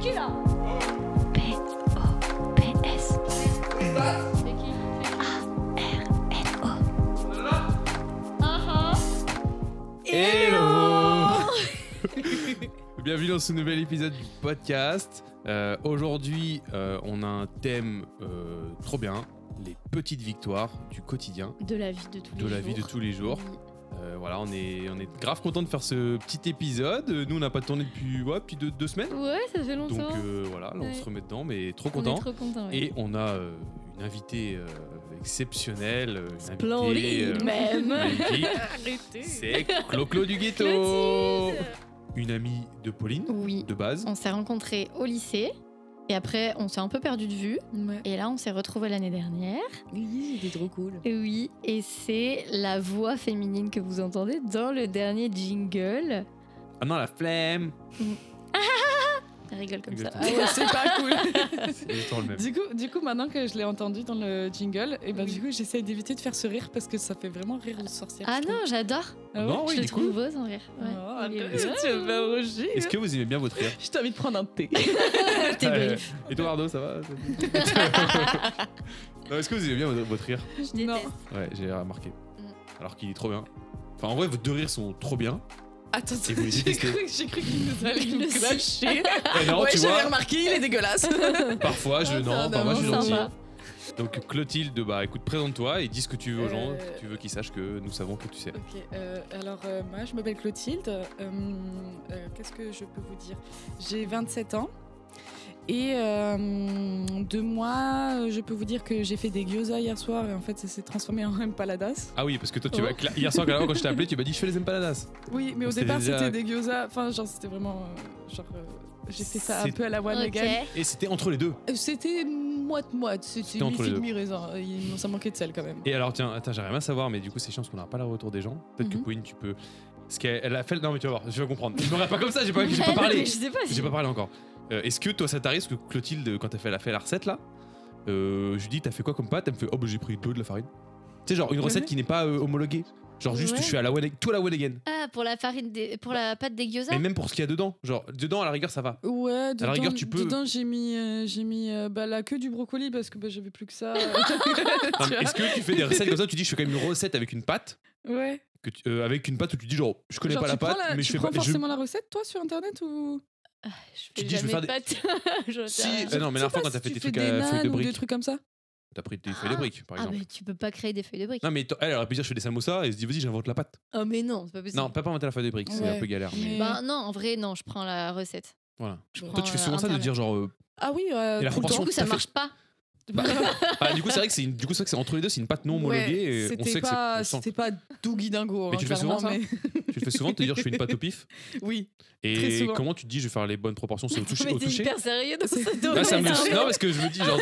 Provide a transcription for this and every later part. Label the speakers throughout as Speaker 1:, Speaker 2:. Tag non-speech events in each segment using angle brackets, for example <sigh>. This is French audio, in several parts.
Speaker 1: qui là
Speaker 2: P-O-P-S. Ah,
Speaker 1: C'est qui
Speaker 2: R-N-O.
Speaker 1: Ah
Speaker 3: Hello <laughs> Bienvenue dans ce nouvel épisode du podcast. Euh, Aujourd'hui, euh, on a un thème euh, trop bien, les petites victoires du quotidien,
Speaker 1: De la vie de tous
Speaker 3: de
Speaker 1: les
Speaker 3: la vie de
Speaker 1: jours.
Speaker 3: tous les jours. Euh, voilà, on est, on est grave content de faire ce petit épisode. Nous, on n'a pas tourné depuis, ouais, depuis deux, deux semaines.
Speaker 1: Ouais, ça fait
Speaker 3: Donc
Speaker 1: longtemps.
Speaker 3: euh, voilà, là, on
Speaker 1: Ouais.
Speaker 3: se remet dedans, mais trop
Speaker 1: On
Speaker 3: content.
Speaker 1: est trop content.
Speaker 3: Et on a euh, une invitée euh, exceptionnelle, euh, une invitée
Speaker 1: Splendide
Speaker 3: euh, <laughs>
Speaker 1: même.
Speaker 3: magnifique.
Speaker 1: Arrêtez.
Speaker 3: C'est Clo-Clo du Ghetto
Speaker 1: Clotilde.
Speaker 3: Une amie de Pauline,
Speaker 2: Oui,
Speaker 3: de base.
Speaker 2: on s'est rencontrés au lycée et après on s'est un peu perdu de vue.
Speaker 4: Ouais.
Speaker 2: Et là on s'est retrouvés l'année dernière.
Speaker 4: Oui, il est trop cool.
Speaker 2: Et Oui, et c'est la voix féminine que vous entendez dans le dernier jingle.
Speaker 3: Ah non, la flemme
Speaker 2: Elle rigole comme ça.
Speaker 3: Exactement.
Speaker 4: Ah c'est pas cool.
Speaker 3: <laughs> C'est tout le temps le même.
Speaker 4: du coup, du coup, maintenant que je l'ai entendu dans le jingle, et ben
Speaker 2: Oui.
Speaker 4: du coup, j'essaie d'éviter de faire ce rire parce que ça fait vraiment rire aux sorcières.
Speaker 2: Ah
Speaker 4: je trouve.
Speaker 2: non, j'adore.
Speaker 4: Ah ouais
Speaker 3: Non, oui,
Speaker 2: je le
Speaker 3: du coup.
Speaker 2: trouve beau sans rire. Ouais.
Speaker 4: Oh,
Speaker 2: Il est
Speaker 4: attends,
Speaker 2: beau.
Speaker 4: tu vas rougir.
Speaker 3: Est-ce que vous aimez bien votre rire
Speaker 4: Je t'invite de prendre un thé. <laughs>
Speaker 2: T'es
Speaker 3: Ah,
Speaker 2: bref.
Speaker 3: euh, Eduardo, ça va Non, Est-ce que vous aimez bien votre, votre rire
Speaker 2: Je
Speaker 4: Non.
Speaker 2: déteste.
Speaker 3: Ouais, j'ai remarqué. Alors qu'il est trop bien. Enfin, en vrai, vos deux rires sont trop bien.
Speaker 4: Attends,
Speaker 3: Et vous les
Speaker 4: <laughs> j'ai
Speaker 3: détestez.
Speaker 4: cru, j'ai cru qu'il nous allait
Speaker 2: Il le
Speaker 4: nous
Speaker 2: sait.
Speaker 4: clasher.
Speaker 3: Et non,
Speaker 4: ouais,
Speaker 3: tu
Speaker 4: je l'ai
Speaker 3: vois,
Speaker 4: remarqué, il
Speaker 2: <laughs>
Speaker 4: est dégueulasse.
Speaker 3: parfois je.
Speaker 4: Ah, c'est
Speaker 3: Non,
Speaker 4: un
Speaker 3: parfois je suis
Speaker 2: amant
Speaker 3: gentil.
Speaker 2: sympa.
Speaker 3: Donc, Clotilde, bah écoute, présente-toi et dis ce que tu veux aux gens.
Speaker 4: Euh.
Speaker 3: Tu veux qu'ils sachent que nous savons que tu sais.
Speaker 4: Ok, euh, alors euh, moi je m'appelle Clotilde. Euh, euh, Qu'est-ce que je peux vous dire J'ai 27 ans. Et euh, de moi, euh, je peux vous dire que j'ai fait des gyoza hier soir et en fait ça s'est transformé en empaladas.
Speaker 3: Ah oui, parce que toi, tu
Speaker 2: Oh.
Speaker 3: m'as cla- hier soir, quand je t'ai appelé, tu m'as dit je fais les empanadas.
Speaker 4: Oui, mais au
Speaker 3: C'était
Speaker 4: départ
Speaker 3: déjà-
Speaker 4: c'était des gyoza. Enfin, genre c'était vraiment. euh, genre euh, j'ai fait ça un
Speaker 3: C'est-
Speaker 4: peu à la one
Speaker 2: Ok.
Speaker 4: again.
Speaker 3: Et c'était entre les deux.
Speaker 4: Euh, C'était moite-moite. C'était
Speaker 3: C'était entre les
Speaker 4: mi-figue,
Speaker 3: deux.
Speaker 4: mi-raisin. Euh, il- Ça manquait de sel quand même.
Speaker 3: Et alors, tiens, attends, j'aimerais bien savoir, mais du coup, c'est chiant parce qu'on n'aura pas le retour des gens. Peut-être que
Speaker 2: Mhm.
Speaker 3: Pauline, tu peux. Parce qu'elle elle a fait. Non, mais tu vas voir, je vais comprendre. Je me regarde pas comme ça, j'ai pas, j'ai
Speaker 2: Ah <laughs>
Speaker 3: pas
Speaker 2: non, mais
Speaker 3: parlé.
Speaker 2: Je sais pas. si-
Speaker 3: J'ai pas parlé encore. Euh, Est-ce que toi, ça t'arrive Parce que Clotilde, quand elle fait, elle a fait la recette là, euh, je lui dis, t'as fait quoi comme pâte Elle me fait, oh, bah j'ai pris de l'eau, de la farine. Tu sais, genre une recette
Speaker 4: Ouais.
Speaker 3: qui n'est pas euh, homologuée. Genre juste,
Speaker 2: Mhm. Ouais.
Speaker 3: je suis à la one, tout à la one again.
Speaker 2: Ah, pour la farine, des- pour la pâte des gyoza.
Speaker 3: Mais même pour ce qu'il y a dedans. Genre, dedans, à la rigueur, ça
Speaker 2: <laughs>
Speaker 3: va.
Speaker 4: Ouais, dedans,
Speaker 3: rigueur, tu peux-
Speaker 4: dedans, j'ai mis, euh, j'ai mis euh, bah, la queue du brocoli parce que bah, j'avais plus
Speaker 3: <laughs>
Speaker 4: que ça.
Speaker 3: Non,
Speaker 4: <laughs> Tu
Speaker 3: mais
Speaker 4: vois
Speaker 3: Est-ce que tu
Speaker 2: <laughs>
Speaker 3: fais des recettes comme ça Tu dis, je fais quand même une recette avec une pâte.
Speaker 4: Ouais.
Speaker 3: Que tu- euh, avec une pâte où tu dis, genre, je connais
Speaker 4: Genre,
Speaker 3: pas la
Speaker 4: tu prends
Speaker 3: pâte, mais
Speaker 4: tu
Speaker 3: je fais
Speaker 4: prends
Speaker 3: pas. je-
Speaker 4: forcément la recette, toi, sur internet ou
Speaker 2: Je
Speaker 3: Tu
Speaker 2: fais
Speaker 3: dis, je vais
Speaker 2: jamais
Speaker 3: faire des-
Speaker 2: de pâte. <laughs> Je sais
Speaker 3: Si,
Speaker 2: rien.
Speaker 3: euh, non, mais la dernière fois, quand t'as fait tes trucs à feuilles de
Speaker 4: briques.
Speaker 3: briques.
Speaker 4: Des trucs comme ça.
Speaker 3: T'as pris des feuilles de briques, par
Speaker 2: Ah,
Speaker 3: exemple.
Speaker 2: mais tu peux pas créer des feuilles de briques.
Speaker 3: Non, mais t- elle aurait pu dire je fais des samosas et se dit vas-y, j'invente la pâte.
Speaker 2: Oh, mais non, c'est pas possible.
Speaker 3: Non, pas inventer la feuille de briques, c'est
Speaker 4: Ouais.
Speaker 3: un peu galère. mais
Speaker 4: Mais-
Speaker 2: Bah non, en vrai, non, je prends la recette.
Speaker 3: Voilà.
Speaker 2: Je
Speaker 3: Toi,
Speaker 2: prends,
Speaker 3: tu fais
Speaker 2: euh,
Speaker 3: souvent ça de
Speaker 2: Internet.
Speaker 3: dire genre.
Speaker 4: <laughs>
Speaker 3: euh,
Speaker 4: Ah oui, euh,
Speaker 3: Et la
Speaker 4: tout le
Speaker 3: proportion
Speaker 2: Du
Speaker 4: temps.
Speaker 2: coup, ça
Speaker 3: tout à
Speaker 2: marche pas.
Speaker 4: <laughs>
Speaker 3: Bah, Ah, du coup, c'est vrai que c'est une... du coup, c'est vrai que c'est entre les deux, c'est une pâte non homologuée.
Speaker 4: Ouais,
Speaker 3: et on
Speaker 4: c'était
Speaker 3: sait que
Speaker 4: pas-
Speaker 3: c'est. on sent-
Speaker 4: C'était pas Dougie Dingo.
Speaker 3: Mais
Speaker 4: hein,
Speaker 3: tu le fais souvent,
Speaker 4: clairement,
Speaker 3: Tu le fais souvent de te dire je fais une pâte au pif.
Speaker 4: mais- <laughs> Oui. <laughs> Très
Speaker 3: Et
Speaker 4: souvent.
Speaker 3: comment tu te dis je vais faire les bonnes proportions
Speaker 4: <laughs>
Speaker 3: C'est au toucher.
Speaker 2: mais
Speaker 3: Au
Speaker 2: t'es
Speaker 3: toucher
Speaker 2: hyper sérieux dans cette
Speaker 3: Là, <laughs> ça me-
Speaker 2: domaine, hein.
Speaker 3: Non, parce que je me dis
Speaker 4: <laughs>
Speaker 3: genre.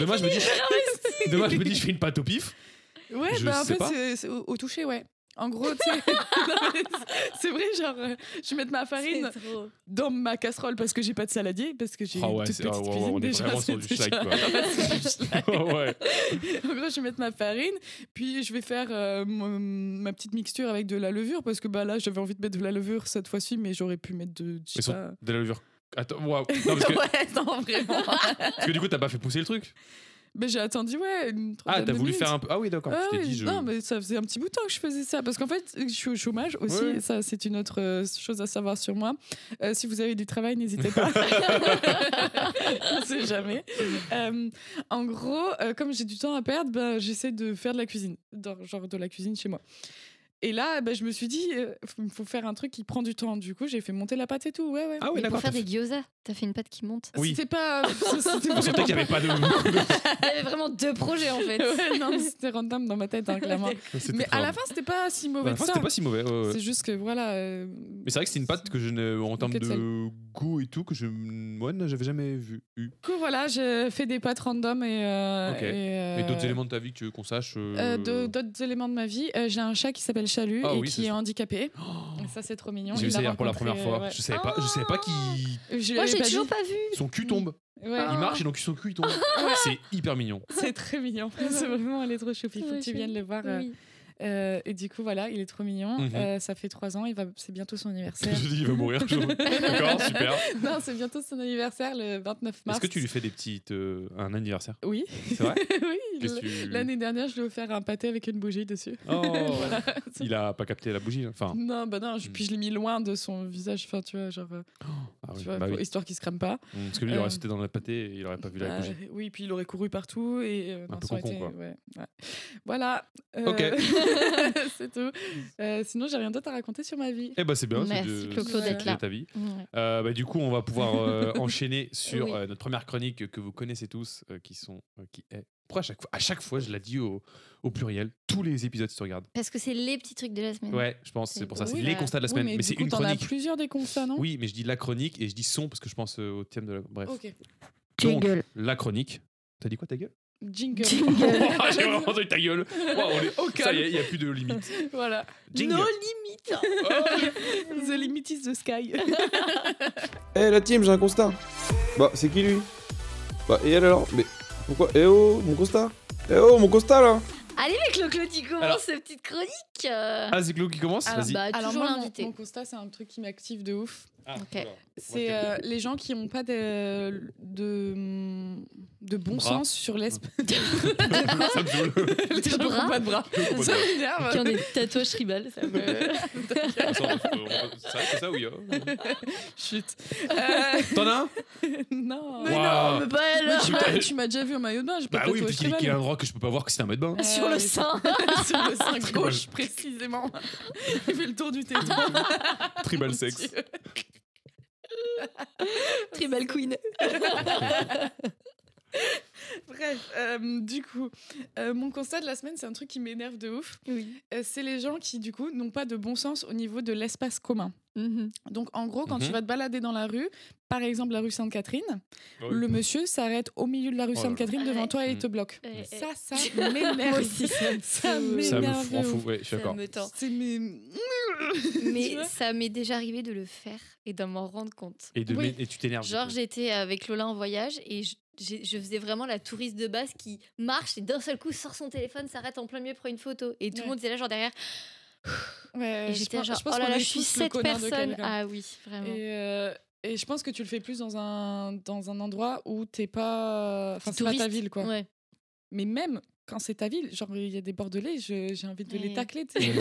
Speaker 3: Demain, je me dis. je- <laughs> Demain, je me dis je fais une pâte au pif.
Speaker 4: <laughs> Ouais,
Speaker 3: Je
Speaker 4: bah en
Speaker 3: sais
Speaker 4: fait,
Speaker 3: pas.
Speaker 4: c'est- c'est au, au toucher, ouais. En gros, tu sais, <laughs> non, mais c'est- c'est vrai, genre, euh, je mets de ma farine
Speaker 2: C'est trop.
Speaker 4: dans ma casserole parce que j'ai pas de saladier, parce que j'ai
Speaker 3: Ah
Speaker 4: une
Speaker 3: ouais,
Speaker 4: toute
Speaker 3: c'est- ah
Speaker 4: petite
Speaker 3: ouais, ouais,
Speaker 4: cuisine
Speaker 3: on est
Speaker 4: déjà.
Speaker 3: vraiment
Speaker 4: c'est
Speaker 3: sur du
Speaker 4: déjà-
Speaker 3: schlag,
Speaker 4: <laughs>
Speaker 3: quoi.
Speaker 4: c'est du schlag.
Speaker 3: Ah <laughs> ouais.
Speaker 4: En gros, je vais mettre ma farine, puis je vais faire euh, mon- ma petite mixture avec de la levure, parce que bah, là, j'avais envie de mettre de la levure cette fois-ci, mais j'aurais pu mettre de. je sais
Speaker 3: Mais sur-
Speaker 4: pas.
Speaker 3: De la levure. Attends,
Speaker 4: <laughs>
Speaker 3: waouh. Non,
Speaker 2: <laughs>
Speaker 3: parce que,
Speaker 4: ouais, non, vraiment.
Speaker 3: <laughs> parce que du coup, t'as pas fait pousser le truc.
Speaker 4: mais j'ai attendu, ouais. Une
Speaker 3: Ah,
Speaker 4: trentaine
Speaker 3: t'as
Speaker 4: de
Speaker 3: voulu
Speaker 4: minutes.
Speaker 3: faire un peu. Ah oui, d'accord.
Speaker 4: Ah
Speaker 3: Je t'ai
Speaker 4: ouais,
Speaker 3: dit je.
Speaker 4: Non, mais ça faisait un petit bout de temps que je faisais ça. Parce qu'en fait, je suis au chômage aussi.
Speaker 3: Ouais.
Speaker 4: Ça, c'est une autre euh, chose à savoir sur moi. Euh, si vous avez du travail,
Speaker 3: <laughs>
Speaker 4: n'hésitez pas. On sait jamais. Euh, en gros, euh, comme j'ai du temps à perdre, ben, j'essaie de faire de la cuisine. Dans- genre de la cuisine chez moi. Et là, ben, je me suis dit, il faut faire un truc qui prend du temps. Du coup, j'ai fait monter la pâte et tout. Ouais, ouais.
Speaker 3: Ah oui,
Speaker 2: Mais
Speaker 3: d'accord.
Speaker 2: pour faire
Speaker 3: t'as
Speaker 2: des gyoza, t'as fait une pâte qui monte.
Speaker 3: Oui.
Speaker 4: C'était pas.
Speaker 3: <laughs>
Speaker 4: C'était
Speaker 3: On sentait
Speaker 4: vraiment
Speaker 3: qu'il n'y avait pas de.
Speaker 2: <laughs> Il y avait vraiment deux projets en <laughs> fait.
Speaker 4: <laughs> Ouais, non, mais c'était random dans ma tête, hein, clairement.
Speaker 3: C'était
Speaker 4: Mais
Speaker 3: très
Speaker 4: à
Speaker 3: drôle.
Speaker 4: la fin, c'était pas si
Speaker 3: Bah, À la
Speaker 4: mauvais que
Speaker 3: fin,
Speaker 4: ça.
Speaker 3: c'était pas si mauvais. ouais, ouais.
Speaker 4: C'est juste que voilà. euh,
Speaker 3: Mais c'est vrai que c'est une pâte que je ne, en termes
Speaker 4: que de
Speaker 3: de goût et tout, que je, moi, ne- j'avais jamais vu. eu.
Speaker 4: Du coup, voilà, je fais des pâtes random et. euh,
Speaker 3: Ok.
Speaker 4: et, euh,
Speaker 3: Et d'autres éléments de ta vie que tu veux qu'on sache euh,
Speaker 4: euh, de- D'autres éléments de ma vie. Euh, J'ai un chat qui s'appelle Chalut
Speaker 3: Ah
Speaker 4: et
Speaker 3: oui,
Speaker 4: qui
Speaker 3: c'est
Speaker 4: est
Speaker 3: ça.
Speaker 4: handicapé.
Speaker 3: Oh,
Speaker 4: Et ça, c'est trop mignon.
Speaker 3: J'ai vu
Speaker 4: Il
Speaker 3: ça
Speaker 4: l'a
Speaker 3: hier pour la
Speaker 4: rencontré,
Speaker 3: première fois.
Speaker 4: euh, ouais. Ah.
Speaker 3: Je savais pas, je savais pas qui.
Speaker 4: Je
Speaker 2: Moi,
Speaker 4: l'avais
Speaker 2: j'ai
Speaker 4: pas
Speaker 2: toujours
Speaker 4: dit.
Speaker 2: pas vu.
Speaker 3: Son cul tombe.
Speaker 4: Ouais.
Speaker 3: Il
Speaker 4: <laughs>
Speaker 3: marche et donc son cul il
Speaker 4: Ah.
Speaker 3: tombe. C'est hyper mignon.
Speaker 4: C'est très mignon. C'est vraiment, elle est trop choupi. Faut
Speaker 2: Ah Ouais,
Speaker 4: que tu
Speaker 2: je-
Speaker 4: viennes le voir. euh,
Speaker 2: Oui.
Speaker 4: Euh, et du coup, voilà, il est trop mignon.
Speaker 3: Mhm.
Speaker 4: Euh, ça fait trois ans. Il va, <laughs> c'est bientôt son
Speaker 3: <laughs>
Speaker 4: anniversaire.
Speaker 3: Je dis, il veut mourir.
Speaker 4: <laughs>
Speaker 3: je- D'accord, super.
Speaker 4: non, c'est bientôt son anniversaire le 29 mars.
Speaker 3: Est-ce que tu lui fais des petites. euh, un anniversaire
Speaker 4: Oui.
Speaker 3: C'est vrai
Speaker 4: <laughs> oui.
Speaker 3: Qu'est-ce
Speaker 4: le-
Speaker 3: que tu-
Speaker 4: L'année dernière, je lui ai offert un pâté avec une bougie dessus.
Speaker 3: Oh,
Speaker 4: <laughs> Voilà.
Speaker 3: Il a pas capté la bougie. hein. Enfin,
Speaker 4: Non, bah non, je-
Speaker 3: Mm.
Speaker 4: puis je l'ai mis loin de son visage, enfin tu vois, genre, euh,
Speaker 3: ah oui,
Speaker 4: tu vois,
Speaker 3: bah
Speaker 4: pour-
Speaker 3: oui.
Speaker 4: histoire qu'il se crame pas.
Speaker 3: Mm, Parce que lui, il
Speaker 4: Euh,
Speaker 3: aurait sauté dans le pâté et il aurait pas vu la
Speaker 4: Bah,
Speaker 3: bougie.
Speaker 4: oui, puis il aurait couru partout et euh, non,
Speaker 3: peu
Speaker 4: ça aurait
Speaker 3: con-con,
Speaker 4: été-
Speaker 3: quoi.
Speaker 4: ouais, ouais. Voilà. euh, <laughs> c'est tout. Euh, sinon, j'ai rien d'autre à raconter sur ma vie.
Speaker 3: Eh bah, c'est bien. c'est
Speaker 2: Merci,
Speaker 3: de-
Speaker 2: Clo-Clo,
Speaker 3: c'est
Speaker 2: d'être
Speaker 3: de
Speaker 2: là.
Speaker 3: ta vie.
Speaker 2: Ouais.
Speaker 3: Euh, bah, du coup, on va pouvoir euh, enchaîner sur
Speaker 2: Oui.
Speaker 3: euh, notre première chronique que vous connaissez tous, euh, qui sont, euh, qui est. Pourquoi à chaque fois, à chaque fois, je la dis au, au pluriel, tous les épisodes se regardent.
Speaker 2: Parce que c'est les petits trucs de la semaine.
Speaker 3: Ouais, je pense, c'est pour ça, c'est
Speaker 2: Mm. Oui,
Speaker 3: les
Speaker 2: bah,
Speaker 3: constats de la semaine,
Speaker 4: Oui,
Speaker 3: mais,
Speaker 4: du
Speaker 3: c'est
Speaker 4: coup,
Speaker 3: une
Speaker 4: t'en as
Speaker 3: chronique.
Speaker 4: plusieurs des constats, non
Speaker 3: Oui, mais je dis la chronique et je dis son parce que je pense euh, au thème de la. Bref.
Speaker 4: Ok.
Speaker 3: Donc,
Speaker 2: Jingle.
Speaker 3: la chronique. T'as dit quoi ta gueule Oh,
Speaker 4: Jingle.
Speaker 3: J'ai <laughs> vraiment entendu ta gueule. Wow, on est
Speaker 4: Au
Speaker 3: Ça y
Speaker 4: calme.
Speaker 3: est, il n'y a plus de limite.
Speaker 4: <laughs> voilà.
Speaker 3: Jingle.
Speaker 2: limites
Speaker 4: The limit is the sky.
Speaker 5: <laughs> Eh la team, j'ai un constat. Bah, c'est qui lui Bah, et elle alors Mais pourquoi Eh oh, mon constat Eh oh, mon constat là
Speaker 2: Allez, mec, le Claude, il commence
Speaker 3: Alors-
Speaker 2: cette petite chronique. euh.
Speaker 3: Ah, c'est Clou qui commence
Speaker 2: Alors,
Speaker 3: Vas-y.
Speaker 2: bah,
Speaker 4: Alors,
Speaker 2: toujours
Speaker 4: moi, mon-
Speaker 2: l'invité.
Speaker 4: mon constat, c'est un truc qui m'active de ouf.
Speaker 3: Ah,
Speaker 2: ok.
Speaker 3: d'accord.
Speaker 4: C'est euh, les gens qui n'ont pas de, de, de bon
Speaker 3: Bras.
Speaker 4: sens sur l'espace.
Speaker 3: <laughs> Ça me saoule.
Speaker 4: <laughs> les gens qui
Speaker 2: bras
Speaker 4: n'ont pas de <laughs> bras.
Speaker 3: Je comprends
Speaker 4: Ça
Speaker 3: pas.
Speaker 2: Qui ont
Speaker 4: m'énerve.
Speaker 2: des tatouages tribales. <laughs> Ça
Speaker 4: Euh,
Speaker 3: <laughs>
Speaker 2: me...
Speaker 3: Attends, euh, C'est vrai que c'est ça, oui. hein.
Speaker 4: Chut.
Speaker 3: <laughs>
Speaker 4: Euh,
Speaker 3: T'en as un
Speaker 4: non.
Speaker 3: Mais Waouh. non,
Speaker 2: mais pas
Speaker 4: Mais
Speaker 2: Bah, alors.
Speaker 4: tu m'as- tu m'as déjà vu en maillot de bain. j'ai pas
Speaker 3: euh, Bah
Speaker 4: de
Speaker 3: oui,
Speaker 4: tatouage
Speaker 3: puis qu'il
Speaker 4: cheval.
Speaker 3: qu'il a un droit que je peux pas voir que c'est un maître
Speaker 4: <laughs>
Speaker 3: de bain.
Speaker 4: Euh,
Speaker 2: Sur le
Speaker 4: oui.
Speaker 2: sein.
Speaker 4: sur <laughs> le sein
Speaker 3: drôle.
Speaker 4: gauche, précisément. Il fait le tour du téton.
Speaker 3: Tribal sexe.
Speaker 2: Tribal queen.
Speaker 4: <laughs> Bref, euh, du coup, euh, mon constat de la semaine, c'est un truc qui m'énerve de ouf.
Speaker 2: Oui.
Speaker 4: Euh, c'est les gens qui, du coup, n'ont pas de bon sens au niveau de l'espace commun. Donc, en gros, quand
Speaker 3: Mhm.
Speaker 4: tu vas te balader dans la rue, par exemple la rue Sainte-Catherine,
Speaker 3: Oh oui.
Speaker 4: le monsieur s'arrête au milieu de la rue
Speaker 3: Oh là là.
Speaker 4: Sainte-Catherine devant
Speaker 2: Ouais.
Speaker 4: toi et il
Speaker 3: Mm. euh,
Speaker 4: te bloque.
Speaker 2: Ouais,
Speaker 4: ça, ça
Speaker 3: <laughs>
Speaker 2: Moi
Speaker 4: m'énerve.
Speaker 2: aussi, ça me
Speaker 4: Ça
Speaker 2: saoule.
Speaker 3: Ça me
Speaker 4: m'énerve
Speaker 3: f- en
Speaker 4: de
Speaker 3: fout.
Speaker 4: ouf.
Speaker 3: Ouais, je suis
Speaker 2: Ça
Speaker 3: d'accord.
Speaker 2: me tend.
Speaker 4: C'est mes- <laughs> Tu
Speaker 2: Mais
Speaker 4: vois
Speaker 2: ça m'est déjà arrivé de le faire et de m'en rendre compte.
Speaker 3: Et, de
Speaker 4: Oui.
Speaker 3: mé- et tu t'énerves. du
Speaker 2: Genre,
Speaker 3: coup.
Speaker 2: j'étais avec Lola en voyage et je, j'ai- je faisais vraiment la touriste de base qui marche et d'un seul coup sort son téléphone, s'arrête en plein milieu, prend une photo. Et tout
Speaker 4: Ouais.
Speaker 2: le monde était là, genre derrière.
Speaker 4: Ouais,
Speaker 2: et
Speaker 4: je
Speaker 2: j'étais
Speaker 4: pense-
Speaker 2: genre,
Speaker 4: je pense
Speaker 2: oh là
Speaker 4: qu'on
Speaker 2: là,
Speaker 4: est
Speaker 2: je suis
Speaker 4: tous le
Speaker 2: cette
Speaker 4: connard de
Speaker 2: personne.
Speaker 4: quelqu'un.
Speaker 2: Ah oui, vraiment.
Speaker 4: Et, euh, et je pense que tu le fais plus dans un, dans un endroit où t'es pas. Enfin, c'est pas ta
Speaker 2: Touriste.
Speaker 4: ville, quoi.
Speaker 2: Ouais.
Speaker 4: Mais même quand c'est ta ville, genre il y a des Bordelais, je- j'ai envie de
Speaker 2: Ouais.
Speaker 4: les
Speaker 2: <laughs>
Speaker 4: tacler, tu sais, de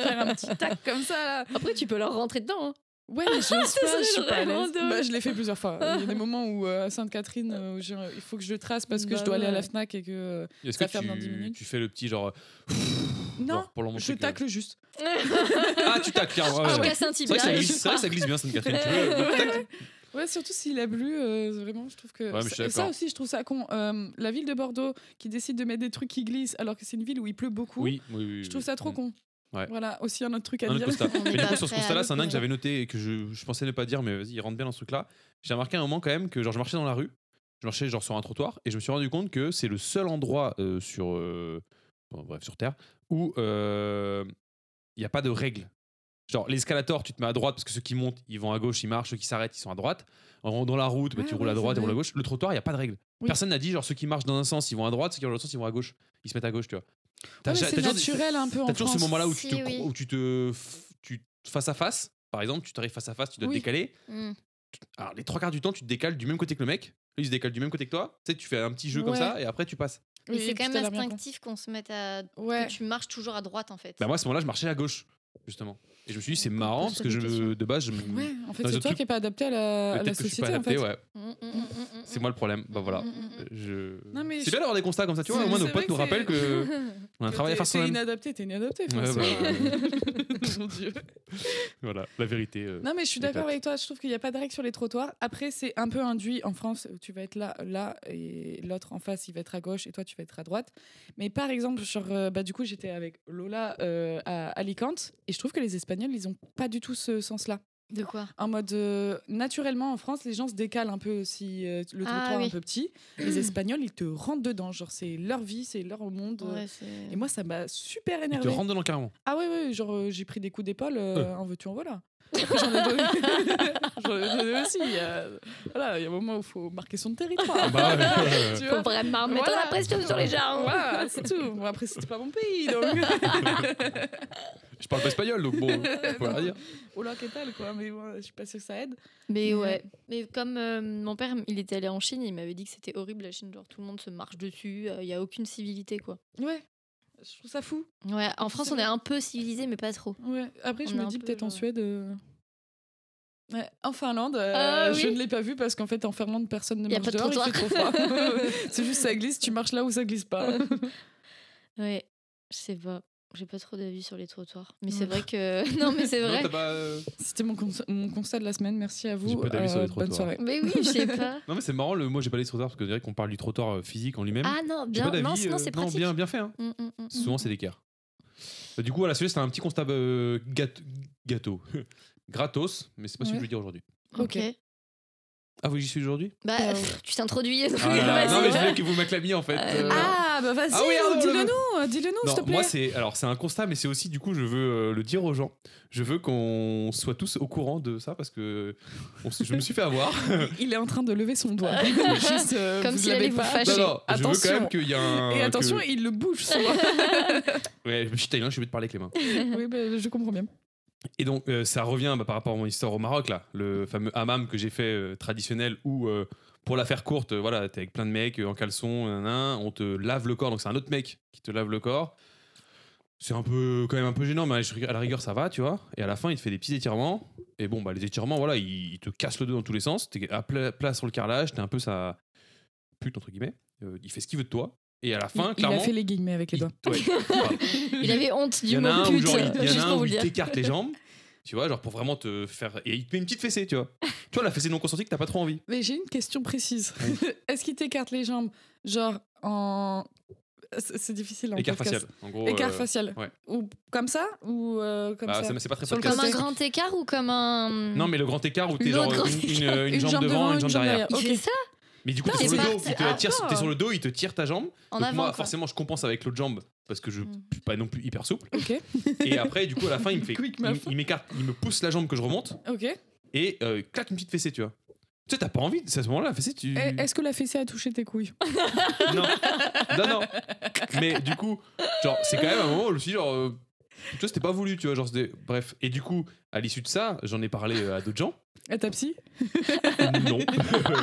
Speaker 4: faire un petit tac comme ça, là.
Speaker 2: Après, tu peux leur rentrer dedans. hein.
Speaker 4: Ouais, <laughs> mais je n'ose pas, je suis pas à
Speaker 2: vraiment
Speaker 4: l'aise.
Speaker 2: drôle.
Speaker 4: Bah, je l'ai fait plusieurs fois. Il y <laughs> a des moments où euh, à Sainte-Catherine, euh, où je- il faut que je le trace parce que
Speaker 2: Bah
Speaker 4: je dois aller à
Speaker 2: ouais.
Speaker 4: la Fnac et que euh,
Speaker 3: Est-ce que
Speaker 4: ça ferme dans 10
Speaker 3: tu,
Speaker 4: minutes.
Speaker 3: tu fais le petit genre.
Speaker 4: non,
Speaker 3: genre, pour leur
Speaker 4: je
Speaker 3: montrer que-
Speaker 4: tacle juste.
Speaker 3: Ah, tu tacles. carrément, ouais,
Speaker 2: Je
Speaker 3: ouais.
Speaker 2: casse un
Speaker 3: C'est vrai
Speaker 2: tibia.
Speaker 3: que ça
Speaker 2: et je
Speaker 3: glisse- c'est vrai que ça glisse bien,
Speaker 4: <laughs>
Speaker 3: Sainte-Catherine. Tu
Speaker 4: Euh,
Speaker 3: veux-
Speaker 2: <laughs>
Speaker 4: Ouais, surtout s'il a plu, euh, vraiment, je trouve que
Speaker 3: Ouais, mais je suis
Speaker 4: ça, et ça
Speaker 3: d'accord.
Speaker 4: aussi, je trouve ça con. Euh, la ville de Bordeaux qui décide de mettre des trucs qui glissent alors que c'est une ville où il pleut beaucoup.
Speaker 3: Oui, oui, oui, oui.
Speaker 4: Je trouve ça trop
Speaker 3: Mm.
Speaker 4: con.
Speaker 3: Ouais.
Speaker 4: Voilà, aussi un autre truc à
Speaker 3: Un autre
Speaker 4: dire.
Speaker 3: constat.
Speaker 4: <laughs>
Speaker 2: On
Speaker 3: Mais
Speaker 2: n'est
Speaker 3: du
Speaker 2: pas
Speaker 3: coup, sur ce
Speaker 2: prêt à
Speaker 3: constat-là, c'est un nain que
Speaker 2: l'opérer.
Speaker 3: j'avais noté et que je, je pensais ne pas dire, mais vas-y, il rentre bien dans ce truc-là. J'ai remarqué un moment quand même que genre, je marchais dans la rue, je marchais genre sur un trottoir et je me suis rendu compte que c'est le seul endroit euh, sur, euh, bon, bref, sur Terre où euh, il n'y a pas de règles. Genre, l'escalator, tu te mets à droite parce que ceux qui montent, ils vont à gauche, ils marchent, ceux qui s'arrêtent, ils sont à droite. En dans la route, bah,
Speaker 4: Ah
Speaker 3: tu
Speaker 4: oui,
Speaker 3: roules à
Speaker 4: c'est
Speaker 3: droite, tu
Speaker 4: vrai.
Speaker 3: roules à gauche. Le trottoir, il n'y a pas de règles.
Speaker 4: Oui.
Speaker 3: Personne n'a dit, genre, ceux qui marchent dans un sens, ils vont à droite, ceux qui marchent dans l'autre sens, ils vont à gauche. Ils se mettent à gauche, tu vois. T'as
Speaker 4: Ouais, Ah, mais
Speaker 3: ja-
Speaker 4: c'est
Speaker 3: t'as toujours-
Speaker 4: naturel un peu en
Speaker 3: T'as toujours ce
Speaker 4: France.
Speaker 3: moment-là où tu
Speaker 2: Si,
Speaker 3: te,
Speaker 2: oui.
Speaker 3: où tu te f- tu te- face à face, par exemple, tu t'arrives face à face, tu dois
Speaker 4: Oui.
Speaker 3: te décaler.
Speaker 2: Mm.
Speaker 3: Alors les trois quarts du temps, tu te décales du même côté que le mec. Lui, il se décale du même côté que toi. Tu sais, tu fais un petit jeu comme
Speaker 4: Ouais.
Speaker 3: ça et après tu passes.
Speaker 2: Mais
Speaker 4: Oui,
Speaker 2: c'est
Speaker 4: puis
Speaker 2: quand
Speaker 4: t'as
Speaker 2: même
Speaker 4: l'air bien con.
Speaker 2: instinctif qu'on se mette à.
Speaker 4: Ouais.
Speaker 2: Que tu marches toujours à droite en fait.
Speaker 3: Bah moi, à ce moment-là, je marchais à gauche, justement. Et je me suis dit, c'est marrant parce que je,
Speaker 2: Question.
Speaker 3: de base, je me-
Speaker 4: Ouais, en fait,
Speaker 3: Dans
Speaker 4: c'est
Speaker 3: un
Speaker 4: toi
Speaker 3: truc-
Speaker 4: qui n'es pas adapté à la, à la
Speaker 3: peut-être que je suis
Speaker 4: société.
Speaker 3: pas
Speaker 4: en fait.
Speaker 3: adapté. Ouais,
Speaker 2: Mm, mm, mm, mm, mm,
Speaker 3: c'est
Speaker 2: mm.
Speaker 3: moi le problème. Bah voilà.
Speaker 2: Mm, mm, mm.
Speaker 3: Je...
Speaker 4: Non, mais
Speaker 3: C'est
Speaker 4: je-
Speaker 3: bien d'avoir des constats comme ça, tu vois. Au
Speaker 4: C'est-
Speaker 3: moins, nos
Speaker 4: c'est
Speaker 3: potes
Speaker 4: vrai
Speaker 3: nous
Speaker 4: que
Speaker 3: rappellent
Speaker 2: mm,
Speaker 4: <laughs>
Speaker 3: que on a un
Speaker 4: Que
Speaker 3: travail à
Speaker 4: t'es-
Speaker 3: faire
Speaker 4: T'es
Speaker 3: soi-même.
Speaker 4: inadapté, t'es inadapté.
Speaker 3: Ouais, bah,
Speaker 4: François.
Speaker 3: Euh,
Speaker 4: <laughs> Mon Dieu.
Speaker 3: Voilà, la vérité. euh,
Speaker 4: Non, mais je suis d'accord
Speaker 3: Éclate.
Speaker 4: avec toi. Je trouve qu'il n'y a pas de règle sur les trottoirs. Après, c'est un peu induit en France. où Tu vas être là, là, et l'autre en face, il va être à gauche, et toi, tu vas être à droite. Mais par exemple, genre, euh, bah, du coup, j'étais avec Lola euh, à Alicante, et je trouve que les Espagnols, ils n'ont pas du tout ce sens-là.
Speaker 2: <laughs> De quoi
Speaker 4: En mode euh, naturellement en France, les gens se décalent un peu si euh, le
Speaker 2: Ah,
Speaker 4: trottoir est
Speaker 2: oui.
Speaker 4: un peu petit. les Espagnols, ils te rentrent dedans, genre c'est leur vie, c'est leur monde. euh.
Speaker 2: Ouais, c'est-
Speaker 4: Et moi, ça m'a super
Speaker 3: Ils te
Speaker 4: énervé.
Speaker 3: rendent dans
Speaker 4: <laughs>
Speaker 3: carrément.
Speaker 4: Ah ouais, ouais, genre euh, j'ai pris des coups d'épaule, euh, en veux-tu, en voilà. Après, J'en ai donné, <laughs> J'en ai donné aussi. euh, voilà, il y a un moment où il faut marquer son territoire.
Speaker 3: Bah,
Speaker 4: <laughs>
Speaker 3: ouais, ouais,
Speaker 4: Tu
Speaker 2: Faut
Speaker 4: vois
Speaker 2: vraiment mettre
Speaker 4: Voilà.
Speaker 2: la pression sur les gens.
Speaker 4: Voilà, c'est tout. Bon, après, c'était pas mon pays, donc.
Speaker 3: <laughs> Je parle pas espagnol, donc bon,
Speaker 4: <laughs>
Speaker 3: faut rien dire.
Speaker 4: Hola, que tal, quoi. Mais bon, je suis pas sûre que ça aide.
Speaker 2: Mais
Speaker 4: Mais-
Speaker 2: ouais. Mais comme euh, mon père, il était allé en Chine, il m'avait dit que c'était horrible la Chine, genre tout le monde se marche dessus, euh, il y a aucune civilité quoi.
Speaker 4: Ouais, je trouve ça fou.
Speaker 2: Ouais, en France, on
Speaker 4: vrai.
Speaker 2: est un peu civilisé, mais pas trop.
Speaker 4: Ouais. Après, je
Speaker 2: On est
Speaker 4: me
Speaker 2: un
Speaker 4: dis
Speaker 2: peu,
Speaker 4: peut-être en
Speaker 2: genre-
Speaker 4: Suède. euh, ouais, en Finlande, euh,
Speaker 2: Ah,
Speaker 4: je
Speaker 2: oui.
Speaker 4: ne l'ai pas vu parce qu'en fait en Finlande personne ne
Speaker 2: Y a pas
Speaker 4: marche
Speaker 2: de
Speaker 4: dehors, il fait trop
Speaker 2: trottoir.
Speaker 4: froid.
Speaker 2: <laughs>
Speaker 4: <laughs> c'est juste ça glisse, tu marches là où ça glisse pas.
Speaker 2: Ouais, je sais pas. J'ai pas trop d'avis sur les trottoirs. Mais
Speaker 4: Ouais.
Speaker 2: c'est vrai que. <laughs> Non, mais c'est
Speaker 3: Non,
Speaker 2: vrai.
Speaker 3: t'as pas, euh,
Speaker 4: C'était mon, cons- mon constat de la semaine, merci à vous. Euh,
Speaker 3: J'ai pas d'avis sur les
Speaker 4: bonne
Speaker 3: trottoirs.
Speaker 4: soirée.
Speaker 2: Mais oui, je sais pas.
Speaker 3: non, mais c'est marrant, le mot j'ai pas les trottoirs parce que je dirais qu'on parle du trottoir euh, physique en lui-même.
Speaker 2: Ah non,
Speaker 3: J'ai
Speaker 2: bien.
Speaker 3: pas
Speaker 2: Non,
Speaker 3: d'avis,
Speaker 2: sinon,
Speaker 3: euh,
Speaker 2: c'est pratique.
Speaker 3: bien, bien fait. hein.
Speaker 2: Mm, mm, mm, mm.
Speaker 3: Souvent, c'est l'équerre. Bah, du coup, à la suite, c'était un petit constat euh, gâte- gâteau. <laughs> Gratos, mais c'est pas ce que je
Speaker 4: Ouais.
Speaker 3: voulais dire aujourd'hui.
Speaker 2: Ok.
Speaker 4: Ok.
Speaker 3: Ah, vous j'y suis aujourd'hui
Speaker 2: <laughs> Bah,
Speaker 4: Ah,
Speaker 2: pff, tu t'introduis. donc,
Speaker 3: Ah,
Speaker 2: vas-y.
Speaker 3: Non, mais je voulais que vous m'acclamiez en fait.
Speaker 2: Euh,
Speaker 3: Euh,
Speaker 4: Ah bah vas-y,
Speaker 3: Ah oui, ah,
Speaker 4: dis-le nous, euh, dis-le nous
Speaker 3: Non,
Speaker 4: s'il te plaît.
Speaker 3: moi c'est alors c'est un constat, mais c'est aussi du coup je veux euh, le dire aux gens. Je veux qu'on soit tous au courant de ça parce que on s- je me suis fait
Speaker 2: <laughs>
Speaker 3: avoir.
Speaker 2: Ah,
Speaker 3: <laughs>
Speaker 4: Il est en train de lever son doigt. Juste, euh,
Speaker 2: Comme
Speaker 4: vous
Speaker 2: s'il
Speaker 4: l'avez
Speaker 2: allait vous
Speaker 4: pas.
Speaker 2: fâcher.
Speaker 3: non,
Speaker 2: Chez-
Speaker 3: non, je veux
Speaker 4: attention.
Speaker 3: quand même qu'il y a un.
Speaker 4: Et
Speaker 3: que-
Speaker 4: attention, il le bouge souvent.
Speaker 2: <laughs>
Speaker 3: Ouais, je suis italien, je suis obligé de parler avec les mains.
Speaker 4: oui, bah, je comprends bien.
Speaker 3: Et donc euh, ça revient bah, par rapport à mon histoire au Maroc là, le fameux hammam que j'ai fait euh, traditionnel où euh, pour la faire courte, euh, voilà, t'es avec plein de mecs euh, en caleçon, nanana, on te lave le corps, donc c'est un autre mec qui te lave le corps. C'est un peu quand même un peu gênant, mais à la rigueur ça va, tu vois. Et à la fin il te fait des petits étirements, et bon bah les étirements voilà, ils, ils te cassent le dos dans tous les sens, t'es à pla- plat sur le carrelage, t'es un peu sa pute entre guillemets. Euh, il fait ce qu'il veut de toi, et à la fin
Speaker 4: il, il
Speaker 3: clairement.
Speaker 4: a fait les guillemets avec les doigts.
Speaker 3: il- ouais, pardon.
Speaker 2: Il avait honte
Speaker 3: Il y
Speaker 2: du
Speaker 3: en a
Speaker 2: mot
Speaker 3: un où,
Speaker 2: pute. <laughs>
Speaker 3: genre, il- il y
Speaker 2: juste
Speaker 3: en a un
Speaker 2: pour vous
Speaker 3: où
Speaker 2: le
Speaker 3: il
Speaker 2: dire.
Speaker 3: t'écarte les jambes, tu vois, genre pour vraiment te faire. Et il te met une petite fessée, tu vois. Tu vois, la fessée non consentie que t'as pas trop envie.
Speaker 4: Mais j'ai une question précise. <laughs> Est-ce qu'il t'écarte les jambes Genre en. C'est c'est difficile en
Speaker 3: Écart
Speaker 4: podcast.
Speaker 3: facial. En gros.
Speaker 4: Écart
Speaker 3: euh,
Speaker 4: facial.
Speaker 3: ouais.
Speaker 4: Ou comme ça Ou euh, comme
Speaker 3: bah,
Speaker 4: ça
Speaker 3: ça, mais c'est pas très
Speaker 4: Sur le
Speaker 3: podcast.
Speaker 2: Comme un grand écart ou comme un.
Speaker 3: Non, mais le grand écart où t'es
Speaker 2: L'autre
Speaker 3: genre
Speaker 2: grand
Speaker 3: une, une-
Speaker 2: écart.
Speaker 3: une jambe, devant, une jambe derrière.
Speaker 2: Il fait
Speaker 4: Ok.
Speaker 2: ça
Speaker 3: Mais du coup,
Speaker 2: Non,
Speaker 3: t'es sur
Speaker 2: mais
Speaker 3: le dos.
Speaker 2: c'est
Speaker 3: Il te
Speaker 2: pas-
Speaker 3: la tire-
Speaker 4: Ah,
Speaker 3: t'es sur le dos, il te tire ta jambe.
Speaker 2: en
Speaker 3: Donc
Speaker 2: avant.
Speaker 3: moi,
Speaker 2: quoi.
Speaker 3: forcément, je compense avec l'autre jambe parce que je
Speaker 2: Hmm.
Speaker 3: suis pas non plus hyper souple.
Speaker 4: Ok.
Speaker 3: Et après, du coup, à la fin, il me fait.
Speaker 4: Quick,
Speaker 3: il-
Speaker 4: meuf.
Speaker 3: Il m'écarte, il me pousse la jambe que je remonte
Speaker 4: Ok.
Speaker 3: et euh, claque une petite fessée, tu vois. Tu sais, t'as pas envie, c'est à ce moment-là, la fessée, tu.
Speaker 4: Eh, Est-ce que la fessée a touché
Speaker 2: <laughs>
Speaker 4: tes couilles
Speaker 3: Non, non, non. Mais du coup, genre, c'est quand même un moment où je me suis dit, genre, euh, tu vois, c'était pas voulu, tu vois, genre, c'était- bref. Et du coup, à l'issue de ça, j'en ai parlé euh, à d'autres gens.
Speaker 4: À ta psy
Speaker 3: Non. <laughs>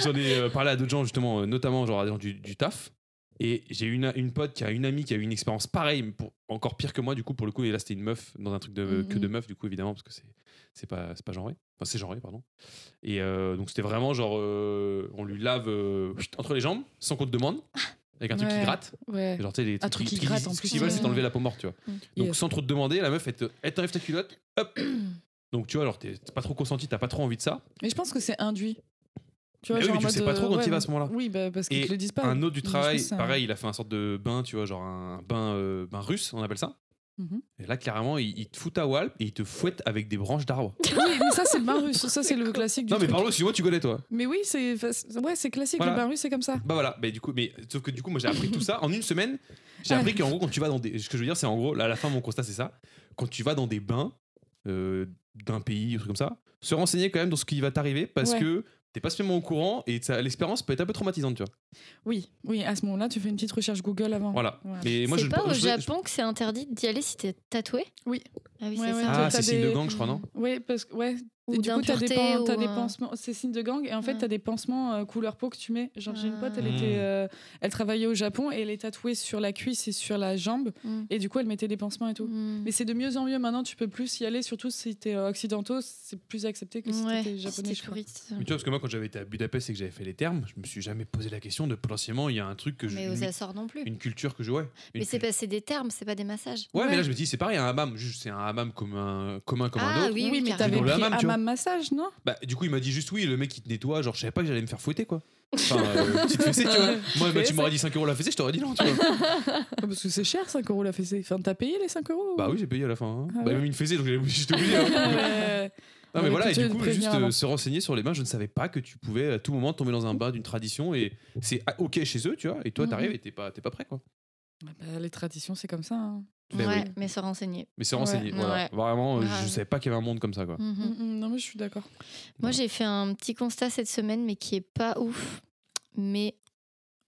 Speaker 3: j'en ai euh, parlé à d'autres gens, justement, euh, notamment, genre, à des gens du, du taf. Et j'ai une, une pote qui a une amie qui a eu une expérience pareille, mais pour, encore pire que moi, du coup, pour le coup, et là, c'était une meuf, dans un truc de,
Speaker 4: Mmh
Speaker 2: Mhm.
Speaker 3: que de meuf, du coup, évidemment, parce que c'est, c'est, pas, c'est pas genré. Enfin, c'est genré, pardon. Et euh, donc, c'était vraiment genre, euh, on lui lave euh, entre les jambes, sans qu'on te demande, avec un truc qui
Speaker 4: Ouais.
Speaker 3: gratte.
Speaker 4: Ouais.
Speaker 3: Et Genre, tu sais, les trucs
Speaker 4: truc
Speaker 3: qui,
Speaker 4: qui gratte,
Speaker 3: qui-
Speaker 4: en
Speaker 3: ce
Speaker 4: plus,
Speaker 3: qu'ils veulent,
Speaker 4: ouais. Mmh.
Speaker 3: c'est t'enlever la peau morte, tu vois.
Speaker 2: Mm.
Speaker 3: Donc,
Speaker 4: Yes.
Speaker 3: sans trop te demander, la meuf, elle te- elle t'enlève ta culotte, hop Donc, tu vois, alors, t'es t'es pas trop consenti, t'as pas trop envie de ça.
Speaker 4: Mais je pense que c'est induit. Tu
Speaker 3: Mais oui,
Speaker 4: genre
Speaker 3: mais
Speaker 4: en
Speaker 3: tu
Speaker 4: mode,
Speaker 3: sais pas trop
Speaker 4: euh,
Speaker 3: quand il
Speaker 4: ouais,
Speaker 3: va à ce moment-là.
Speaker 4: Oui, bah, parce
Speaker 3: Et
Speaker 4: qu'ils te le disent pas.
Speaker 3: un autre du
Speaker 4: Mais je
Speaker 3: travail,
Speaker 4: pense que ça-
Speaker 3: pareil, il a fait un sorte de bain, tu vois, genre un bain, euh, bain russe, on appelle ça.
Speaker 4: Mhm.
Speaker 3: Et là, clairement, il, il te fout ta wall et il te fouette avec des branches d'arbres.
Speaker 4: Oui, mais ça, c'est le bain russe. Ça, c'est le classique du
Speaker 3: non, mais
Speaker 4: truc.
Speaker 3: pardon, excuse-moi, tu connais, toi.
Speaker 4: Mais oui, c'est ouais, c'est classique.
Speaker 3: Voilà.
Speaker 4: Le bain russe, c'est comme ça.
Speaker 3: Bah voilà, mais du coup, mais sauf que du coup, moi j'ai appris tout ça en une semaine. J'ai
Speaker 4: Ouais.
Speaker 3: appris qu'en gros, quand tu vas dans des. Ce que je veux dire, c'est en gros, là, à la fin, mon constat, c'est ça. Quand tu vas dans des bains euh, d'un pays, un truc comme ça, se renseigner quand même dans ce qui va t'arriver parce
Speaker 4: Ouais.
Speaker 3: que t'es pas spécialement au courant et ça- l'expérience peut être un peu traumatisante, tu vois.
Speaker 4: Oui, oui, à ce moment-là, tu fais une petite recherche Google avant.
Speaker 3: Voilà.
Speaker 4: Ouais.
Speaker 3: Mais moi, je
Speaker 2: c'est pas
Speaker 3: je-
Speaker 2: au
Speaker 3: je-
Speaker 2: Japon que c'est interdit d'y aller si t'es tatoué
Speaker 4: Oui.
Speaker 2: Ah oui,
Speaker 4: Ouais,
Speaker 2: c'est
Speaker 4: ouais.
Speaker 2: ça.
Speaker 3: Ah, c'est
Speaker 4: T'as
Speaker 3: signe de
Speaker 4: des-
Speaker 3: gang, je crois, non
Speaker 4: Oui, parce que ouais.
Speaker 2: Ou
Speaker 4: Et du coup, t'as des,
Speaker 2: d'impureté,
Speaker 4: pan- t'as
Speaker 2: ou,
Speaker 4: des
Speaker 2: euh,
Speaker 4: pansements, c'est signe de gang, et en fait,
Speaker 2: Ouais.
Speaker 4: t'as des pansements euh, couleur peau que tu mets. Genre, j'ai une pote, elle,
Speaker 3: Ah.
Speaker 4: était, euh, elle travaillait au Japon et elle est tatouée sur la cuisse et sur la jambe,
Speaker 2: Mm.
Speaker 4: et du coup, elle mettait des pansements et tout.
Speaker 2: Mm.
Speaker 4: Mais c'est de mieux en mieux maintenant, tu peux plus y aller, surtout si t'es euh, occidentaux, c'est plus accepté que si
Speaker 2: Ouais,
Speaker 4: t'étais
Speaker 2: si
Speaker 4: japonais.
Speaker 2: t'es
Speaker 4: je crois.
Speaker 2: touriste.
Speaker 3: Mais tu vois, parce que moi, quand j'avais été à Budapest et que j'avais fait les termes, je me suis jamais posé la question de potentiellement, il y a un truc que je.
Speaker 2: Mais
Speaker 3: une-
Speaker 2: aux Açores non plus.
Speaker 3: Une culture que je. Ouais.
Speaker 2: Mais
Speaker 3: Une
Speaker 2: c'est
Speaker 3: cul-
Speaker 2: pas- c'est des termes, c'est pas des massages.
Speaker 3: Ouais, mais
Speaker 4: Ouais.
Speaker 3: là, je me dis, c'est pareil, un hammam, juste, c'est un hammam commun, commun comme un
Speaker 2: Ah
Speaker 3: autre.
Speaker 2: oui, oui,
Speaker 4: mais
Speaker 2: carrément.
Speaker 4: t'avais
Speaker 3: Dans le
Speaker 4: pris
Speaker 3: hammam, tu
Speaker 4: un
Speaker 3: vois.
Speaker 2: <laughs>
Speaker 4: massage, non
Speaker 3: Bah, du coup, il m'a dit juste oui, le mec il te nettoie, genre je savais pas que j'allais me faire fouetter quoi. Enfin, euh, petite fessée, tu vois. Moi, bah, tu
Speaker 4: fessée.
Speaker 3: m'aurais dit 5 euros la fessée, je t'aurais dit non, tu vois.
Speaker 4: Ah, Parce que c'est cher, 5 euros la fessée. Enfin, t'as payé les 5 euros
Speaker 3: bah oui, Bah j'ai payé à la fin. hein.
Speaker 4: Ah
Speaker 3: bah,
Speaker 4: ouais.
Speaker 3: même une fessée, donc j'étais obligé. hein.
Speaker 4: <laughs>
Speaker 3: Non,
Speaker 4: Ouais.
Speaker 3: mais
Speaker 4: Ouais,
Speaker 3: voilà, et
Speaker 4: plutôt
Speaker 3: du
Speaker 4: de
Speaker 3: coup,
Speaker 4: prévenir
Speaker 3: juste
Speaker 4: avant.
Speaker 3: euh, se renseigner sur les bains. Je ne savais pas que tu pouvais à tout moment tomber dans un bain d'une tradition et c'est ah, ok chez eux, tu vois. Et toi,
Speaker 4: Mhm.
Speaker 3: t'arrives et t'es pas, t'es pas prêt, quoi.
Speaker 4: Ah bah, les traditions, c'est comme ça. hein.
Speaker 3: Ben
Speaker 2: ouais,
Speaker 3: oui.
Speaker 2: mais se renseigner.
Speaker 3: Mais c'est renseigné.
Speaker 2: Ouais.
Speaker 3: voilà.
Speaker 2: Ouais.
Speaker 3: Vraiment, euh, je
Speaker 2: Grave.
Speaker 3: savais pas qu'il y avait un monde comme ça, quoi.
Speaker 2: Mhm.
Speaker 4: Mm, mm, Non, mais je suis d'accord.
Speaker 2: Moi,
Speaker 3: Voilà.
Speaker 2: j'ai fait un petit constat cette semaine, mais qui est pas ouf. Mais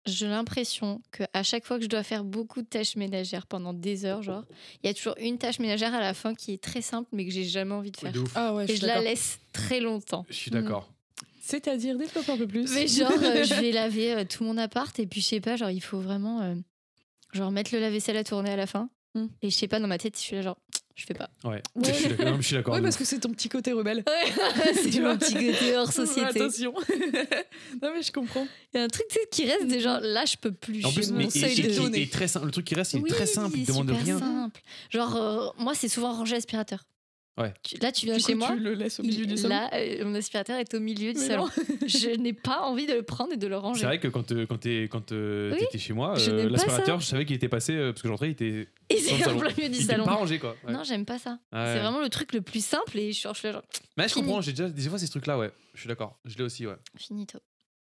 Speaker 2: j'ai l'impression que à chaque fois que je dois faire beaucoup de tâches ménagères pendant des heures, genre, il y a toujours une tâche ménagère à la fin qui est très simple, mais que j'ai jamais envie de faire.
Speaker 3: De ouf.
Speaker 4: Ah ouais, je
Speaker 2: Et
Speaker 4: suis
Speaker 2: je la
Speaker 4: d'accord.
Speaker 2: laisse très longtemps.
Speaker 3: Je suis
Speaker 4: Mhm.
Speaker 3: d'accord.
Speaker 4: C'est-à-dire, développe un peu plus.
Speaker 2: Mais genre, euh,
Speaker 4: <laughs>
Speaker 2: je vais laver euh, tout mon appart et puis je sais pas, genre, il faut vraiment euh, genre mettre le lave-vaisselle à tourner à la fin.
Speaker 4: Mm.
Speaker 2: Et je sais pas, dans ma tête, je suis là, genre, je fais pas.
Speaker 3: Ouais.
Speaker 4: Ouais.
Speaker 3: Je suis d'accord. Je suis d'accord.
Speaker 4: Ouais,
Speaker 3: de
Speaker 4: parce
Speaker 3: ouf.
Speaker 4: que c'est ton petit côté
Speaker 2: <laughs>
Speaker 4: rebelle.
Speaker 2: c'est mon petit côté
Speaker 4: <laughs>
Speaker 2: hors société.
Speaker 4: Attention. non, mais je comprends.
Speaker 2: Il y a un truc tu sais, qui reste des gens, là, je peux plus.
Speaker 3: En
Speaker 2: je
Speaker 3: plus,
Speaker 2: suis
Speaker 3: mais
Speaker 2: mon
Speaker 3: et,
Speaker 2: seuil
Speaker 3: et-
Speaker 2: de
Speaker 3: et-
Speaker 4: données.
Speaker 3: et très simple. Le truc qui reste, il est
Speaker 2: Oui,
Speaker 3: très simple. Il
Speaker 2: c'est
Speaker 3: demande
Speaker 2: super
Speaker 3: rien.
Speaker 2: simple. Genre, euh, moi, c'est souvent ranger aspirateur.
Speaker 3: Ouais.
Speaker 2: Tu- là, tu viens
Speaker 4: Du
Speaker 2: chez
Speaker 4: coup,
Speaker 2: moi.
Speaker 4: tu le laisses au
Speaker 2: il-
Speaker 4: milieu du salon.
Speaker 2: là, euh, mon aspirateur est au milieu du
Speaker 4: Mais
Speaker 2: salon.
Speaker 4: non.
Speaker 2: <laughs> je n'ai pas envie de le prendre et de le
Speaker 3: C'est
Speaker 2: ranger.
Speaker 3: vrai que quand, euh, quand t'es- quand euh,
Speaker 2: Oui,
Speaker 3: t'étais chez moi,
Speaker 2: je
Speaker 3: euh,
Speaker 2: n'aime pas
Speaker 3: l'aspirateur, je savais qu'il était passé euh, parce que j'entrais, il
Speaker 2: <laughs>
Speaker 3: était,
Speaker 2: Et
Speaker 3: dans le
Speaker 2: c'est en
Speaker 3: salon.
Speaker 2: plein milieu du
Speaker 3: il était
Speaker 2: salon.
Speaker 3: pas rangé quoi. Ouais.
Speaker 2: Non, j'aime pas ça.
Speaker 3: Ouais.
Speaker 2: C'est vraiment le truc le plus simple et je cherche le genre
Speaker 3: Mais je
Speaker 2: fini.
Speaker 3: comprends, j'ai déjà des fois ces trucs là, ouais. Je suis d'accord, je l'ai aussi, ouais.
Speaker 2: finito.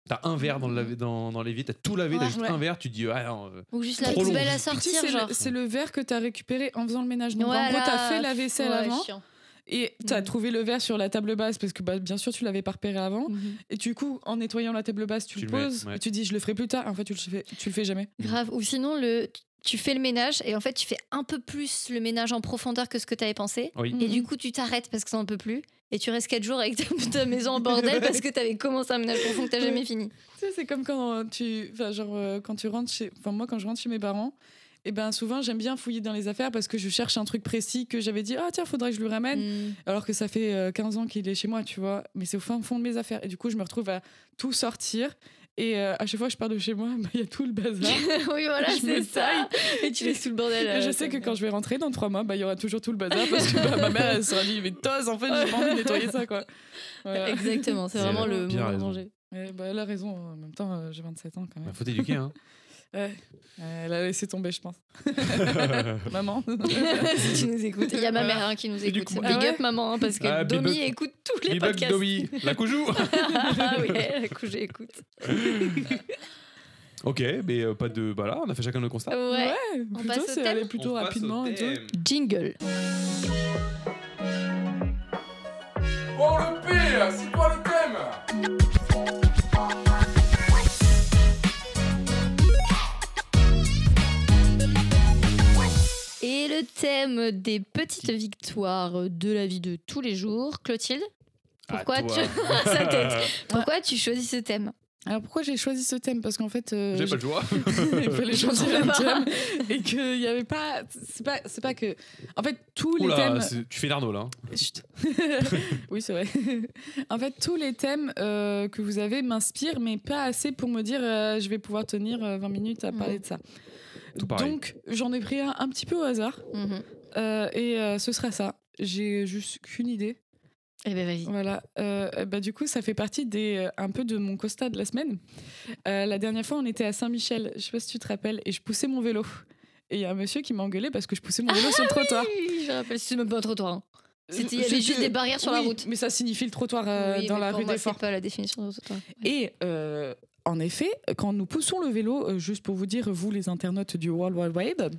Speaker 3: T'as un verre dans, le lave- dans, dans l'évier, t'as tout lavé,
Speaker 2: Mm. Ouais.
Speaker 3: t'as juste
Speaker 4: Ouais.
Speaker 3: un verre, tu te dis, ah non, euh,
Speaker 2: Ou juste la
Speaker 3: Trop long.
Speaker 2: poubelle à
Speaker 3: Puis
Speaker 4: Puis tu sais,
Speaker 2: sortir,
Speaker 4: c'est le-
Speaker 2: genre.
Speaker 4: c'est le verre que t'as récupéré en faisant le ménage. Donc en gros,
Speaker 2: Voilà.
Speaker 4: t'as fait la vaisselle
Speaker 2: Ouais,
Speaker 4: avant
Speaker 2: chiant.
Speaker 4: et t'as
Speaker 2: Mm.
Speaker 4: trouvé le verre sur la table basse parce que bah, bien sûr tu l'avais pas repéré avant.
Speaker 2: Mhm.
Speaker 4: Et du coup, en nettoyant la table basse, tu,
Speaker 3: Tu
Speaker 4: le
Speaker 3: le mets,
Speaker 4: poses
Speaker 3: ouais.
Speaker 4: et tu dis je le ferai plus tard. En fait, tu le fais, tu le fais jamais.
Speaker 2: Grave. Ou sinon, le, tu fais le ménage et en fait, tu fais un peu plus le ménage en profondeur que ce que t'avais pensé.
Speaker 3: oui.
Speaker 2: Et du coup, tu t'arrêtes parce que t'en peux plus. Et tu restes 4 jours avec ta, <laughs> ta maison en
Speaker 4: <laughs>
Speaker 2: bordel parce que t'avais commencé un ménage profond que t'as jamais fini.
Speaker 4: Tu sais, c'est comme quand euh, tu, enfin, genre, euh, quand tu rentres chez, enfin, moi, quand je rentre chez mes parents, et ben, souvent, j'aime bien fouiller dans les affaires parce que je cherche un truc précis que j'avais dit, ah, tiens, faudrait que je le ramène,
Speaker 2: Mhm.
Speaker 4: alors que ça fait euh, 15 ans qu'il est chez moi, tu vois, mais c'est au fin fond de mes affaires. Et du coup, je me retrouve à tout sortir. Et euh, à chaque fois que je pars de chez moi, <laughs> bah, il y a tout le bazar.
Speaker 2: <laughs> oui, voilà,
Speaker 4: Je me
Speaker 2: c'est ça. Et tu
Speaker 4: Et-
Speaker 2: laisses tout le bordel.
Speaker 4: Et je
Speaker 2: euh,
Speaker 4: sais que
Speaker 2: ça.
Speaker 4: quand je vais rentrer dans trois mois, bah, il y aura toujours tout le bazar parce que bah, ma mère, elle sera dit, mais tose, en fait, j'ai pas envie de nettoyer ça, quoi. Voilà.
Speaker 2: Exactement, c'est
Speaker 3: Elle a
Speaker 2: vraiment le
Speaker 3: bien
Speaker 2: moment
Speaker 3: raison.
Speaker 2: danger.
Speaker 4: Ouais, bah, elle a raison, en même temps, euh, j'ai 27 ans quand
Speaker 3: Bah,
Speaker 2: Mm.
Speaker 4: même.
Speaker 3: faut t'éduquer, hein.
Speaker 4: Euh, Elle a laissé tomber,
Speaker 3: <laughs>
Speaker 4: je pense. Maman. <laughs>
Speaker 2: si tu nous écoutes. Il y a ma
Speaker 4: Voilà.
Speaker 2: mère hein, qui nous
Speaker 3: Ah. Et du
Speaker 2: écoute.
Speaker 3: coup-
Speaker 2: Big
Speaker 4: Ah ouais
Speaker 2: up, maman, hein, parce que
Speaker 3: Ah, big
Speaker 2: Domi
Speaker 3: up.
Speaker 2: écoute tous <laughs> les
Speaker 3: Big bug
Speaker 2: podcasts.
Speaker 3: Domi, la coujou
Speaker 2: <laughs> ah oui, la couche, j'écoute.
Speaker 3: Ok, mais euh, pas de. Bah là, on a fait chacun nos constats.
Speaker 2: Ouais. On
Speaker 4: plutôt,
Speaker 2: passe au
Speaker 4: c'est
Speaker 2: thème
Speaker 4: allé Euh, plutôt
Speaker 3: On passe au
Speaker 4: rapidement et tout.
Speaker 3: thème.
Speaker 2: Jingle.
Speaker 5: Pour le pire, c'est quoi le thème
Speaker 2: Et le thème des petites victoires de la vie de tous les jours. Clotilde, Pourquoi
Speaker 3: À toi. <laughs>
Speaker 2: <laughs> Sa
Speaker 3: Euh,
Speaker 2: tête. pourquoi tu choisis ce thème
Speaker 4: Alors pourquoi j'ai choisi ce thème Parce qu'en fait, euh,
Speaker 3: J'ai
Speaker 4: <laughs>
Speaker 3: pas le choix.
Speaker 2: <laughs>
Speaker 4: il fallait choisir
Speaker 2: comprends
Speaker 4: un
Speaker 2: pas.
Speaker 4: thème et qu'il n'y avait pas. C'est pas, c'est pas que. En fait, tous les
Speaker 3: Oula,
Speaker 4: thèmes.
Speaker 3: c'est- tu fais l'arnaud là. hein.
Speaker 4: Chut. <laughs> oui, c'est vrai. <laughs> en fait, tous les thèmes euh, que vous avez m'inspirent, mais pas assez pour me dire euh, je vais pouvoir tenir euh, 20 minutes à parler de ça.
Speaker 3: Tout pareil.
Speaker 4: Donc, j'en ai pris un, un petit peu au hasard
Speaker 2: Mhm.
Speaker 4: euh, et euh, ce sera ça. J'ai juste qu'une idée.
Speaker 2: Eh ben vas-y.
Speaker 4: Voilà, Euh, bah, du coup, ça fait partie des, euh, un peu de mon constat de la semaine. Euh, la dernière fois, on était à Saint-Michel, je sais pas si tu te rappelles, et je poussais mon vélo. Et il y a un monsieur qui m'a engueulé parce que je poussais mon vélo sur le trottoir.
Speaker 2: Je rappelle, c'est même pas un trottoir. hein. Ah C'était- Il y
Speaker 4: Euh, C'était-
Speaker 2: avait juste des barrières sur la
Speaker 4: Oui,
Speaker 2: route.
Speaker 4: Mais ça signifie le trottoir euh,
Speaker 2: Oui,
Speaker 4: dans
Speaker 2: mais
Speaker 4: la
Speaker 2: pour
Speaker 4: rue
Speaker 2: moi,
Speaker 4: des
Speaker 2: c'est
Speaker 4: Forts.
Speaker 2: pas la définition de trottoir. Ouais.
Speaker 4: Et euh, en effet, quand nous poussons le vélo, euh, juste pour vous dire, vous les internautes du World
Speaker 2: <laughs>
Speaker 4: Wide Web,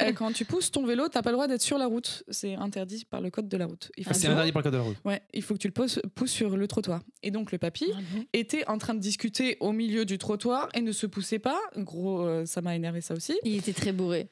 Speaker 4: euh, quand tu pousses ton vélo, t'as pas le droit d'être sur la route. C'est interdit par le code de la route. Il faut,
Speaker 3: Ah,
Speaker 4: que
Speaker 3: c'est
Speaker 4: tu-
Speaker 3: un dernier par le code de la route.
Speaker 4: ouais, il faut que tu le pousses, pousses sur le trottoir. Et donc le papy, était en train de discuter au milieu du trottoir et ne se poussait pas. Gros, euh, ça m'a énervé ça aussi.
Speaker 2: Il était très bourré.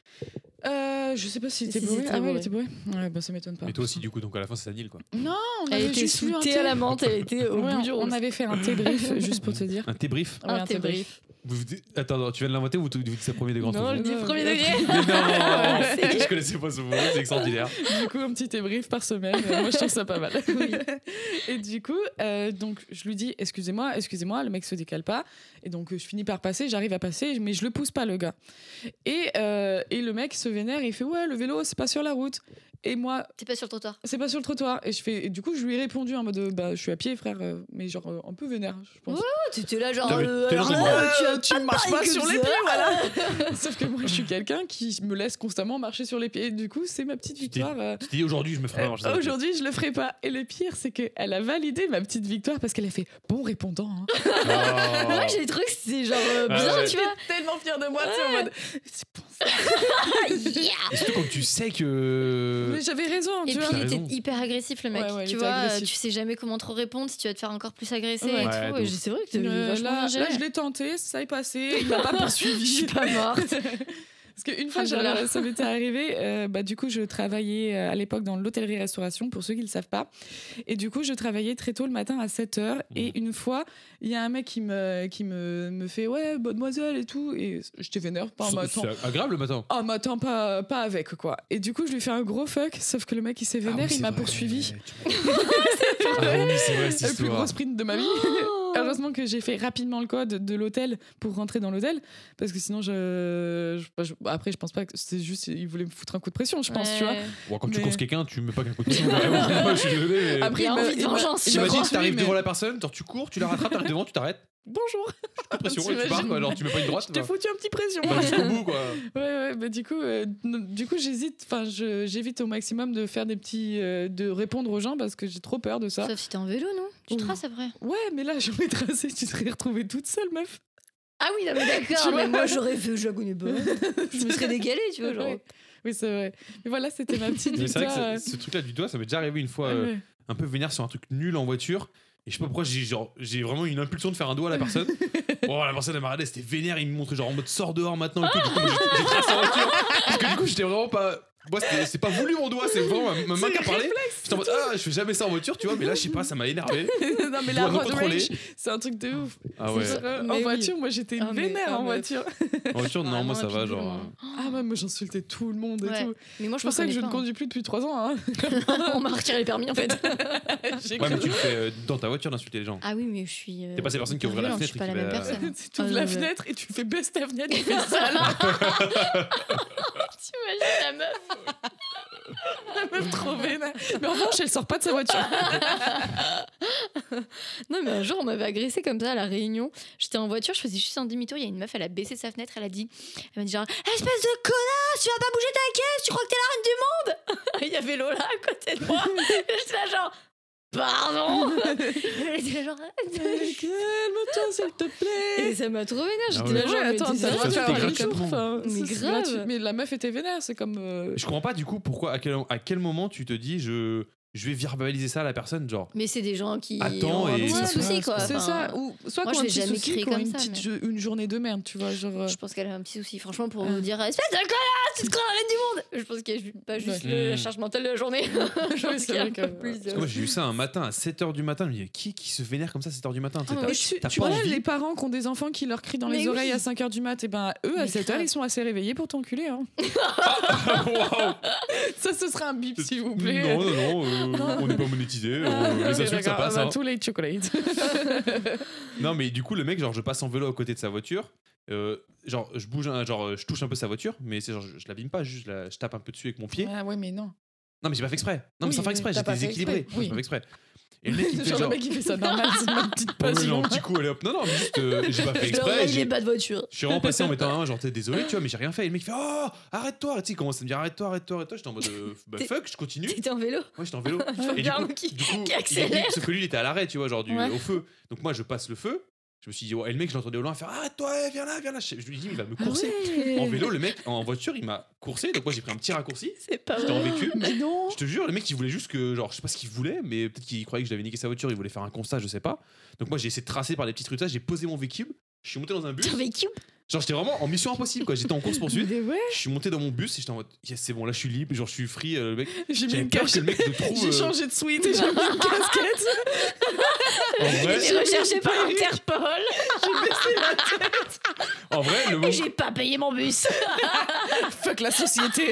Speaker 4: Euh, je sais pas s'il était
Speaker 2: Si, si,
Speaker 4: bourré.
Speaker 2: très
Speaker 4: Ah ouais, il
Speaker 2: bourré.
Speaker 4: était bourré. Ouais, bah, ça m'étonne pas.
Speaker 3: Mais toi aussi, du coup, donc à la fin, c'est Sanil quoi.
Speaker 4: Non, on
Speaker 2: Elle
Speaker 4: avait
Speaker 2: était
Speaker 4: juste
Speaker 2: sous
Speaker 4: vu un
Speaker 2: thé
Speaker 4: thé.
Speaker 2: à la menthe, elle était au
Speaker 4: Ouais,
Speaker 2: bout du
Speaker 4: on
Speaker 2: rouge.
Speaker 4: avait fait un
Speaker 2: <laughs>
Speaker 4: thé brief juste pour te dire.
Speaker 3: Un débrief.
Speaker 4: Ouais,
Speaker 2: Un thé brief.
Speaker 3: Vous vous dites- Attends, attends, tu viens de l'inventer ou tu vous dites ça premier des grands
Speaker 2: Non, je
Speaker 3: trucs
Speaker 2: dis
Speaker 4: Ouais,
Speaker 2: premier
Speaker 4: ouais.
Speaker 2: degré.
Speaker 3: Mais <laughs> non Je connaissais pas ce mot, c'est extraordinaire.
Speaker 4: <laughs> Du coup, un petit débrief par semaine. Euh, Moi, je trouve ça pas mal. <laughs> Et du coup, euh, donc, je lui dis Excusez-moi, excusez-moi, le mec se décale pas. Et donc, euh, je finis par passer, j'arrive à passer, mais je le pousse pas, le gars. Et, euh, et le mec se vénère, il fait Ouais, le vélo, c'est pas sur la route. Et moi,
Speaker 2: T'es pas sur le trottoir.
Speaker 4: c'est pas sur le trottoir. Et je fais, et du coup, je lui ai répondu en mode, euh, bah, je suis à pied, frère, euh, mais genre euh, un peu vénère, je pense.
Speaker 1: Ouais, T'étais là, genre.
Speaker 3: T'avais-
Speaker 1: euh,
Speaker 3: t'es
Speaker 1: alors
Speaker 3: dans
Speaker 1: là,
Speaker 3: une-
Speaker 1: euh, tu
Speaker 4: tu, tu marches pas
Speaker 1: parlé
Speaker 4: sur
Speaker 1: comme
Speaker 4: les
Speaker 1: ça.
Speaker 4: pieds, voilà. <laughs> Sauf que moi, je suis quelqu'un qui me laisse constamment marcher sur les pieds. Et du coup, c'est ma petite
Speaker 3: Tu t'es-
Speaker 4: victoire. euh,
Speaker 3: Tu te dis aujourd'hui, je me ferai
Speaker 4: euh,
Speaker 3: pas marcher sur les pieds.
Speaker 4: Aujourd'hui, je le ferai pas. Et le pire, c'est qu'elle a validé ma petite victoire parce qu'elle a fait bon répondant. hein.
Speaker 3: Oh.
Speaker 2: Ouais, j'ai des trucs, c'est genre euh,
Speaker 3: Ah
Speaker 2: bien,
Speaker 3: ouais.
Speaker 2: tu vois.
Speaker 4: Tellement fière de moi, tu sais, en mode. C'est pour ça.
Speaker 2: Ah,
Speaker 3: Et surtout quand tu sais que.
Speaker 4: Mais j'avais raison,
Speaker 2: Et
Speaker 4: tu
Speaker 2: puis
Speaker 4: vois.
Speaker 3: T'as
Speaker 2: il était
Speaker 3: raison.
Speaker 2: hyper agressif le mec.
Speaker 4: Ouais, ouais, il
Speaker 2: tu
Speaker 4: était
Speaker 2: vois, euh,
Speaker 4: agressif.
Speaker 2: tu sais jamais comment trop répondre, si tu vas te faire encore plus agresser
Speaker 4: Ouais.
Speaker 3: Ouais,
Speaker 2: et tout.
Speaker 3: de
Speaker 2: Et
Speaker 3: ouf.
Speaker 2: je- c'est vrai que t'as
Speaker 4: Euh,
Speaker 2: vachement
Speaker 4: là,
Speaker 2: bien géré.
Speaker 4: là, je l'ai tenté, ça est passé,
Speaker 2: <laughs>
Speaker 4: il m'a pas
Speaker 2: je suis
Speaker 4: poursuivi.
Speaker 2: pas morte.
Speaker 4: <laughs> Parce qu'une fois,
Speaker 2: Ah,
Speaker 4: j'avais-
Speaker 2: voilà.
Speaker 4: ça m'était arrivé. euh, bah, du coup, je travaillais euh, à l'époque dans l'hôtellerie-restauration, pour ceux qui ne le savent pas. Et du coup, je travaillais très tôt le matin à 7h.
Speaker 3: Mhm.
Speaker 4: Et une fois, il y a un mec qui me, qui me, me fait Ouais, mademoiselle et tout. Et j'étais vénère, pas en mode, Attends,
Speaker 3: C'est agréable le matin.
Speaker 4: Oh, m'attends pas, pas avec quoi. Et du coup, je lui fais un gros fuck, sauf que le mec il s'est vénère, il m'a poursuivi. <laughs>
Speaker 3: Ah oui, c'est vrai cette
Speaker 4: Le plus
Speaker 3: histoire.
Speaker 4: gros sprint de ma vie. Heureusement que j'ai fait rapidement le code de l'hôtel pour rentrer dans l'hôtel, parce que sinon, je, bah, je- je- après, je pense pas que c'est juste, il voulait me foutre un coup de pression, je pense, tu vois.
Speaker 3: Bon, quand tu
Speaker 4: Mais- Ah
Speaker 3: courses quelqu'un, tu me mets pas qu'un coup
Speaker 4: <laughs>
Speaker 3: de pied. Vraiment, moi, je suis désolé. mais-
Speaker 2: Il y a
Speaker 4: il m'a-
Speaker 2: envie de
Speaker 4: il m'a-
Speaker 2: vengeance.
Speaker 4: il m'a
Speaker 3: T'imagines,
Speaker 4: poursuivi,
Speaker 3: t'arrives
Speaker 4: mais-
Speaker 3: devant la personne, genre tu cours, tu la rattrapes, t'arrives devant, tu t'arrêtes,
Speaker 4: Bonjour,
Speaker 3: coup de pression, et tu pars,
Speaker 4: T'imagines.
Speaker 3: quoi. Genre, tu mets pas une droite.
Speaker 4: je t'ai
Speaker 3: bah.
Speaker 4: foutu un petit pression.
Speaker 3: Bah, jusqu'au bout, quoi.
Speaker 4: <laughs> Ouais, ouais, bah du coup, euh, n- du coup, j'hésite, enfin, je- j'évite au maximum de faire des petits, euh, de répondre aux gens parce que j'ai trop peur de ça.
Speaker 2: <laughs> Sauf si t'es en vélo, non Tu
Speaker 4: Ouh.
Speaker 2: traces après.
Speaker 4: Ouais, mais là, j'aurais tracé, tu serais retrouvée toute seule, meuf.
Speaker 2: Ah oui, non, mais <laughs>
Speaker 4: Tu
Speaker 2: d'accord,
Speaker 4: vois
Speaker 2: mais moi j'aurais fait, je la connais pas.
Speaker 4: <laughs>
Speaker 2: Je me serais dégalée, tu vois. Genre.
Speaker 4: Ouais. <laughs> Oui, c'est vrai. Mais voilà, c'était ma petite
Speaker 3: Mais c'est vrai
Speaker 4: victoire. euh.
Speaker 3: que ça- ce truc-là du doigt, ça m'est déjà arrivé une fois. euh,
Speaker 4: Ouais.
Speaker 3: un peu vénère sur un truc nul en voiture. Et je sais pas pourquoi j'ai genre j'ai vraiment une impulsion de faire un doigt à la personne. oh la personne elle m'a regardé, c'était vénère, il me montrait genre en mode sors dehors maintenant et tout. Du coup, j'ai- j'ai tracé en voiture. Parce que du coup j'étais vraiment pas. Moi c'était- c'est pas voulu mon doigt, c'est vraiment ma- ma main qui a parlé. J'étais en mode ah je fais jamais ça en voiture tu vois, mais là je sais pas, ça m'a énervé.
Speaker 4: non, mais
Speaker 3: Je
Speaker 4: la
Speaker 3: dois me
Speaker 4: road
Speaker 3: contrôler.
Speaker 4: rage, c'est un truc de ouf.
Speaker 3: Ah
Speaker 4: C'est
Speaker 3: ouais.
Speaker 4: genre, euh,
Speaker 2: Mais
Speaker 4: en
Speaker 2: oui.
Speaker 4: voiture, moi j'étais
Speaker 2: Ah, mais-
Speaker 4: vénère
Speaker 2: ah,
Speaker 4: en
Speaker 2: mais-
Speaker 4: voiture.
Speaker 3: En voiture non, moi
Speaker 2: Vraiment,
Speaker 3: ça va
Speaker 2: rapidement,
Speaker 3: genre. euh,
Speaker 2: hein.
Speaker 4: Ah, ouais, moi j'insultais tout le monde et
Speaker 2: Ouais.
Speaker 4: tout.
Speaker 2: Mais moi je
Speaker 4: C'est pour
Speaker 2: pense
Speaker 4: ça que je ne
Speaker 2: pas, hein.
Speaker 4: conduis plus depuis 3 ans. hein. <laughs>
Speaker 2: <laughs> On m'a retiré les permis en fait.
Speaker 4: J'ai
Speaker 3: Ouais mais
Speaker 4: cru-
Speaker 3: tu le fais euh, dans ta voiture d'insulter les gens.
Speaker 2: Ah oui, mais je suis. euh,
Speaker 3: T'es pas ces personnes qui ouvrent la
Speaker 2: violente,
Speaker 3: fenêtre
Speaker 2: Je suis pas
Speaker 3: et
Speaker 2: la
Speaker 3: qui
Speaker 2: même
Speaker 3: va-
Speaker 2: personne.
Speaker 4: Tu ouvres
Speaker 2: Ah,
Speaker 4: la
Speaker 2: ouais.
Speaker 4: fenêtre et tu fais baisse ta fenêtre, tu fais ça
Speaker 2: <laughs>
Speaker 4: là.
Speaker 2: T'imagines la meuf
Speaker 4: La meuf trop vénère. Mais en revanche, elle sort pas de sa voiture.
Speaker 2: Non, mais un jour, on m'avait agressé comme ça à la réunion. J'étais en voiture, je faisais juste un demi-tour. Il y a une meuf, elle a baissé sa fenêtre, elle a dit Elle m'a dit genre, espèce de connasse, tu vas pas bouger ta caisse, tu crois que t'es la reine du monde <laughs> Il y avait Lola à côté de <laughs> moi. Et J'étais là, genre, <laughs> pardon Elle était là, genre,
Speaker 4: <laughs>
Speaker 2: ah,
Speaker 4: Calme-toi, s'il te plaît.
Speaker 2: Et ça m'a trop vénère.
Speaker 3: Ah
Speaker 2: J'étais
Speaker 3: ouais.
Speaker 2: là, genre,
Speaker 4: Mais ouais,
Speaker 2: mais
Speaker 4: attends,
Speaker 2: t'es
Speaker 4: t'as le droit de
Speaker 2: sérieux
Speaker 4: faire
Speaker 3: C'était
Speaker 4: un
Speaker 3: gratuit.
Speaker 4: jour, enfin,
Speaker 2: Mais
Speaker 4: c'est
Speaker 2: grave.
Speaker 4: gratuit. Mais la meuf était vénère, c'est comme. euh,
Speaker 3: Je comprends pas du coup pourquoi à quel à quel moment tu te dis je je vais verbaliser ça à la personne genre.
Speaker 2: Mais c'est des gens qui
Speaker 3: Attends,
Speaker 2: ont un
Speaker 3: et
Speaker 2: petit
Speaker 3: ça se
Speaker 2: souci,
Speaker 3: passe,
Speaker 2: quoi.
Speaker 4: C'est
Speaker 2: Enfin,
Speaker 4: ça, ou soit
Speaker 2: moi,
Speaker 4: qu'on
Speaker 2: je
Speaker 4: a un
Speaker 2: l'ai
Speaker 4: petit
Speaker 2: jamais
Speaker 4: souci,
Speaker 2: crié
Speaker 4: qu'on a
Speaker 2: comme
Speaker 4: une,
Speaker 2: ça,
Speaker 4: petite- une journée de merde, tu vois, genre... euh,
Speaker 2: Je pense qu'elle a un petit souci. Franchement, pour
Speaker 4: Ah.
Speaker 2: vous dire espèce de connasse, tu te crois la reine du monde Je pense qu'il n'y a pas juste
Speaker 3: Ouais.
Speaker 2: le- la
Speaker 3: Mm.
Speaker 2: charge mentale de la
Speaker 4: <laughs>
Speaker 2: journée. je
Speaker 4: Oui,
Speaker 2: pense
Speaker 4: c'est
Speaker 2: qu'il y a
Speaker 4: vrai
Speaker 2: un
Speaker 4: que-
Speaker 2: peu plus de.
Speaker 3: Parce que moi j'ai eu ça un matin à 7h du matin, je me dis qui qui se vénère comme ça à 7h du matin tu sais,
Speaker 2: Ah,
Speaker 3: t'as-
Speaker 4: Et
Speaker 2: oui.
Speaker 4: tu,
Speaker 3: t'as
Speaker 4: tu
Speaker 3: pas
Speaker 4: vois,
Speaker 3: envie.
Speaker 4: les parents qui ont des enfants qui leur crient dans les
Speaker 2: Mais
Speaker 4: oreilles
Speaker 2: oui.
Speaker 4: à 5h du mat, et ben eux, à
Speaker 2: Mais
Speaker 4: 7h,
Speaker 2: grave.
Speaker 4: ils sont assez réveillés pour t'enculer. Hein.
Speaker 3: <laughs> Waouh.
Speaker 4: Ça, ce sera un bip, s'il vous plaît.
Speaker 3: <laughs> Non, non, non, euh, on n'est pas monétisé. euh, les
Speaker 4: Mais
Speaker 3: insultes, ça
Speaker 4: regarde,
Speaker 3: passe.
Speaker 4: ah bah,
Speaker 3: hein.
Speaker 4: tous les chocolates.
Speaker 3: Non, mais du coup, le mec, genre, je passe en vélo à côté de sa voiture. euh, genre, je bouge, un- genre, je touche un peu sa voiture, mais c'est genre, je, je l'abîme pas, juste je, la- je tape un peu dessus avec mon pied.
Speaker 4: Ah ouais, mais non.
Speaker 3: Non, mais j'ai pas fait exprès. Non, mais
Speaker 4: Oui,
Speaker 3: sans faire
Speaker 4: mais
Speaker 3: exprès,
Speaker 4: t'as
Speaker 3: j'étais
Speaker 4: pas fait
Speaker 3: déséquilibré.
Speaker 4: exprès, oui.
Speaker 3: J'ai pas fait exprès. Et le mec,
Speaker 4: <laughs>
Speaker 3: il fait
Speaker 4: Genre, le
Speaker 3: genre.
Speaker 4: mec, il fait ça normal, c'est ma petite
Speaker 3: Oh, oui,
Speaker 4: passion.
Speaker 3: genre, un petit coup, allez hop. Non, non, mais juste, euh, j'ai
Speaker 2: <laughs>
Speaker 3: pas fait
Speaker 2: Je leur ai
Speaker 3: exprès.
Speaker 2: mis les
Speaker 3: j'ai-
Speaker 2: bas de voiture.
Speaker 3: Je suis vraiment passé
Speaker 2: <laughs>
Speaker 3: en mettant un, genre, t'es désolé, tu vois, mais j'ai rien fait. Et le mec, il fait Oh, arrête-toi. Et Tu sais, il commence à me dire Arrête-toi, arrête-toi, arrête-toi. J'étais en mode euh, Bah
Speaker 2: T'es-
Speaker 3: fuck, je continue.
Speaker 2: T'étais en vélo
Speaker 3: Moi, j'étais en
Speaker 2: <laughs>
Speaker 3: vélo.
Speaker 2: Je
Speaker 3: Et
Speaker 2: veux
Speaker 3: du
Speaker 2: bien
Speaker 3: coup,
Speaker 2: un qui.
Speaker 3: du coup,
Speaker 2: qui
Speaker 3: il-
Speaker 2: accélère.
Speaker 3: sauf que lui, il était à l'arrêt, tu vois, genre du,
Speaker 2: Ouais.
Speaker 3: au feu. Donc moi, je passe le feu. Je me suis dit, ouais, et le mec, je l'entendais au loin faire Arrête-toi, eh, viens là, viens là. Je je lui dis, il va me
Speaker 2: Ah
Speaker 4: Ah
Speaker 3: courser. En vélo, le mec, en voiture, il m'a coursé. Donc moi, j'ai pris un petit raccourci.
Speaker 2: C'est pas
Speaker 3: J'étais en
Speaker 2: vrai.
Speaker 3: vécu.
Speaker 4: Mais non
Speaker 3: Je te jure, le mec, il voulait juste que, genre, je sais pas ce qu'il voulait, mais peut-être qu'il croyait que je l'avais niqué sa voiture, il voulait faire un constat, je sais pas. Donc moi, j'ai essayé de tracer par des petites rues, ça, j'ai posé mon véhicule. Je suis monté dans un bus.
Speaker 2: T'as vécu
Speaker 3: Genre, j'étais vraiment en mission impossible, quoi. J'étais en course
Speaker 4: <laughs>
Speaker 3: poursuite.
Speaker 4: Mais ouais,
Speaker 3: Je suis monté dans mon bus et j'étais en mode, yes, c'est bon, là, je suis libre, genre, je suis free. euh, le mec,
Speaker 4: j'ai mis
Speaker 3: j'avais
Speaker 4: une
Speaker 3: peur que le
Speaker 4: casquette.
Speaker 3: mec me trouve.
Speaker 4: J'ai
Speaker 3: euh,
Speaker 4: changé de sweat et j'ai mis une casquette.
Speaker 3: <laughs> en vrai.
Speaker 2: J'ai recherché par Interpol
Speaker 3: En vrai, le moment.
Speaker 4: <laughs>
Speaker 2: et j'ai pas payé mon bus.
Speaker 4: Fuck la société.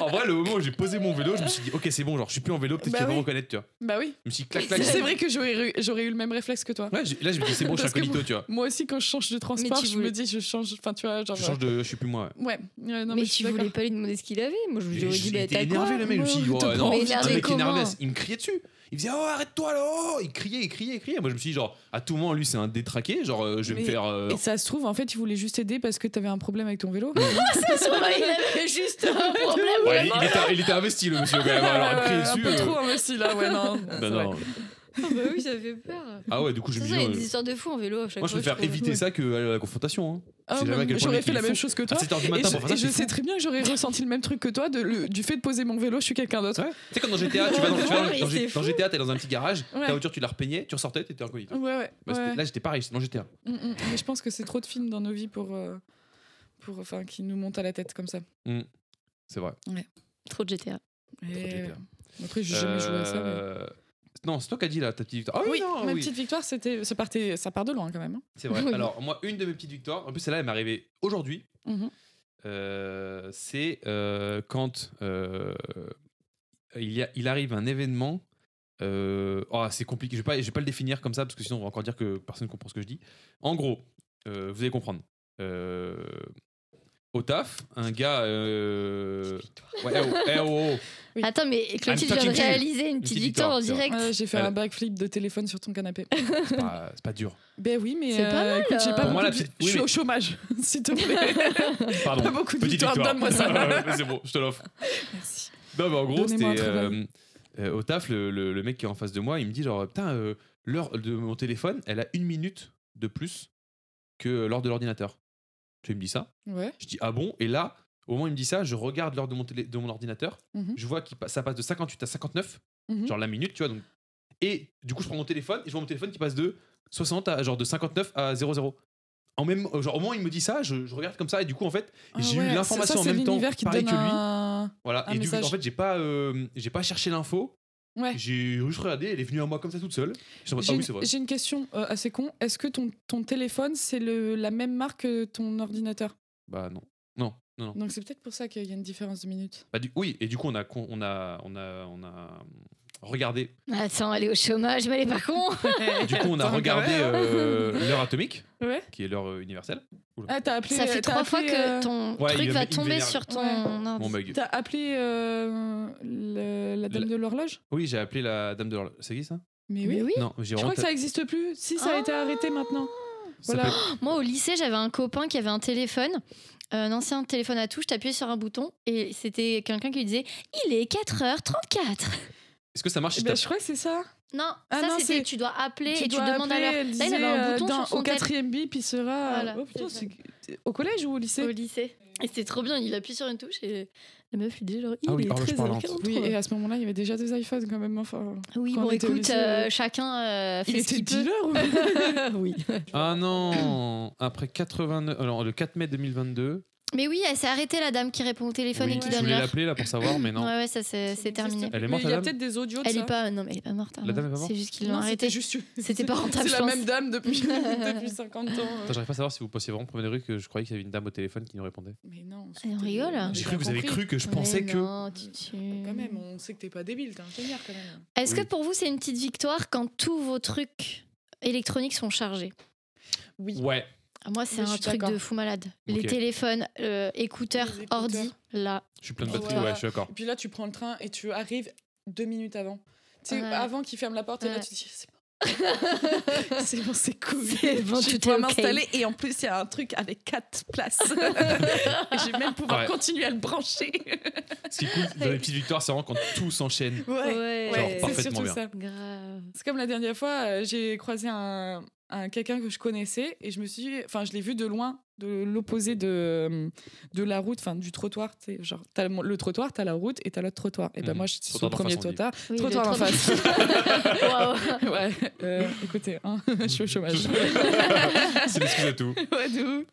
Speaker 3: En vrai, le moment où j'ai posé mon vélo, je me suis dit, ok, c'est bon, genre, je suis plus en vélo, peut-être
Speaker 4: Bah
Speaker 3: qu'il va
Speaker 4: oui.
Speaker 3: me reconnaître, tu vois.
Speaker 4: Bah oui.
Speaker 3: Je me suis dit,
Speaker 4: <laughs>
Speaker 3: clac, clac.
Speaker 4: C'est vrai que j'aurais eu, j'aurais eu le même réflexe que toi.
Speaker 3: Ouais, j'ai- là, je me dis, c'est bon, je suis
Speaker 4: Parce que
Speaker 3: incognito, tu vois.
Speaker 4: Moi aussi, quand je change de transport,
Speaker 2: tu
Speaker 4: je
Speaker 2: voulais-
Speaker 4: me dis, je change. Enfin, tu vois, genre.
Speaker 3: Je change de. Je suis plus moi. ouais.
Speaker 4: euh, Ouais. Ouais, non, mais,
Speaker 2: mais
Speaker 4: je suis
Speaker 2: tu
Speaker 4: d'accord.
Speaker 2: voulais pas lui demander ce qu'il avait. Moi, je lui
Speaker 3: J'ai-
Speaker 2: aurais dit,
Speaker 3: j'ai-
Speaker 2: bah,
Speaker 3: J'étais
Speaker 2: t'as
Speaker 3: énervé,
Speaker 2: quoi
Speaker 3: le mec. Je me suis dit,
Speaker 4: Moi, je
Speaker 3: ouais,
Speaker 4: te
Speaker 3: non,
Speaker 4: prends.
Speaker 2: Mais
Speaker 3: c'est un
Speaker 2: énervé
Speaker 3: mec qui est
Speaker 2: comment
Speaker 3: nerveux. Il me criait dessus. Il faisait, oh, arrête-toi là oh Il criait, il criait, il criait. Moi, je me suis dit, genre, à tout moment, lui, c'est un détraqué. Genre, euh, je vais me
Speaker 4: Mais-
Speaker 3: faire. euh,
Speaker 4: Et ça se trouve, en fait, il voulait juste aider parce que t'avais un problème avec ton vélo.
Speaker 3: <laughs>
Speaker 2: il avait juste un problème.
Speaker 3: Ouais, il, il était, il était investi, le monsieur, quand même. Ah, bah, Alors, il me criait
Speaker 4: Euh, un
Speaker 3: dessus.
Speaker 4: peu
Speaker 3: euh,
Speaker 4: trop investi là,
Speaker 3: <laughs>
Speaker 4: ouais, non.
Speaker 3: bah,
Speaker 4: c'est vrai.
Speaker 3: non.
Speaker 2: <laughs> bah oui, ça fait peur.
Speaker 3: Ah ouais, du coup, je
Speaker 2: C'est
Speaker 3: me
Speaker 2: ça,
Speaker 3: dis.
Speaker 2: il y a
Speaker 3: euh,
Speaker 2: des histoires de fous en vélo à chaque
Speaker 3: Moi, je
Speaker 2: fois.
Speaker 3: préfère
Speaker 2: trouve.
Speaker 3: éviter ça que aller à la confrontation. hein.
Speaker 4: Ah,
Speaker 3: Je sais jamais à
Speaker 4: mais
Speaker 3: quel point
Speaker 4: J'aurais
Speaker 3: les
Speaker 4: fait la
Speaker 3: filles
Speaker 4: même
Speaker 3: font.
Speaker 4: chose que
Speaker 3: À
Speaker 4: toi.
Speaker 3: 7h du
Speaker 4: Et
Speaker 3: matin,
Speaker 4: je,
Speaker 3: pour faire ça,
Speaker 4: et je
Speaker 3: Ah, c'est
Speaker 4: sais
Speaker 3: fou.
Speaker 4: très bien que j'aurais ressenti le même truc que toi de le- du fait de poser mon vélo, je suis quelqu'un d'autre.
Speaker 3: Ouais. Tu sais, comme dans GTA, tu vas dans, tu vas dans-
Speaker 2: Mais
Speaker 3: dans-
Speaker 2: c'est
Speaker 3: dans
Speaker 2: fou.
Speaker 3: GTA, t'es dans un petit garage,
Speaker 4: Ouais.
Speaker 3: ta voiture, tu la repeignais, tu ressortais, t'étais incognito.
Speaker 4: Ouais, ouais.
Speaker 3: Bah, c'était-
Speaker 4: ouais.
Speaker 3: Là, j'étais pareil, j'étais dans GTA.
Speaker 4: Mm, mm. Mais je pense que c'est trop de films dans nos vies pour, euh, pour enfin, qui nous montent à la tête comme ça.
Speaker 3: C'est vrai.
Speaker 2: Trop de GTA.
Speaker 4: Et
Speaker 3: Trop GTA.
Speaker 4: ouais. euh, Après, j'ai jamais joué à ça. mais-
Speaker 3: Euh, Non, c'est toi qui as dit là, ta petite victoire. Ah oui,
Speaker 4: Oui,
Speaker 3: non,
Speaker 4: ma
Speaker 3: oui.
Speaker 4: petite victoire, c'était, ça, partait, ça part de loin quand même. hein.
Speaker 3: C'est
Speaker 4: <laughs>
Speaker 3: vrai.
Speaker 2: Oui.
Speaker 3: Alors, moi, une de mes petites victoires, en plus, celle-là, elle m'est arrivée aujourd'hui.
Speaker 4: Mhm.
Speaker 3: Euh, c'est euh, quand euh, il, y a- il arrive un événement. euh, ah, c'est compliqué. Je vais pas, je vais pas le définir comme ça parce que sinon on va encore dire que personne comprend ce que je dis. En gros, euh, vous allez comprendre. Euh, au taf, un gars. euh, ouais, eh oh, eh oh, oh.
Speaker 4: <laughs> Oui.
Speaker 2: Attends, mais Clotilde vient
Speaker 3: fucking
Speaker 2: de
Speaker 3: kidding.
Speaker 2: réaliser une petite victoire en
Speaker 3: victoire,
Speaker 2: direct.
Speaker 4: Ouais, j'ai fait
Speaker 3: Elle-
Speaker 4: un backflip de téléphone sur ton canapé.
Speaker 3: c'est pas, c'est pas dur.
Speaker 4: ben oui, mais
Speaker 2: C'est pas mal,
Speaker 4: écoute, j'ai
Speaker 2: euh.
Speaker 4: pas
Speaker 3: Pour moi,
Speaker 4: beaucoup
Speaker 3: la
Speaker 4: de-
Speaker 3: petite- oui,
Speaker 4: je suis
Speaker 3: mais-
Speaker 4: au chômage, <laughs> s'il
Speaker 2: <laughs>
Speaker 4: te plaît.
Speaker 3: Pardon.
Speaker 4: pas beaucoup de
Speaker 3: Petite
Speaker 4: victoires,
Speaker 3: victoire. <laughs>
Speaker 4: donne-moi ça.
Speaker 3: c'est bon, je te l'offre.
Speaker 4: Merci.
Speaker 3: Non, mais en gros,
Speaker 4: Donnez-moi
Speaker 3: c'était
Speaker 4: un
Speaker 3: euh, euh, au taf, le, le- le mec qui est en face de moi, il me dit genre, putain, euh, l'heure de mon téléphone, elle a une minute de plus que l'heure de l'ordinateur. Tu me dis ça
Speaker 4: Ouais.
Speaker 3: Je dis, ah bon Et là, au moment où il me dit ça, je regarde l'heure de mon, télé- de mon ordinateur,
Speaker 4: Mhm.
Speaker 3: je vois que ça passe de 58 à 59,
Speaker 4: Mhm.
Speaker 3: genre la minute, tu vois. Donc... Et du coup, je prends mon téléphone et je vois mon téléphone qui passe de 60 à genre de 59 à 00. En même, euh, genre, au moment où il me dit ça, je, je regarde comme ça et du coup, en fait,
Speaker 4: Ah
Speaker 3: j'ai eu
Speaker 4: ouais,
Speaker 3: l'information
Speaker 4: ça,
Speaker 3: en
Speaker 4: c'est
Speaker 3: même temps,
Speaker 4: l'univers qui te
Speaker 3: pareil
Speaker 4: donne
Speaker 3: que lui. Ah
Speaker 4: un-
Speaker 3: voilà.
Speaker 4: Un
Speaker 3: et du coup, en
Speaker 4: message.
Speaker 3: fait, j'ai pas, euh, j'ai pas cherché l'info.
Speaker 4: Ouais.
Speaker 3: J'ai juste regardé, elle est venue à moi comme ça toute seule. Je suis en mode,
Speaker 4: J'ai
Speaker 3: ah
Speaker 4: une-
Speaker 3: oui, c'est vrai.
Speaker 4: j'ai une question euh, assez con. Est-ce que ton, ton téléphone, c'est le- la même marque que ton ordinateur
Speaker 3: Bah non. Non, non, non.
Speaker 4: Donc c'est peut-être pour ça qu'il y a une différence de minutes.
Speaker 3: Bah, du- oui, et du coup, on a, con- on a, on a, on a regardé.
Speaker 2: Attends, elle est au chômage, mais elle est pas
Speaker 4: <laughs>
Speaker 2: con.
Speaker 3: Du coup, on a
Speaker 4: Attends,
Speaker 3: regardé
Speaker 4: quand
Speaker 3: euh, l'heure atomique,
Speaker 4: hein. Ouais.
Speaker 3: qui est l'heure euh, universelle.
Speaker 4: Ah, t'as appelé.
Speaker 2: Ça fait
Speaker 4: t'as
Speaker 2: trois fois
Speaker 4: appelé, euh,
Speaker 2: que ton
Speaker 3: Ouais, il
Speaker 2: truc
Speaker 3: va-
Speaker 2: va
Speaker 3: il
Speaker 2: tomber
Speaker 3: vénère.
Speaker 2: sur ton
Speaker 4: Ouais. bah,
Speaker 2: ordi.
Speaker 3: Mon bug.
Speaker 4: T'as appelé euh, le- la dame
Speaker 3: La-
Speaker 4: de l'horloge
Speaker 3: Oui, j'ai appelé la dame de l'horloge. C'est qui ça
Speaker 4: Mais oui.
Speaker 2: Mais oui.
Speaker 3: Non, j'ai
Speaker 4: Je crois
Speaker 3: vraiment.
Speaker 4: que ça existe plus. Si, ça a été
Speaker 2: Ah.
Speaker 4: arrêté maintenant.
Speaker 3: ça
Speaker 4: voilà.
Speaker 3: peut-
Speaker 2: Moi, au lycée, j'avais un copain qui avait un téléphone, euh, un ancien téléphone à touche. T'appuyais sur un bouton et c'était quelqu'un qui lui disait Il est 4h34.
Speaker 3: Est-ce que ça marche si
Speaker 4: Eh
Speaker 3: je
Speaker 4: ben,
Speaker 3: tape
Speaker 4: je crois que c'est ça.
Speaker 2: Non,
Speaker 4: Ah
Speaker 2: ça
Speaker 4: non,
Speaker 2: c'était
Speaker 4: c'est-
Speaker 2: tu dois appeler et tu
Speaker 4: dois
Speaker 2: demandes à
Speaker 4: appeler,
Speaker 2: l'heure.
Speaker 4: elle
Speaker 2: Là, il
Speaker 4: disait,
Speaker 2: avait un bouton sur
Speaker 4: euh, dans-
Speaker 2: son
Speaker 4: Au quatrième bip, il sera.
Speaker 2: Voilà.
Speaker 4: Oh, putain, c'est- Au collège ou au lycée
Speaker 2: au lycée. Et c'était trop bien, il appuie sur une touche et la meuf lui dit genre il
Speaker 3: Ah oui,
Speaker 2: est
Speaker 3: horloge
Speaker 2: 13
Speaker 3: parlante.
Speaker 4: Oui, et à ce moment-là, il y avait déjà des iPhones quand même. Enfin,
Speaker 2: Oui,
Speaker 4: quand on
Speaker 2: bon
Speaker 4: était au
Speaker 2: écoute,
Speaker 4: lycée,
Speaker 2: euh,
Speaker 4: euh,
Speaker 2: chacun euh, fait
Speaker 4: il
Speaker 2: ce
Speaker 4: était
Speaker 2: qu'il peut.
Speaker 4: dealer
Speaker 2: <laughs>
Speaker 4: ou
Speaker 2: oui.
Speaker 3: Ah non Après 89. Alors, le 4 mai 2022.
Speaker 2: Mais oui, elle s'est arrêtée la dame qui répond au téléphone
Speaker 3: oui,
Speaker 2: et qui
Speaker 3: je
Speaker 2: donne
Speaker 3: voulais
Speaker 2: l'heure.
Speaker 3: l'appeler là pour savoir, mais non.
Speaker 2: Ouais ouais, ça c'est c'est terminé.
Speaker 3: Elle est morte,
Speaker 4: Mais il y
Speaker 3: la
Speaker 4: a
Speaker 3: dame
Speaker 4: peut-être des audios de
Speaker 2: Elle
Speaker 4: ça.
Speaker 2: est pas non, mais elle est pas morte.
Speaker 3: La dame est pas
Speaker 2: hein.
Speaker 3: morte
Speaker 2: C'est juste qu'ils l'ont
Speaker 4: Non, c'était
Speaker 2: arrêtée.
Speaker 4: juste.
Speaker 2: C'était pas rentable,
Speaker 4: <laughs> C'est
Speaker 2: je
Speaker 4: la
Speaker 2: pense.
Speaker 4: même
Speaker 2: <laughs>
Speaker 4: dame depuis, depuis 50 ans. hein.
Speaker 3: Attends, J'arrive pas à savoir si vous pensiez vraiment promener rue que je croyais qu'il y avait une dame au téléphone qui nous répondait.
Speaker 4: Mais non.
Speaker 2: Eh, on
Speaker 4: c'était-
Speaker 2: rigole.
Speaker 4: on a
Speaker 3: J'ai cru que vous avez
Speaker 4: compris.
Speaker 3: cru que je
Speaker 2: Mais
Speaker 3: pensais que.
Speaker 2: non, tu- tu-
Speaker 4: Quand même, on sait que t'es pas débile, t'es ingénieur quand même.
Speaker 2: Est-ce
Speaker 3: Oui.
Speaker 2: que pour vous c'est une petite victoire quand tous vos trucs électroniques sont chargés
Speaker 4: Oui.
Speaker 3: Ouais.
Speaker 2: Ah, Moi c'est
Speaker 4: Oui,
Speaker 2: un
Speaker 4: je suis
Speaker 2: truc de
Speaker 4: d'accord.
Speaker 2: fou malade. Les
Speaker 3: Ok.
Speaker 2: téléphones, euh, écouteurs,
Speaker 4: Les écouteurs.
Speaker 2: ordi, là.
Speaker 3: Je suis plein de
Speaker 4: Ouais.
Speaker 3: batterie, ouais, je suis
Speaker 4: <laughs>
Speaker 3: d'accord.
Speaker 4: Et puis là, tu prends le train et tu arrives deux minutes avant. Tu sais,
Speaker 2: Ouais.
Speaker 4: avant qu'il ferme la porte, et là,
Speaker 2: Ouais.
Speaker 4: tu te dis, c'est bon. <laughs> c'est bon, c'est cool.
Speaker 2: <laughs> C'est bon,
Speaker 4: je
Speaker 2: tout
Speaker 4: vais
Speaker 2: est
Speaker 4: pouvoir
Speaker 2: ok.
Speaker 4: m'installer et en plus, il y a un truc avec quatre places. <laughs> et je vais même pouvoir
Speaker 3: Ouais.
Speaker 4: continuer à le brancher.
Speaker 3: Ce qui est cool dans les petites victoires, c'est vraiment quand tout s'enchaîne.
Speaker 2: <laughs> Ouais.
Speaker 3: Genre,
Speaker 4: c'est
Speaker 3: parfaitement
Speaker 4: surtout
Speaker 3: bien.
Speaker 4: ça.
Speaker 2: Grave.
Speaker 4: C'est comme la dernière fois, euh, j'ai croisé un, un quelqu'un que je connaissais et je me suis, dit- enfin, je l'ai vu de loin, de l'opposé de, de la route, enfin, du trottoir. Tu sais, genre, t'as le, le trottoir, t'as la route et t'as l'autre trottoir. Et ben
Speaker 3: Mhm.
Speaker 4: moi, je suis sur
Speaker 3: Trottoir
Speaker 4: le
Speaker 3: d'en
Speaker 4: premier
Speaker 3: face, on dit.
Speaker 2: Oui,
Speaker 4: trottoir. Trottoir
Speaker 2: le
Speaker 4: en
Speaker 2: trottoir.
Speaker 4: face.
Speaker 2: Waouh.
Speaker 4: ouais. euh, écoutez, hein, <laughs> je suis au chômage.
Speaker 3: C'est l'excuse à
Speaker 4: <laughs>
Speaker 3: tout.
Speaker 4: Ouais, de ouf.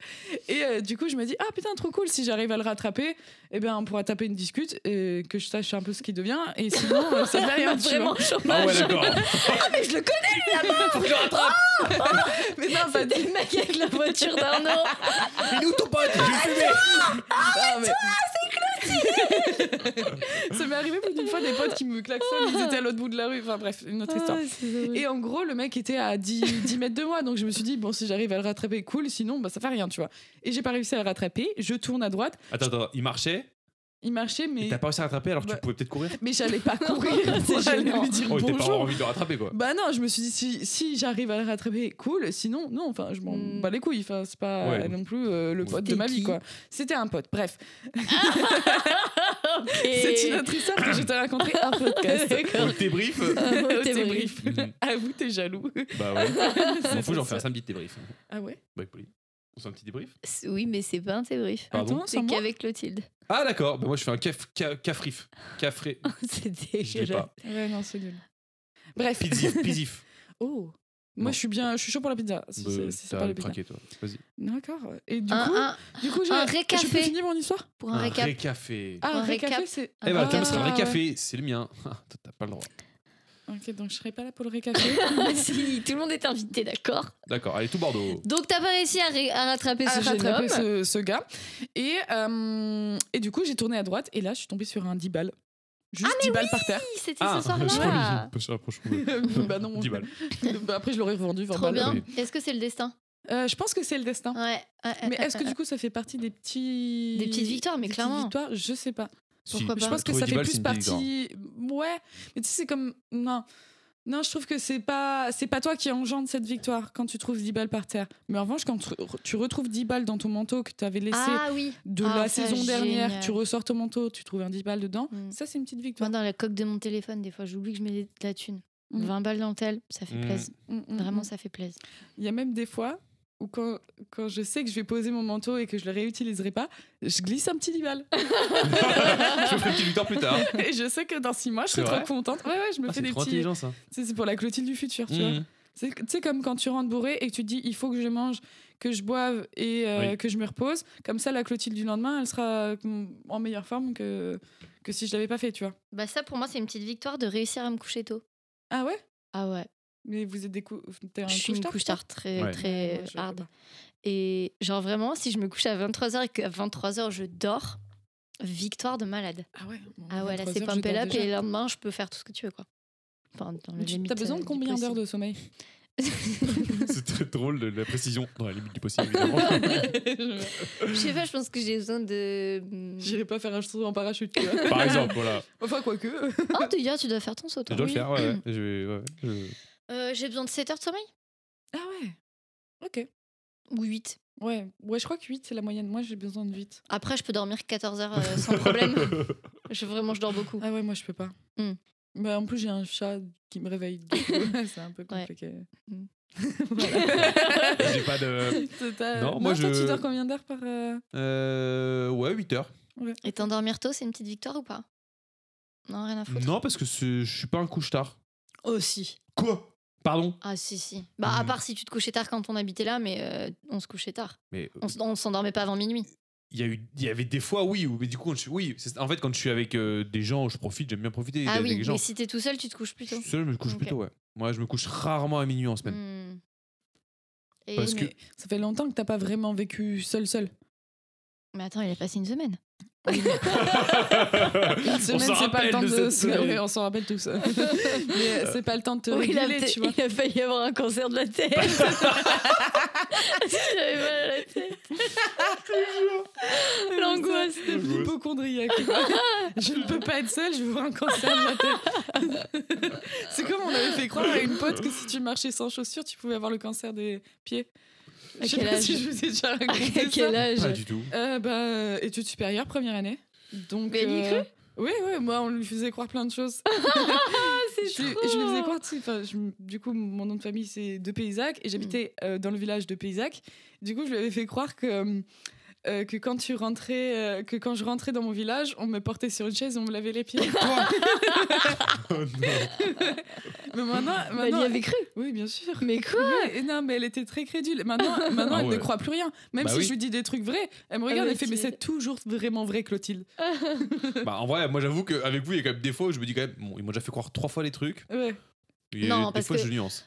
Speaker 4: Et euh, du coup, je me dis, ah putain, trop cool, si j'arrive à le rattraper, eh ben, on pourra taper une discute et que je sache un peu ce qu'il devient. Et sinon, euh, ça fait rien. tu vois.
Speaker 2: Vraiment
Speaker 3: Ah ouais,
Speaker 2: chômage.
Speaker 3: d'accord.
Speaker 2: mais je le connais.
Speaker 4: Faut que je le rattrape. Mais non, pas
Speaker 2: C'était le mec <laughs> avec la voiture d'Arnaud.
Speaker 3: Il est où ton pote Je vais le fumer
Speaker 4: Ah, mais- <laughs> Ça m'est arrivé plus d'une fois des potes qui me klaxonnent, ils étaient à l'autre bout de la rue. Enfin bref, une
Speaker 2: Ah.
Speaker 4: autre histoire.
Speaker 2: <laughs>
Speaker 4: Et en gros, le mec était à 10, 10 mètres de moi, donc je me suis dit, bon, si j'arrive à le rattraper, cool, sinon, bah, ça fait rien, tu vois. Et j'ai pas réussi à le rattraper, je tourne à droite,
Speaker 3: Attends, attends, il marchait
Speaker 4: il marchait,
Speaker 3: et
Speaker 4: mais,
Speaker 3: t'as pas réussi à rattraper alors que
Speaker 4: Bah-
Speaker 3: tu pouvais peut-être
Speaker 4: <laughs>
Speaker 3: courir
Speaker 4: mais j'allais
Speaker 2: <laughs>
Speaker 4: pas courir pour
Speaker 2: C'est
Speaker 4: aller
Speaker 2: gênant.
Speaker 4: lui dire
Speaker 3: Oh, et t'as pas
Speaker 4: bonjour.
Speaker 3: envie de le rattraper quoi.
Speaker 4: Bah non, je me suis dit, si, si j'arrive à le rattraper, cool, sinon, non, enfin, je m'en
Speaker 2: Hmm.
Speaker 4: bats les couilles, enfin, c'est pas
Speaker 3: Ouais.
Speaker 4: non plus euh, le
Speaker 3: Ouais.
Speaker 4: pote de ma
Speaker 2: C'était
Speaker 4: vie,
Speaker 2: qui
Speaker 4: quoi. C'était un pote, bref.
Speaker 2: Et-
Speaker 4: C'est une autre histoire que je te raconterai un podcast.
Speaker 3: Au
Speaker 4: <laughs>
Speaker 3: débrief
Speaker 4: Au
Speaker 2: <laughs> T'es
Speaker 4: débrief.
Speaker 3: Mhm.
Speaker 4: Avoue, t'es jaloux.
Speaker 3: Bah ouais.
Speaker 4: <laughs> C'est
Speaker 3: M'en fous, j'en
Speaker 4: pour
Speaker 3: fais un
Speaker 4: ça.
Speaker 3: samedi de débrief.
Speaker 4: Ah ouais
Speaker 3: Bah, Pauline, on fait un petit débrief
Speaker 2: C'est- Oui, mais c'est pas un débrief.
Speaker 3: Pardon
Speaker 4: Attends, sans
Speaker 2: C'est
Speaker 4: moi
Speaker 2: qu'avec Clotilde.
Speaker 3: Ah d'accord, bah moi je fais un caf, ca- cafrif.
Speaker 4: <laughs>
Speaker 3: Cafré.
Speaker 2: <laughs> c'est
Speaker 3: Je l'ai
Speaker 2: dégueulasse.
Speaker 3: pas.
Speaker 4: Ouais, non, c'est nul. Bref.
Speaker 3: Pizif, pizif.
Speaker 4: Oh
Speaker 3: Non. Bah,
Speaker 4: moi, je suis bien, je suis chaud pour la pizza. Si c'est- si c'est
Speaker 3: T'as
Speaker 4: pas hein. la
Speaker 3: le
Speaker 4: pizza.
Speaker 3: traqué toi. Vas-y.
Speaker 4: D'accord. Et du
Speaker 2: Un,
Speaker 4: coup,
Speaker 2: un-
Speaker 4: du coup, je,
Speaker 2: un
Speaker 4: je peux
Speaker 2: récafé.
Speaker 4: finir mon histoire.
Speaker 2: pour
Speaker 3: Ah.
Speaker 2: un récap. <laughs>
Speaker 3: récafé.
Speaker 4: Ah,
Speaker 2: Un
Speaker 4: un récafé,
Speaker 2: récap.
Speaker 4: c'est.
Speaker 3: eh bah,
Speaker 2: Ah,
Speaker 3: tiens, parce qu'un
Speaker 4: ouais.
Speaker 3: récafé, c'est le mien. <laughs> Ah, toi, T'as pas le droit.
Speaker 4: Ok, donc je serai pas là pour
Speaker 2: <laughs>
Speaker 4: le récafé.
Speaker 2: si, tout le monde est invité, d'accord
Speaker 3: D'accord, allez, tout Bordeaux.
Speaker 2: Donc t'as pas réussi à, ré- à rattraper
Speaker 4: à
Speaker 2: ce jeune
Speaker 4: rattraper
Speaker 2: homme.
Speaker 4: ce, ce gars. Et, euh, et du coup, j'ai tourné à droite et là, je suis tombée sur un 10 balles. Juste 10 balles
Speaker 3: <laughs>
Speaker 4: par terre.
Speaker 2: Ah, Oui, C'était
Speaker 3: Ah,
Speaker 2: ce soir-là.
Speaker 3: <laughs>
Speaker 4: bah non.
Speaker 3: 10 balles.
Speaker 4: <laughs> Bah, après, je l'aurais revendu. 20
Speaker 2: Trop
Speaker 4: balles.
Speaker 2: bien.
Speaker 3: Oui.
Speaker 2: Est-ce que c'est le destin
Speaker 4: Euh, je pense que c'est le destin.
Speaker 2: Ouais.
Speaker 4: Mais est-ce que du coup ça fait partie des petits
Speaker 2: ah, Des petites victoires, mais
Speaker 4: des petites
Speaker 2: clairement.
Speaker 4: victoires, je sais pas.
Speaker 3: Si,
Speaker 2: Pourquoi
Speaker 4: Je
Speaker 2: pas
Speaker 4: pense que
Speaker 3: trouver
Speaker 4: ça
Speaker 3: 10
Speaker 4: fait
Speaker 3: balles,
Speaker 4: plus
Speaker 3: c'est une victoire.
Speaker 4: partie ouais, mais tu sais c'est comme non. Non, je trouve que c'est pas c'est pas toi qui engendre cette victoire quand tu trouves 10 balles par terre. Mais en revanche quand tu, tu retrouves 10 balles dans ton manteau que tu avais laissé
Speaker 2: Ah oui.
Speaker 4: de
Speaker 2: ah,
Speaker 4: la
Speaker 2: ça,
Speaker 4: saison dernière,
Speaker 2: génial.
Speaker 4: tu ressors ton manteau, tu trouves un 10 balles dedans,
Speaker 2: Mm.
Speaker 4: ça c'est une petite victoire.
Speaker 2: Moi, dans la coque de mon téléphone, des fois, j'oublie que je mets de la thune.
Speaker 4: Mm.
Speaker 2: 20 balles dans le tel, ça fait
Speaker 3: Mm.
Speaker 2: plaisir.
Speaker 4: Mm, mm,
Speaker 2: Vraiment,
Speaker 4: mm.
Speaker 2: ça fait plaisir.
Speaker 4: Il y a même des fois où quand, quand je sais que je vais poser mon manteau et que je le réutiliserai pas, je glisse un petit
Speaker 2: <laughs>
Speaker 4: 10 balles.
Speaker 3: <laughs> Je fais une petite victoire plus tard.
Speaker 4: Et je sais que dans six mois, je
Speaker 3: C'est
Speaker 4: serai trop
Speaker 3: vrai
Speaker 4: contente. Ouais, ouais, je me
Speaker 3: Ah,
Speaker 4: fais
Speaker 3: C'est
Speaker 4: des
Speaker 3: trop
Speaker 4: petits.
Speaker 3: intelligent ça.
Speaker 4: C'est c'est pour la Clotilde du futur, tu vois.
Speaker 3: Mhm.
Speaker 4: C'est tu sais, comme quand tu rentres bourré et que tu te dis il faut que je mange, que je boive et euh,
Speaker 3: Oui.
Speaker 4: que je me repose. Comme ça, la Clotilde du lendemain, elle sera mm, en meilleure forme que, que si je l'avais pas fait, tu vois.
Speaker 2: Bah ça, pour moi, c'est une petite victoire de réussir à me coucher tôt.
Speaker 4: Ah ouais
Speaker 2: Ah ouais.
Speaker 4: Mais vous êtes des cou- t'es un
Speaker 2: je suis une
Speaker 4: couche-tard,
Speaker 2: couche
Speaker 4: toi
Speaker 2: tard très,
Speaker 3: Ouais.
Speaker 2: très
Speaker 4: Ouais, je sais
Speaker 2: hard.
Speaker 4: pas.
Speaker 2: Et genre vraiment, si je me couche à 23h et qu'à 23h je dors, victoire de malade.
Speaker 4: Ah ouais bon,
Speaker 2: Ah ouais, là
Speaker 4: 23
Speaker 2: c'est
Speaker 4: heures, je
Speaker 2: pump it
Speaker 4: dors
Speaker 2: up
Speaker 4: déjà.
Speaker 2: et le lendemain je peux faire tout ce que tu veux quoi. Enfin, dans la
Speaker 4: Tu-
Speaker 2: limite,
Speaker 4: T'as besoin
Speaker 2: euh,
Speaker 4: de
Speaker 2: du
Speaker 4: combien d'heures
Speaker 2: possible. <laughs>
Speaker 4: de sommeil
Speaker 3: <laughs>
Speaker 4: <laughs>
Speaker 3: C'est très drôle de la précision dans la limite du possible, <laughs> évidemment.
Speaker 2: Je sais pas, je pense que j'ai besoin de. hmm,
Speaker 4: J'irai pas faire un saut en parachute, tu vois.
Speaker 3: Par exemple, voilà.
Speaker 4: <laughs> Enfin, quoique.
Speaker 2: Oh, d'ailleurs, tu dois faire ton saut.
Speaker 3: Je
Speaker 2: toi.
Speaker 3: dois le faire, ouais. ouais. Je vais, ouais, je-
Speaker 2: <clears throat> Euh, j'ai besoin de 7 heures de sommeil
Speaker 4: Ah ouais Ok.
Speaker 2: Ou 8
Speaker 4: Ouais, ouais je crois que 8, c'est la moyenne. Moi, j'ai besoin de 8.
Speaker 2: Après, je peux dormir 14 heures euh, sans
Speaker 3: <laughs>
Speaker 2: problème. je, vraiment, je dors beaucoup.
Speaker 4: Ah ouais, moi je peux pas.
Speaker 2: Hmm.
Speaker 4: Bah, en plus, j'ai un chat qui me réveille.
Speaker 2: <laughs>
Speaker 4: du coup, c'est un peu compliqué.
Speaker 2: Hmm.
Speaker 4: Voilà.
Speaker 3: J'ai <laughs> pas de.
Speaker 4: T'as-
Speaker 3: Non, moi,
Speaker 4: toi,
Speaker 3: je-
Speaker 4: tu dors combien d'heures par. euh,
Speaker 3: Euh, ouais, 8 heures.
Speaker 2: Et t'endormir tôt, c'est une petite victoire ou pas Non, rien à foutre.
Speaker 3: Non, parce que c'est- je suis pas un couche-tard.
Speaker 2: Aussi.
Speaker 3: Quoi Pardon
Speaker 2: Ah si si. Bah à
Speaker 3: Mm.
Speaker 2: part si tu te couchais tard quand on habitait là, mais euh, on se couchait tard.
Speaker 3: Mais euh,
Speaker 2: On s- on s'endormait pas avant minuit.
Speaker 3: il y, a eu- il y avait des fois, oui, où- mais du coup, quand je suis- oui. c'est- En fait, quand je suis avec euh, des gens, je profite, j'aime bien profiter
Speaker 2: Ah
Speaker 3: avec
Speaker 2: oui,
Speaker 3: des gens.
Speaker 2: mais si t'es tout seul, tu te couches plus
Speaker 3: Je
Speaker 2: tôt.
Speaker 3: suis seul, je me couche
Speaker 2: Ok.
Speaker 3: plutôt, ouais. Moi, je me couche rarement à minuit en semaine.
Speaker 2: Mm. Et-
Speaker 3: Parce que-
Speaker 4: mais Ça fait longtemps que t'as pas vraiment vécu seul, seul.
Speaker 2: Mais attends, il a passé une <laughs> semaine.
Speaker 3: <laughs>
Speaker 4: Une
Speaker 3: s'en
Speaker 4: semaine, c'est pas le
Speaker 3: rappelle
Speaker 4: temps
Speaker 3: de
Speaker 4: de.
Speaker 3: cette
Speaker 4: se-
Speaker 3: semaine.
Speaker 4: Ouais, on s'en
Speaker 3: <laughs>
Speaker 4: rappelle tous. mais euh, c'est pas le temps de te
Speaker 2: Oui, il, a
Speaker 4: réguler,
Speaker 2: peut-être-
Speaker 4: tu vois.
Speaker 2: <laughs> il a failli avoir un cancer de la tête.
Speaker 3: <laughs>
Speaker 2: <laughs> J'avais mal à la
Speaker 3: <laughs>
Speaker 2: tête. L'angoisse.
Speaker 4: de l'hypochondriaque. <laughs> je ne peux pas être seule, je vais avoir un cancer de la tête. <laughs> C'est comme on avait fait croire à une pote que si tu marchais sans chaussures, tu pouvais avoir le cancer des pieds.
Speaker 2: À
Speaker 4: je sais
Speaker 2: quel
Speaker 4: pas
Speaker 2: âge
Speaker 4: si je vous ai déjà
Speaker 2: <laughs>
Speaker 4: raconté
Speaker 2: À quel
Speaker 4: ça.
Speaker 2: âge
Speaker 3: Pas du tout. <laughs>
Speaker 4: Euh, bah, études supérieures, première année. Donc,
Speaker 2: Mais elle y
Speaker 4: euh, Oui, oui, moi on lui faisait croire plein
Speaker 2: <laughs>
Speaker 4: de choses.
Speaker 2: Ah, C'est
Speaker 4: je, lui- je lui faisais croire, tu sais, enfin, je- du coup, mon nom de famille c'est De Paysac et j'habitais
Speaker 2: Mm.
Speaker 4: euh, dans le village de Paysac. Du coup, je lui avais fait croire que, euh, que, quand tu rentrais, euh, que quand je rentrais dans mon village, on me portait sur une chaise et on me lavait
Speaker 2: <laughs>
Speaker 4: les pieds. <laughs>
Speaker 3: Oh,
Speaker 4: Mais maintenant,
Speaker 2: Elle
Speaker 4: maintenant
Speaker 2: Bah, y avait cru.
Speaker 4: oui, bien sûr.
Speaker 2: Mais quoi
Speaker 4: Oui, et non, mais elle était très crédule.
Speaker 2: <laughs>
Speaker 4: Maintenant, maintenant
Speaker 3: Ah
Speaker 4: elle
Speaker 3: ouais.
Speaker 4: ne croit plus rien. Même
Speaker 3: Bah
Speaker 4: si
Speaker 3: oui.
Speaker 4: je lui dis des trucs vrais, elle me regarde
Speaker 2: ouais,
Speaker 4: et fait
Speaker 2: Ah tu-
Speaker 4: Mais c'est toujours vraiment vrai, Clotilde.
Speaker 2: <laughs>
Speaker 3: Bah, en vrai, moi, j'avoue qu'avec vous, il y a quand même des fois où je me dis quand même, bon, ils m'ont déjà fait croire trois fois les trucs.
Speaker 4: Ouais.
Speaker 3: Et
Speaker 2: Non,
Speaker 3: des
Speaker 2: parce
Speaker 3: fois,
Speaker 2: que-
Speaker 3: je nuance.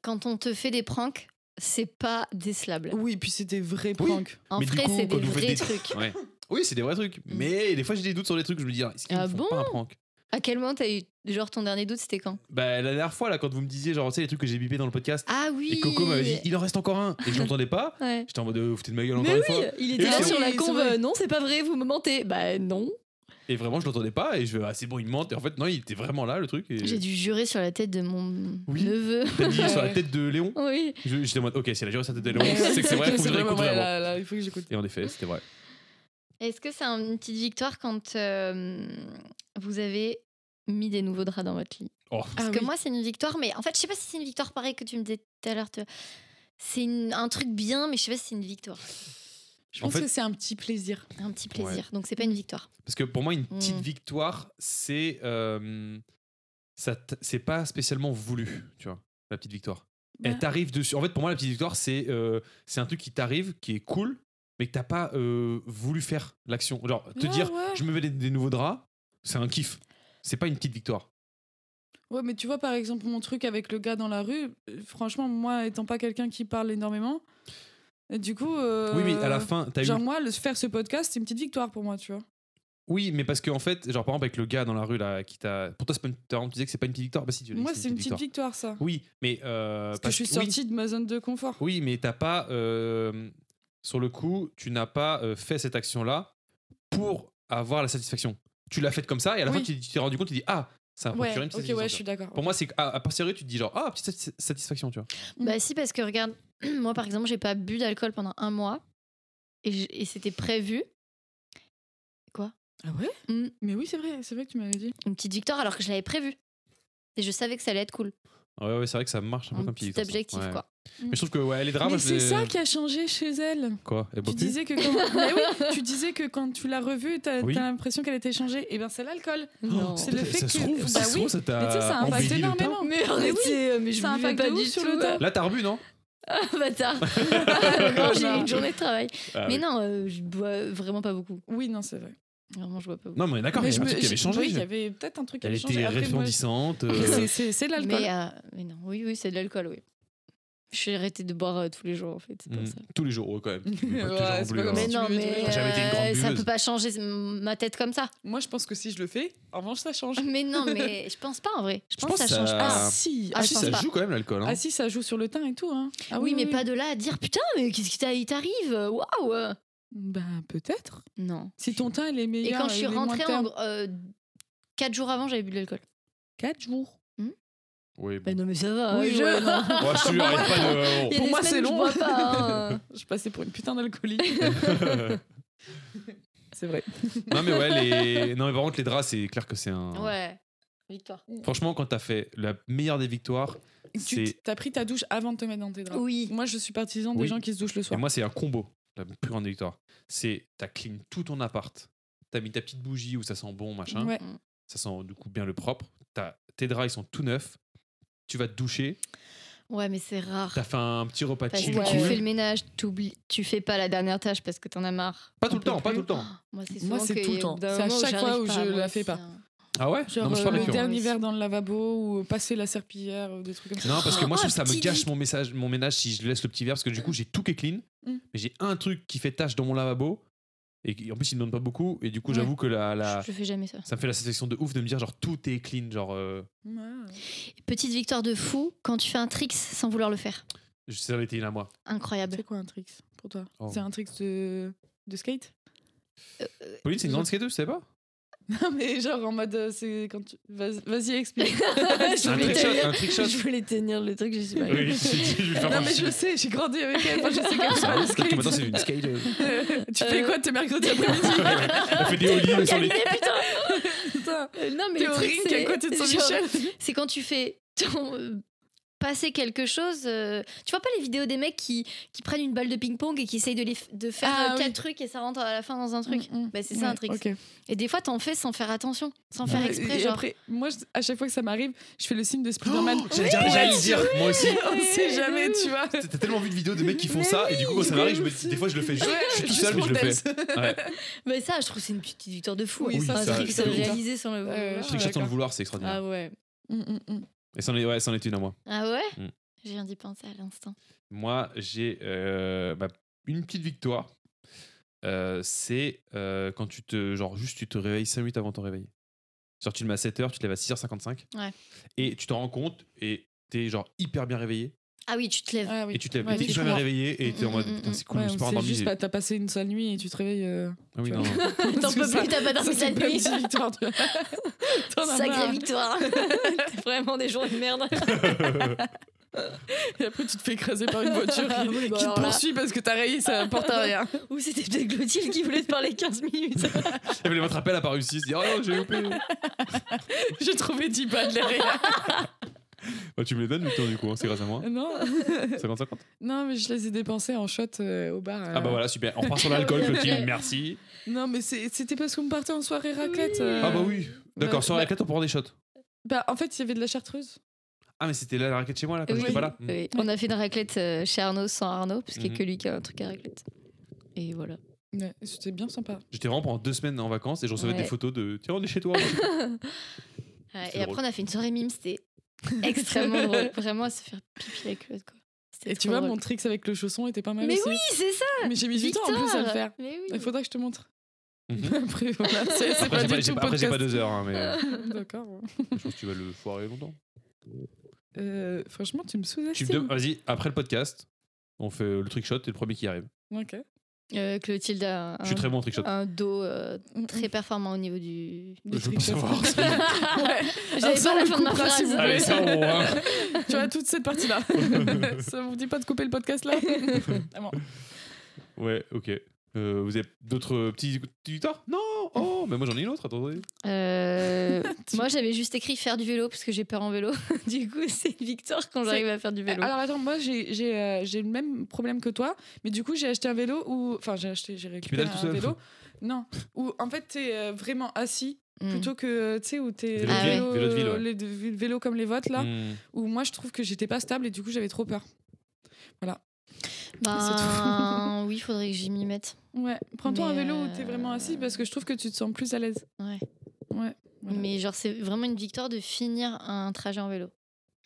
Speaker 2: Quand on te fait des pranks, c'est pas décelable.
Speaker 4: Oui, puis c'était vrai prank.
Speaker 2: En
Speaker 3: Mais du
Speaker 2: vrai,
Speaker 3: coup,
Speaker 2: c'est
Speaker 3: quand
Speaker 2: des
Speaker 3: vous faites
Speaker 2: vrais
Speaker 3: des- <laughs>
Speaker 2: trucs. Mm.
Speaker 3: Ouais. Oui, c'est des vrais trucs. Mais des fois, j'ai des doutes sur des trucs. Je me dis, est-ce qu'ils
Speaker 2: Ah
Speaker 3: me font
Speaker 2: bon
Speaker 3: pas un prank
Speaker 2: À quel moment t'as eu. Genre, ton dernier doute, c'était quand
Speaker 3: Bah, la dernière fois, là, quand vous me disiez, genre, tu sais, les trucs que j'ai bipés dans le podcast,
Speaker 2: Ah oui
Speaker 3: et Coco m'avait dit, il en reste encore un. Et
Speaker 2: <laughs>
Speaker 3: je l'entendais pas.
Speaker 2: Ouais.
Speaker 3: J'étais en mode, euh, vous foutez de ma gueule encore
Speaker 2: Mais
Speaker 3: une
Speaker 2: oui,
Speaker 3: fois.
Speaker 2: il
Speaker 3: Et
Speaker 2: était là
Speaker 3: oui,
Speaker 2: sur la
Speaker 4: c'est
Speaker 2: conve.
Speaker 4: vrai.
Speaker 2: Non, c'est pas vrai, vous me mentez. Bah non.
Speaker 3: Et vraiment, je l'entendais pas. Et je fais, ah, c'est bon, il me ment. Et en fait, non, il était vraiment là, le truc. Et
Speaker 2: J'ai dû jurer sur la tête de mon
Speaker 3: Oui.
Speaker 2: neveu.
Speaker 3: t'as
Speaker 4: <laughs>
Speaker 3: dit sur la tête de Léon.
Speaker 2: Oui.
Speaker 3: Je- J'étais en mode, ok, c'est la jurée sur la tête de Léon. C'est que c'est
Speaker 4: <laughs>
Speaker 3: vrai, faut que je
Speaker 4: vraiment
Speaker 3: l'écoute
Speaker 4: vrai,
Speaker 3: vraiment.
Speaker 4: là, là, il faut que j'écoute.
Speaker 3: Et en effet, c'était vrai.
Speaker 2: Est-ce que c'est une petite victoire quand euh, vous avez mis des nouveaux draps dans votre lit
Speaker 3: Oh.
Speaker 2: Parce
Speaker 4: Ah
Speaker 2: que
Speaker 4: oui.
Speaker 2: moi, c'est une victoire, mais en fait, je sais pas si c'est une victoire pareil que tu me disais tout à l'heure. tu vois. C'est une- un truc bien, mais je sais pas si c'est une victoire.
Speaker 4: Je
Speaker 3: En
Speaker 4: pense
Speaker 3: fait-
Speaker 4: que c'est un petit plaisir.
Speaker 2: Un petit plaisir. Donc, c'est pas une victoire.
Speaker 3: Parce que pour moi, une petite
Speaker 4: Hmm.
Speaker 2: Mm.
Speaker 3: victoire, c'est. euh, ça t- c'est pas spécialement voulu, tu vois, la petite victoire. Elle
Speaker 4: Bah.
Speaker 3: t'arrive dessus. En fait, pour moi, la petite victoire, c'est euh, c'est un truc qui t'arrive, qui est cool, mais que t'as pas euh, voulu faire l'action. Genre, te
Speaker 4: Ah,
Speaker 3: dire,
Speaker 4: ouais.
Speaker 3: je me mets des, des nouveaux draps, c'est un kiff. C'est pas une petite victoire.
Speaker 4: Ouais, mais tu vois, par exemple, mon truc avec le gars dans la rue, euh, franchement, moi, étant pas quelqu'un qui parle énormément, et du coup. euh,
Speaker 3: Oui, mais à la fin, t'as eu.
Speaker 4: Genre, moi, le, faire ce podcast, c'est une petite victoire pour moi, tu vois.
Speaker 3: Oui, mais parce qu'en fait, genre, par exemple, avec le gars dans la rue, là, qui t'a. Pour toi, c'est pas une... t'as- tu disais que c'est pas une petite victoire. Bah, si, tu l'as dit,
Speaker 4: Moi, c'est une petite
Speaker 3: victoire.
Speaker 4: victoire, ça.
Speaker 3: Oui, mais. euh,
Speaker 4: Parce que
Speaker 3: parce-
Speaker 4: je suis
Speaker 3: oui.
Speaker 4: sortie de ma zone de confort.
Speaker 3: Oui, mais t'as pas. euh, sur le coup, tu n'as pas euh, fait cette action-là pour avoir la satisfaction. Tu l'as faite comme ça et à la
Speaker 4: Oui.
Speaker 3: fin, tu tu t'es rendu compte, tu dis Ah, ça m'a procuré
Speaker 4: Ouais,
Speaker 3: une petite
Speaker 4: ok,
Speaker 3: satisfaction.
Speaker 4: ouais, je suis d'accord.
Speaker 3: Pour moi, c'est qu'à- à posteriori, tu te dis genre Ah, petite sati- satisfaction, tu vois.
Speaker 4: Mm.
Speaker 2: Bah, si, parce que regarde, <clears throat> moi, par exemple, j'ai pas bu d'alcool pendant un mois et, je- et c'était prévu.
Speaker 4: Ah ouais
Speaker 2: Mm.
Speaker 4: Mais oui, c'est vrai, c'est vrai que tu m'avais dit.
Speaker 2: Une petite victoire alors que je l'avais prévu. Et je savais que ça allait être cool.
Speaker 3: Ouais, ouais, c'est vrai que ça marche Mmh. un peu
Speaker 2: Un
Speaker 3: comme
Speaker 2: petit
Speaker 3: victoire, ça.
Speaker 2: objectif,
Speaker 3: Ouais.
Speaker 2: quoi.
Speaker 3: Mais je trouve que ouais, les drames.
Speaker 4: mais c'est ça qui a changé chez elle.
Speaker 3: Quoi Elle boit
Speaker 4: Tu
Speaker 3: plus
Speaker 4: disais, que quand... Mais oui, tu disais que quand tu l'as revue, t'as
Speaker 3: Oui.
Speaker 4: t'as l'impression qu'elle était changée. Et bien, c'est l'alcool.
Speaker 2: <laughs> Non.
Speaker 4: c'est le
Speaker 3: Ça-
Speaker 4: fait
Speaker 3: ça se
Speaker 4: que-
Speaker 3: trouve,
Speaker 4: bah
Speaker 3: ça se
Speaker 4: oui.
Speaker 3: trouve, ça
Speaker 4: Mais tu sais, ça
Speaker 3: t'a
Speaker 4: impacte
Speaker 3: embelli le teint.
Speaker 4: énormément.
Speaker 2: Mais arrêtez, mais je
Speaker 4: ça
Speaker 2: buvais
Speaker 4: impacte
Speaker 2: pas
Speaker 4: de
Speaker 2: du
Speaker 4: ouf sur
Speaker 2: tout.
Speaker 4: le temps.
Speaker 3: Là, t'as rebu, non
Speaker 2: euh, Bâtard.
Speaker 4: Non,
Speaker 2: <laughs> Non, j'ai eu
Speaker 4: non.
Speaker 2: une journée de travail.
Speaker 3: Ah
Speaker 2: mais
Speaker 3: oui.
Speaker 2: non, euh, je bois vraiment pas beaucoup.
Speaker 4: Oui, non, c'est vrai.
Speaker 2: Vraiment, je bois pas beaucoup.
Speaker 3: Non, mais d'accord,
Speaker 4: Mais
Speaker 3: il y
Speaker 4: je
Speaker 3: a un
Speaker 4: me-
Speaker 3: truc qui avait
Speaker 4: j'ai- Oui,
Speaker 3: changé.
Speaker 4: il y avait peut-être un truc qui
Speaker 3: Elle
Speaker 4: avait changé.
Speaker 3: était
Speaker 4: Après, moi,
Speaker 3: refroidissante. <laughs>
Speaker 4: je-
Speaker 3: euh,
Speaker 4: <laughs> C'est- C'est c'est de l'alcool.
Speaker 2: mais, euh, mais non, oui, oui, c'est de l'alcool, oui. J'ai arrêté de boire euh, tous les jours, en fait. c'est pour
Speaker 3: mm,
Speaker 2: ça.
Speaker 3: Tous les jours, ouais, quand même.
Speaker 4: <laughs> Ouais,
Speaker 3: Pas toujours
Speaker 4: c'est
Speaker 3: voulu,
Speaker 4: pas comme
Speaker 3: hein.
Speaker 4: si
Speaker 2: Mais
Speaker 4: tu
Speaker 2: non,
Speaker 4: buvais tous les
Speaker 2: mais
Speaker 4: jours.
Speaker 3: J'ai jamais été une grande
Speaker 2: euh, ça
Speaker 3: buveuse.
Speaker 2: peut pas changer c'est m- ma tête comme ça. <laughs>
Speaker 4: Moi, je pense que si je le fais, en revanche, ça change.
Speaker 2: Mais non, mais je pense pas en vrai. Je pense,
Speaker 3: pense
Speaker 2: que
Speaker 3: que
Speaker 2: ça change
Speaker 3: ça-
Speaker 2: pas.
Speaker 3: Ah,
Speaker 4: si,
Speaker 2: Ah,
Speaker 4: ah,
Speaker 2: je
Speaker 4: si,
Speaker 2: pense
Speaker 3: ça
Speaker 2: pas.
Speaker 3: joue quand même l'alcool. hein.
Speaker 4: ah si, ça joue sur le teint et tout. Hein. Ah
Speaker 2: oui, mais pas de là à dire putain, mais qu'est-ce qui t'a- il t'arrive Waouh euh.
Speaker 4: Ben, peut-être.
Speaker 2: Non.
Speaker 4: Si ton teint, il est
Speaker 2: Et
Speaker 4: meilleur.
Speaker 2: quand je suis
Speaker 4: il est moins
Speaker 2: rentrée,
Speaker 4: teint.
Speaker 2: en gros, euh, quatre jours avant, j'avais bu de l'alcool.
Speaker 4: 4 jours.
Speaker 3: Oui, bon.
Speaker 2: Bah non, mais ça va.
Speaker 4: Oui,
Speaker 2: je- <laughs>
Speaker 4: ouais, non.
Speaker 3: Moi, je suis arrête pas
Speaker 4: <laughs>
Speaker 3: de. oh.
Speaker 2: Il y a
Speaker 4: Pour
Speaker 2: des
Speaker 4: moi, c'est
Speaker 2: semaines où
Speaker 4: long.
Speaker 2: Je bois pas.
Speaker 4: <laughs>
Speaker 2: hein.
Speaker 4: Je passais pour une putain d'alcoolique. c'est vrai.
Speaker 3: <laughs> non, mais ouais, les... non, mais par contre, les draps, c'est clair que c'est un.
Speaker 2: Ouais. Victoire.
Speaker 3: Franchement, quand t'as fait la meilleure des victoires,
Speaker 4: Tu
Speaker 3: C'est-
Speaker 4: t'as pris ta douche avant de te mettre dans tes draps.
Speaker 2: Oui.
Speaker 4: Moi, je suis partisan des
Speaker 3: Oui.
Speaker 4: gens qui se douchent le
Speaker 3: et
Speaker 4: soir.
Speaker 3: moi, c'est un combo, la plus grande victoire. C'est t'as clean tout ton appart, t'as mis ta petite bougie où ça sent bon, machin,
Speaker 4: Ouais.
Speaker 3: ça sent du coup bien le propre, t'as- tes draps, ils sont tout neufs, tu vas te doucher,
Speaker 2: Ouais, mais c'est rare.
Speaker 3: t'as fait un petit repas
Speaker 2: Parce que
Speaker 3: chill.
Speaker 4: Ouais.
Speaker 2: tu
Speaker 3: cool.
Speaker 2: fais le ménage, t'oublies- tu fais pas la dernière tâche parce que t'en as marre.
Speaker 3: Pas tout
Speaker 2: T'en
Speaker 3: le
Speaker 2: peux
Speaker 3: temps, pas
Speaker 2: plus.
Speaker 3: tout le temps.
Speaker 2: Moi, c'est
Speaker 4: Moi,
Speaker 2: souvent
Speaker 4: c'est
Speaker 2: que
Speaker 4: tout le
Speaker 2: au
Speaker 4: temps.
Speaker 2: bout d'un
Speaker 4: C'est à
Speaker 2: moment
Speaker 4: chaque
Speaker 2: j'arrive
Speaker 4: fois où
Speaker 2: pas,
Speaker 4: je
Speaker 2: moi
Speaker 4: la
Speaker 2: aussi,
Speaker 4: fais pas.
Speaker 2: hein.
Speaker 3: Ah ouais
Speaker 4: Genre
Speaker 3: Non, mais c'est pas
Speaker 4: euh, le
Speaker 3: récurrent.
Speaker 4: dernier
Speaker 2: Ouais,
Speaker 4: verre dans le lavabo ou passer la serpillière ou des trucs comme ça.
Speaker 3: Non, parce que moi, je
Speaker 2: Oh,
Speaker 3: trouve que ça me
Speaker 2: petit
Speaker 3: gâche
Speaker 2: lit.
Speaker 3: mon, message, mon ménage si je laisse le petit verre, parce que du coup, j'ai tout qui est clean,
Speaker 4: Mm.
Speaker 3: mais j'ai un truc qui fait tâche dans mon lavabo, et qui- en plus, il ne donne pas beaucoup, et du coup,
Speaker 4: Ouais.
Speaker 3: j'avoue que la, la-
Speaker 2: Je, je fais jamais ça.
Speaker 3: ça me fait la satisfaction de ouf de me dire, genre, tout est clean, genre, euh,
Speaker 4: Ouais.
Speaker 2: Petite victoire de fou quand tu fais un tricks sans vouloir le faire.
Speaker 3: je sais, ça avait été une à moi.
Speaker 2: Incroyable. <laughs>
Speaker 4: C'est quoi un trick pour toi
Speaker 3: Oh.
Speaker 4: C'est un trick de, de skate <laughs> Euh,
Speaker 3: Pauline, c'est une grande skateuse, tu sais pas
Speaker 4: Non, mais genre en mode. euh, C'est quand tu... Vas-y, vas-y, <laughs>
Speaker 2: <laughs>
Speaker 4: explique.
Speaker 2: Je
Speaker 3: Un
Speaker 2: voulais
Speaker 3: trick shot,
Speaker 2: tenir-
Speaker 3: un trick shot.
Speaker 4: <laughs>
Speaker 2: je voulais tenir le truc, je sais pas.
Speaker 3: Oui, <laughs> je je vais le faire
Speaker 4: non,
Speaker 3: un
Speaker 4: mais je
Speaker 3: petit-
Speaker 4: sais, j'ai grandi avec elle. Enfin, je sais qu'elle
Speaker 3: C'est
Speaker 4: fait
Speaker 3: un
Speaker 4: le
Speaker 3: skate, maintenant, c'est
Speaker 4: skate.
Speaker 3: une skateuse.
Speaker 4: <laughs> tu fais
Speaker 2: Euh.
Speaker 4: quoi
Speaker 2: <laughs>
Speaker 4: tes mercredis après-midi
Speaker 3: Elle fait des ollies sur les.
Speaker 2: <laughs>
Speaker 4: Putain,
Speaker 2: Euh, non, mais
Speaker 4: T'es
Speaker 2: le
Speaker 4: au
Speaker 2: truc,
Speaker 4: ring
Speaker 2: c'est-
Speaker 4: à côté de
Speaker 2: genre,
Speaker 4: <laughs> Saint-Michel
Speaker 2: C'est quand tu fais ton- euh, passer quelque chose. euh, tu vois pas les vidéos des mecs qui, qui prennent une balle de ping-pong et qui essayent de, les f- de faire
Speaker 4: Ah,
Speaker 2: euh,
Speaker 4: oui.
Speaker 2: quatre trucs et ça rentre à la fin dans un truc.
Speaker 4: Mm, mm.
Speaker 2: Bah, c'est ça, un trick.
Speaker 4: Ok.
Speaker 2: Et des fois, t'en fais sans faire attention, sans faire
Speaker 4: Ouais,
Speaker 2: exprès.
Speaker 4: et
Speaker 2: Genre.
Speaker 4: après, moi, je- à chaque fois que ça m'arrive, je fais le signe de Spider-Man.
Speaker 3: Oh, <gasps> J'allais dire, j'allais dire,
Speaker 4: <laughs>
Speaker 3: moi aussi.
Speaker 4: On sait jamais, tu vois. <laughs>
Speaker 3: T'as tellement vu de vidéos de mecs qui font
Speaker 4: Mais
Speaker 3: ça, et du coup, quand ça
Speaker 4: mais
Speaker 3: m'arrive, je me
Speaker 4: oui,
Speaker 3: dis- des fois, je le fais juste.
Speaker 4: Ouais,
Speaker 3: Je suis tout
Speaker 4: juste
Speaker 3: seul, mais je le fais. <laughs>
Speaker 4: pour test.
Speaker 3: Ouais.
Speaker 2: Mais ça, je trouve que c'est une petite victoire de fou.
Speaker 4: Oui,
Speaker 2: hein.
Speaker 3: ça,
Speaker 2: un
Speaker 3: ça,
Speaker 2: truc
Speaker 3: je
Speaker 2: se
Speaker 3: suis d'accord.
Speaker 2: réaliser sans le vouloir.
Speaker 4: Euh, je
Speaker 3: Trick shot sans le
Speaker 4: d'accord.
Speaker 3: vouloir, c'est extraordinaire.
Speaker 2: Ah ouais.
Speaker 4: Mm, mm, mm.
Speaker 3: Et c'en est, ouais, c'en est une à moi.
Speaker 2: Ah ouais
Speaker 3: Mm.
Speaker 2: Je viens d'y penser à l'instant.
Speaker 3: Moi, j'ai euh, bah, une petite victoire. euh, c'est euh, quand tu te. Genre, juste, tu te réveilles 5 minutes avant ton réveil. Genre, tu te mets à 7h, tu te lèves à 6h55.
Speaker 2: Ouais.
Speaker 3: Et tu t'en rends compte et t'es genre hyper bien réveillé.
Speaker 2: Ah oui, tu te lèves.
Speaker 4: Ah oui.
Speaker 3: Et tu te lèves
Speaker 4: Ouais,
Speaker 3: et t'es
Speaker 4: dès que je
Speaker 3: hyper bien
Speaker 4: crois.
Speaker 3: réveillé et t'es en mode
Speaker 2: Mm, mm,
Speaker 3: putain, c'est cool,
Speaker 4: Ouais,
Speaker 3: je suis pas
Speaker 4: c'est
Speaker 3: endormi.
Speaker 4: juste pas- t'as passé une seule nuit et tu te réveilles. euh,
Speaker 3: Ah oui,
Speaker 4: tu
Speaker 3: non. <laughs>
Speaker 4: <laughs> vois.
Speaker 2: <laughs> <laughs> T'en
Speaker 4: C'est
Speaker 2: peux
Speaker 4: ça.
Speaker 2: plus, t'as pas
Speaker 4: Ça,
Speaker 2: dormi la
Speaker 4: c'est pas une
Speaker 2: nuit.
Speaker 4: petite victoire. tu vois. T'en
Speaker 2: <laughs>
Speaker 4: as
Speaker 2: Sacrée
Speaker 4: marre.
Speaker 2: victoire. <laughs> T'es vraiment des jours de <laughs> merde.
Speaker 4: Et après, tu te fais écraser par une voiture
Speaker 2: Ah <laughs>
Speaker 4: qui,
Speaker 2: oui, bah
Speaker 4: qui
Speaker 2: alors
Speaker 4: te
Speaker 2: là.
Speaker 4: poursuit parce que t'as rayé, ça porte à rien.
Speaker 2: Ou c'était peut-être Clotilde qui voulait te parler 15 <laughs> minutes.
Speaker 3: Et puis, votre appel a pas réussi. se dit, oh non, j'ai loupé.
Speaker 4: <laughs> J'ai trouvé 10
Speaker 2: <laughs>
Speaker 4: balles derrière.
Speaker 3: Bah, tu me les donnes, le temps du coup, hein, c'est grâce à <laughs> moi.
Speaker 4: Non,
Speaker 3: 50-50.
Speaker 4: non, mais je les ai dépensés en shot euh, au bar. euh.
Speaker 3: Ah bah voilà, super. On repart sur l'alcool, Clotilde, merci.
Speaker 4: Non, mais c'est- c'était parce qu'on partait en soirée raclette. euh.
Speaker 3: Ah bah oui. D'accord, sur la raquette, on prend des shots.
Speaker 4: Bah, en fait, il y avait de la chartreuse.
Speaker 3: Ah, mais c'était là la raquette chez moi, là, quand
Speaker 2: Oui.
Speaker 3: j'étais pas là.
Speaker 2: Oui, On a fait une raclette euh, chez Arnaud sans Arnaud, parce qu'il n'y a
Speaker 3: Mhm.
Speaker 2: que lui qui a un truc à raclette. Et voilà.
Speaker 4: Ouais, c'était bien sympa.
Speaker 3: J'étais vraiment pendant deux semaines en vacances et je recevais
Speaker 2: Ouais.
Speaker 3: des photos de tiens on est chez toi.
Speaker 2: Ouais,
Speaker 3: C'était
Speaker 2: et après,
Speaker 3: drôle.
Speaker 2: on a fait une soirée mime, <laughs> c'était extrêmement drôle. Vraiment à se faire pipi la culotte, quoi. C'était
Speaker 4: Et tu
Speaker 2: trop
Speaker 4: vois,
Speaker 2: drôle.
Speaker 4: mon tricks avec le chausson était pas mal
Speaker 2: Mais
Speaker 4: aussi.
Speaker 2: oui, c'est ça,
Speaker 4: Mais j'ai mis du temps
Speaker 2: Victor
Speaker 4: en plus à le faire.
Speaker 2: Mais
Speaker 4: Il
Speaker 2: oui
Speaker 4: faudra que je te montre.
Speaker 3: Mhm.
Speaker 4: <laughs> Après, voilà, c'est c'est
Speaker 3: Après,
Speaker 4: pas
Speaker 3: j'ai
Speaker 4: du
Speaker 3: pas- j'ai
Speaker 4: tout
Speaker 3: pas, après, j'ai pas
Speaker 4: podcast.
Speaker 3: deux heures, hein, mais euh,
Speaker 4: D'accord.
Speaker 3: je pense que tu vas le foirer longtemps.
Speaker 4: Euh, franchement, tu me
Speaker 3: Tu
Speaker 4: sous-estimes.
Speaker 3: me demandes- Vas-y, après le podcast, on fait le trick shot et le premier qui arrive.
Speaker 4: Ok.
Speaker 2: Euh, Clotilde a un,
Speaker 3: Je suis très bon en trick shot.
Speaker 2: un dos euh, très performant au
Speaker 3: <laughs>
Speaker 2: niveau du.
Speaker 3: Je
Speaker 4: Des
Speaker 3: veux
Speaker 4: trick
Speaker 3: pas
Speaker 4: shots. <laughs>
Speaker 3: savoir.
Speaker 4: Ouais.
Speaker 2: J'avais
Speaker 4: ça,
Speaker 2: pas
Speaker 4: on
Speaker 2: la
Speaker 4: le
Speaker 2: fin de ma
Speaker 4: coupera, si
Speaker 2: phrase.
Speaker 4: vous
Speaker 3: Allez, ça on. hein.
Speaker 4: Tu vois, toute cette partie-là. ça vous dit pas de couper le
Speaker 3: <laughs>
Speaker 4: podcast là Ah bon.
Speaker 3: <laughs> Ouais, ok. Euh, vous avez d'autres petits petits victoires Non Oh Mais moi j'en ai une autre, attendez.
Speaker 2: <laughs> Euh, moi, j'avais juste écrit faire du vélo parce que j'ai peur en vélo. <laughs> du coup, c'est Eh, une victoire quand j'arrive à faire du vélo.
Speaker 4: Alors attends, moi j'ai j'ai, euh, j'ai le même problème que toi, mais du coup j'ai acheté un vélo où. Enfin, j'ai acheté, j'ai récupéré
Speaker 3: pédale tout
Speaker 4: un
Speaker 3: seul. <laughs>
Speaker 4: vélo. Non, où en fait t'es euh, vraiment assis
Speaker 2: Mm.
Speaker 4: plutôt que, tu sais, où t'es.
Speaker 3: Vélo
Speaker 2: de
Speaker 3: vélo
Speaker 2: ville,
Speaker 4: vélos,
Speaker 3: de ville, ouais.
Speaker 4: les de- vélos comme les vôtres là,
Speaker 3: Hmm.
Speaker 4: où moi je trouve que j'étais pas stable et du coup j'avais trop peur.
Speaker 2: Ben, <laughs> oui, faudrait que j'y m'y mette.
Speaker 4: Ouais, prends-toi
Speaker 2: Mais,
Speaker 4: un vélo où
Speaker 2: euh,
Speaker 4: t'es vraiment assis parce que je trouve que tu te sens plus à l'aise.
Speaker 2: Ouais. <laughs>
Speaker 4: Ouais. voilà.
Speaker 2: Mais genre, c'est vraiment une victoire de finir un trajet en vélo.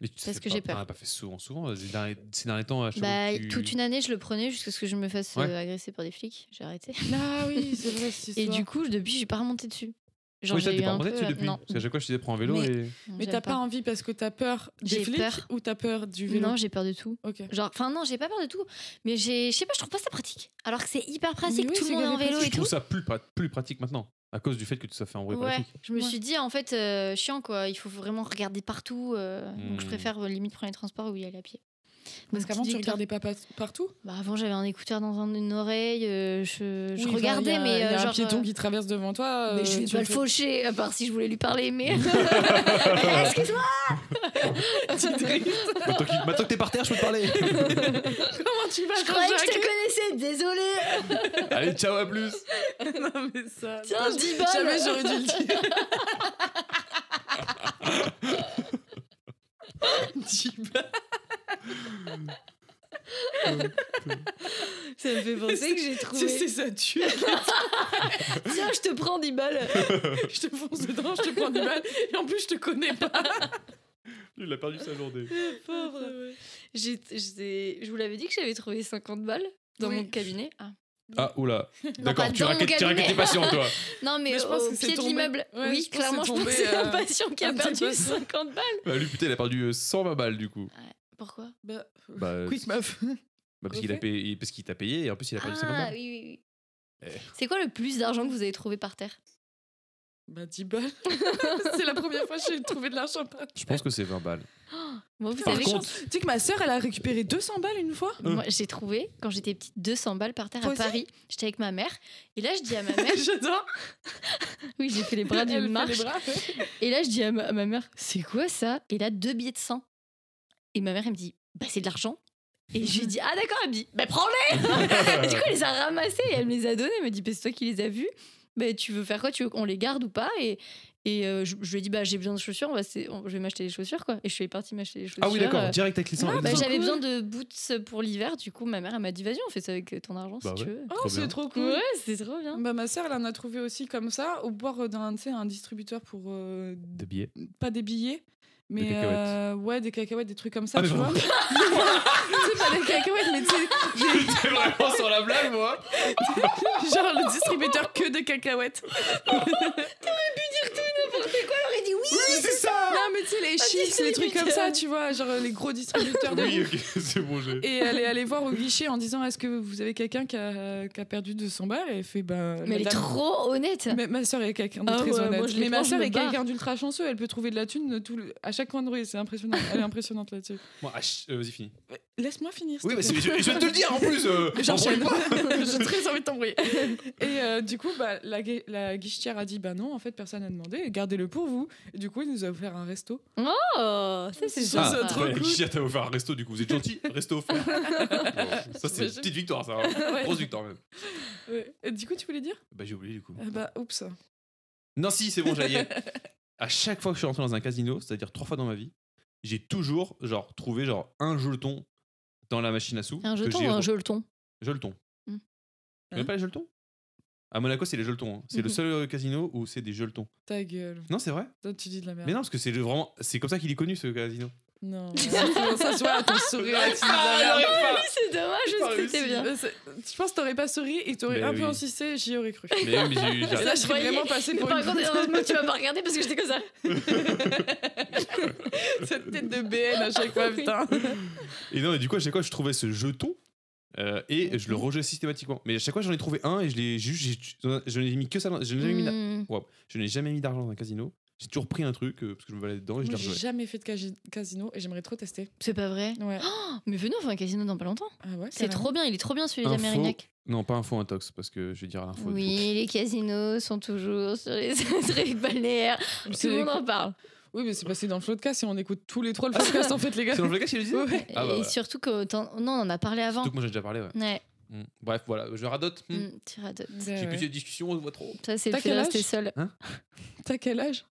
Speaker 3: Mais tu
Speaker 2: Parce
Speaker 3: sais
Speaker 2: que
Speaker 3: pas-
Speaker 2: j'ai peur.
Speaker 3: t'en as pas fait souvent, souvent. Ces derniers, ces derniers temps, à chaque
Speaker 2: Bah,
Speaker 3: fois que tu-
Speaker 2: toute une année, je le prenais jusqu'à ce que je me fasse euh,
Speaker 3: Ouais.
Speaker 2: agresser par des flics. J'ai arrêté.
Speaker 4: Ah oui, c'est vrai, c'est
Speaker 2: Et du coup, depuis, j'ai pas remonté dessus. Genre,
Speaker 3: Oui, ça,
Speaker 2: j'ai
Speaker 3: t'es
Speaker 2: eu
Speaker 3: pas
Speaker 2: un
Speaker 3: remonté
Speaker 2: peu-
Speaker 3: dessus depuis.
Speaker 2: Non,
Speaker 3: Parce qu'à chaque fois, je disais prends un vélo
Speaker 2: Mais-
Speaker 3: et.
Speaker 2: non,
Speaker 4: Mais
Speaker 2: j'aime
Speaker 4: t'as pas envie parce que t'as peur des
Speaker 2: J'ai
Speaker 4: flics
Speaker 2: peur.
Speaker 4: ou t'as peur du vélo
Speaker 2: Non, j'ai peur de tout.
Speaker 4: Ok.
Speaker 2: Genre, enfin non, j'ai pas peur de tout, mais j'ai, je sais pas, je trouve pas ça pratique. Alors que c'est hyper pratique,
Speaker 4: oui,
Speaker 2: tout le
Speaker 4: c'est
Speaker 2: monde est en
Speaker 4: grave
Speaker 2: vélo
Speaker 3: Je
Speaker 2: et tout.
Speaker 3: trouve ça plus, pra- plus pratique maintenant, à cause du fait que ça fait un bruit
Speaker 2: Ouais,
Speaker 3: pratique.
Speaker 2: je me
Speaker 4: Ouais.
Speaker 2: suis dit en fait euh, chiant quoi, il faut vraiment regarder partout, euh, donc je
Speaker 3: Hmm.
Speaker 2: préfère euh, limite prendre les transports ou y aller à pied.
Speaker 4: Parce
Speaker 2: Donc,
Speaker 4: qu'avant,
Speaker 2: petite
Speaker 4: tu
Speaker 2: victoire.
Speaker 4: regardais pas pa- partout.
Speaker 2: Bah, avant j'avais un écouteur dans un- une oreille, euh, je, je
Speaker 4: Oui,
Speaker 2: regardais
Speaker 4: enfin, il y
Speaker 2: mais
Speaker 4: a- il y
Speaker 2: euh,
Speaker 4: a un
Speaker 2: genre.
Speaker 4: piéton
Speaker 2: euh,
Speaker 4: qui traverse devant toi.
Speaker 2: mais
Speaker 4: euh,
Speaker 2: je vais
Speaker 4: tu
Speaker 2: pas le
Speaker 4: fais- <laughs>
Speaker 2: faucher, à part si je voulais lui parler, mais. Euh, Excuse-moi!
Speaker 4: Tu dérives.
Speaker 3: Maintenant qu'il- maintenant que t'es par terre, je peux te parler.
Speaker 2: <laughs>
Speaker 4: Comment tu vas
Speaker 2: Je croyais <laughs> que je te connaissais, désolée!
Speaker 3: Allez, ciao, à plus.
Speaker 4: Jacques <laughs> Non mais ça.
Speaker 2: Tiens, 10 balles!
Speaker 4: Jamais j'aurais dû le dire. 10 balles.
Speaker 2: Ça me fait penser que j'ai trouvé.
Speaker 4: Tu sais, ça tue.
Speaker 2: <laughs> Tiens, je te prends 10 balles!
Speaker 4: <laughs> Je te fonce dedans, je te prends 10 balles. Et en plus, je te connais pas.
Speaker 3: Il a perdu sa journée.
Speaker 2: J'ai- j'ai- Je vous l'avais dit que j'avais trouvé 50 balles dans
Speaker 4: Oui.
Speaker 2: mon cabinet. Ah.
Speaker 3: Ah, oula.
Speaker 2: pas
Speaker 3: D'accord, tu
Speaker 2: dans mon
Speaker 3: raquettes tu
Speaker 2: cabinet.
Speaker 3: raquettes tes patients,
Speaker 2: <laughs>
Speaker 3: toi.
Speaker 2: Non, mais,
Speaker 4: Mais je pense
Speaker 2: au
Speaker 4: que c'est
Speaker 2: pied de
Speaker 4: tombé.
Speaker 2: l'immeuble. oui,
Speaker 4: Ouais, je pense que
Speaker 2: clairement,
Speaker 4: c'est
Speaker 2: je pense que
Speaker 4: tombé,
Speaker 2: c'est un
Speaker 4: euh,
Speaker 2: patient qui a
Speaker 4: un petit peu
Speaker 2: perdu
Speaker 4: ça.
Speaker 2: 50 balles.
Speaker 3: Bah, lui, putain, il a perdu euh, 120 balles, du coup.
Speaker 2: Pourquoi
Speaker 4: Bah,
Speaker 3: Bah,
Speaker 4: quick meuf.
Speaker 3: Bah, parce qu'il a
Speaker 4: refais.
Speaker 3: payé- parce qu'il t'a payé et en plus, il a perdu 50
Speaker 2: Ah,
Speaker 3: balles.
Speaker 2: oui, oui, oui.
Speaker 3: Eh.
Speaker 2: C'est quoi le plus d'argent que vous avez trouvé par terre
Speaker 4: <laughs> Bah 10 balles. <laughs> C'est la première fois que j'ai trouvé de l'argent. par-
Speaker 2: Ah,
Speaker 3: Je
Speaker 4: <laughs>
Speaker 3: pense que c'est 20 balles.
Speaker 2: Moi, vous
Speaker 3: Par
Speaker 2: savez,
Speaker 3: contre,
Speaker 4: Tu sais que ma sœur, elle a récupéré 200 balles une fois.
Speaker 2: moi, j'ai trouvé, quand j'étais petite, 200 balles par terre
Speaker 4: Toi
Speaker 2: à
Speaker 4: aussi
Speaker 2: Paris. J'étais avec ma mère. Et là, je dis à
Speaker 4: <laughs>
Speaker 2: ma mère,
Speaker 4: J'adore.
Speaker 2: <laughs> oui, j'ai fait les bras
Speaker 4: <laughs> Elle fait
Speaker 2: d'une
Speaker 4: les
Speaker 2: marche. <laughs>
Speaker 4: bras.
Speaker 2: Et là, je dis à ma, à ma mère, c'est quoi ça Et là, deux billets de 100. Et ma mère, elle me dit, bah, c'est de l'argent. Et je lui dis, ah d'accord, elle me dit, bah, prends-les <laughs> Et Du coup, elle les a ramassés et elle me les a donnés. Elle me dit, bah, c'est toi qui les as vus. Bah, tu veux faire quoi Tu veux qu'on les garde ou pas Et, Et euh, je, je lui ai dit, bah, j'ai besoin de chaussures, on va s'é- on- je vais m'acheter des chaussures, quoi. Et je suis partie m'acheter des chaussures.
Speaker 3: Ah oui, d'accord,
Speaker 2: euh,
Speaker 3: direct avec les seins.
Speaker 4: Ah,
Speaker 3: les
Speaker 2: bah,
Speaker 3: seins.
Speaker 2: J'avais
Speaker 4: Cool.
Speaker 2: besoin de boots pour l'hiver, du coup, ma mère, elle m'a dit, vas-y, on fait ça avec ton argent
Speaker 3: Bah
Speaker 2: si tu
Speaker 3: ouais.
Speaker 2: veux.
Speaker 3: Trop
Speaker 4: Oh, c'est
Speaker 3: bien.
Speaker 4: trop cool.
Speaker 2: Ouais, c'est trop bien.
Speaker 4: Bah, ma sœur, elle en a trouvé aussi comme ça, au bord d'un tu sais, un distributeur pour. euh,
Speaker 3: de billets.
Speaker 4: pas des billets, mais.
Speaker 3: cacahuètes.
Speaker 4: euh, ouais, des cacahuètes, des trucs comme ça,
Speaker 3: Ah, mais
Speaker 4: tu vois.
Speaker 3: vraiment.
Speaker 4: tu sais, pas des cacahuètes, mais tu sais,
Speaker 3: J'étais <laughs>
Speaker 2: Ah,
Speaker 3: vraiment Oh, sur la blague, moi.
Speaker 4: genre le distributeur que de
Speaker 2: <laughs>
Speaker 4: cacahuètes.
Speaker 2: J'aurais dit oui
Speaker 3: Oui, <laughs> c'est ça.
Speaker 4: Non, mais tu sais, les chips, les trucs comme ça, tu vois, genre les gros distributeurs de
Speaker 3: Oui, ok, <laughs> c'est bon, j'ai.
Speaker 4: Et elle est allée voir au guichet en disant Est-ce que vous avez quelqu'un qui a, qui a perdu 200 balles Et elle fait Ben.
Speaker 2: Mais elle est
Speaker 4: madame-
Speaker 2: trop honnête.
Speaker 4: Mais ma soeur est quelqu'un de
Speaker 2: Ah
Speaker 4: très
Speaker 2: ouais,
Speaker 4: honnête.
Speaker 2: moi, je les
Speaker 4: mais ma
Speaker 2: prends, je
Speaker 4: soeur
Speaker 2: me
Speaker 4: est
Speaker 2: barre.
Speaker 4: quelqu'un d'ultra chanceux. Elle peut trouver de la thune tout le- à chaque coin de rue. C'est impressionnant. Elle est impressionnante là-dessus.
Speaker 3: Moi, ah, ch- euh, vas-y, finis.
Speaker 4: Mais Laisse-moi finir. s'il
Speaker 3: Oui,
Speaker 4: te
Speaker 3: mais
Speaker 4: <laughs>
Speaker 3: c'est-
Speaker 4: plaît.
Speaker 3: je, je vais te le dire en plus. <laughs> euh,
Speaker 4: J'enchaîne.
Speaker 3: embrouille pas. <laughs>
Speaker 4: J'ai très envie de t'embrouiller. Et euh, du coup, bah, la, gui- la guichetière a dit Bah non, en fait, personne n'a demandé. Gardez-le pour vous. Et du coup, il nous a offert un resto.
Speaker 2: Oh, ça, c'est
Speaker 4: Ça,
Speaker 2: sympa.
Speaker 4: c'est trop
Speaker 3: Ah, ouais,
Speaker 4: cool.
Speaker 3: Chia, t'as offert un resto, du coup, vous êtes <laughs> gentil, resto offert. Bon, ça, c'est une
Speaker 4: J'imagine.
Speaker 3: petite victoire, ça. hein. <laughs>
Speaker 4: Ouais.
Speaker 3: Grosse victoire, même.
Speaker 4: Ouais. Et du coup, tu voulais dire
Speaker 3: Bah, j'ai oublié, du coup.
Speaker 4: Euh, Bah, oups.
Speaker 3: Non, si, c'est bon, j'y ai. À chaque fois que je suis rentré dans un casino, c'est-à-dire trois fois dans ma vie, j'ai toujours genre trouvé genre un jeton dans la machine à sous.
Speaker 2: Un
Speaker 3: que
Speaker 2: jeton
Speaker 3: j'ai
Speaker 2: ou un
Speaker 3: re-
Speaker 2: jeleton
Speaker 3: Jeton.
Speaker 2: Hmm.
Speaker 3: Tu connais
Speaker 4: Hein
Speaker 3: pas les jetons À Monaco, c'est les jetons. hein. C'est le
Speaker 2: Mhm.
Speaker 3: seul euh, casino où c'est des jetons.
Speaker 4: Ta gueule.
Speaker 3: Non, c'est vrai.
Speaker 4: Toi, tu dis de la merde.
Speaker 3: Mais non, parce que c'est le- vraiment, c'est comme ça qu'il est connu ce casino.
Speaker 4: Non, <laughs> ça se- ça se voit à ton sourire. là, tu dis de la merde.
Speaker 2: Oui, c'est
Speaker 3: Ah,
Speaker 2: dommage,
Speaker 3: pas
Speaker 2: je sais Ah, que c'était
Speaker 3: réussi.
Speaker 2: bien.
Speaker 4: Euh, c'est- Je pense que t'aurais pas souri et t'aurais
Speaker 3: Mais
Speaker 4: un
Speaker 3: Ben oui.
Speaker 4: peu insisté, j'y aurais <laughs> cru.
Speaker 3: Mais, oui, mais j'ai eu-
Speaker 4: Et
Speaker 3: j'ai-
Speaker 4: là, je serais
Speaker 2: voyais.
Speaker 4: vraiment passé
Speaker 2: Mais
Speaker 4: pour
Speaker 2: par
Speaker 4: une
Speaker 2: contre, heureusement que tu m'as pas regardé parce que j'étais comme ça.
Speaker 4: Cette tête <laughs> de BN à chaque fois,
Speaker 2: Oui.
Speaker 4: putain.
Speaker 3: Et non, et du coup, à chaque fois, je trouvais ce jeton euh, et je le rejetais systématiquement. Mais à chaque fois, j'en ai trouvé un et je l'ai juste, j'ai- je n'ai mis que ça, dans- je n'ai jamais mis d'a-
Speaker 2: Hmm.
Speaker 3: je n'ai jamais mis d'argent dans un casino. J'ai toujours pris un truc euh, parce que je me baladais dedans et je l'ai
Speaker 4: Moi, j'ai
Speaker 3: rejoué.
Speaker 4: jamais fait de casi- casino et j'aimerais trop tester.
Speaker 2: C'est pas vrai.
Speaker 4: Ouais.
Speaker 2: Oh, Mais venez, on fait un casino dans pas longtemps.
Speaker 4: Ah ouais,
Speaker 2: C'est
Speaker 4: carrément.
Speaker 2: trop bien, il est trop bien celui de
Speaker 3: Info.
Speaker 2: Mérignac.
Speaker 3: Non, pas info intox parce que je vais dire l'info.
Speaker 2: Oui, les casinos sont toujours sur les <laughs> trucs balnéaires.
Speaker 4: Mais
Speaker 2: Tout
Speaker 4: c'est-
Speaker 2: le monde en parle.
Speaker 4: Oui, mais c'est passé dans le floodcast et on écoute tous les trois le floodcast en fait, les gars.
Speaker 3: C'est dans le cas chez les
Speaker 4: Ouais, ouais.
Speaker 3: Ah bah
Speaker 2: Et
Speaker 3: ouais.
Speaker 2: surtout que. t'en- Non, on en a parlé avant.
Speaker 3: Surtout que moi j'ai déjà parlé. Ouais.
Speaker 2: Ouais,
Speaker 3: Mm. Bref, voilà, je radote. Mm.
Speaker 2: hmm, tu radotes.
Speaker 4: Bah
Speaker 3: J'ai
Speaker 4: ouais.
Speaker 3: plus de discussions, on se voit trop.
Speaker 2: Ça, c'est
Speaker 4: T'as
Speaker 2: le fait
Speaker 4: quel
Speaker 2: de
Speaker 4: âge
Speaker 2: rester seul.
Speaker 4: T'as quel âge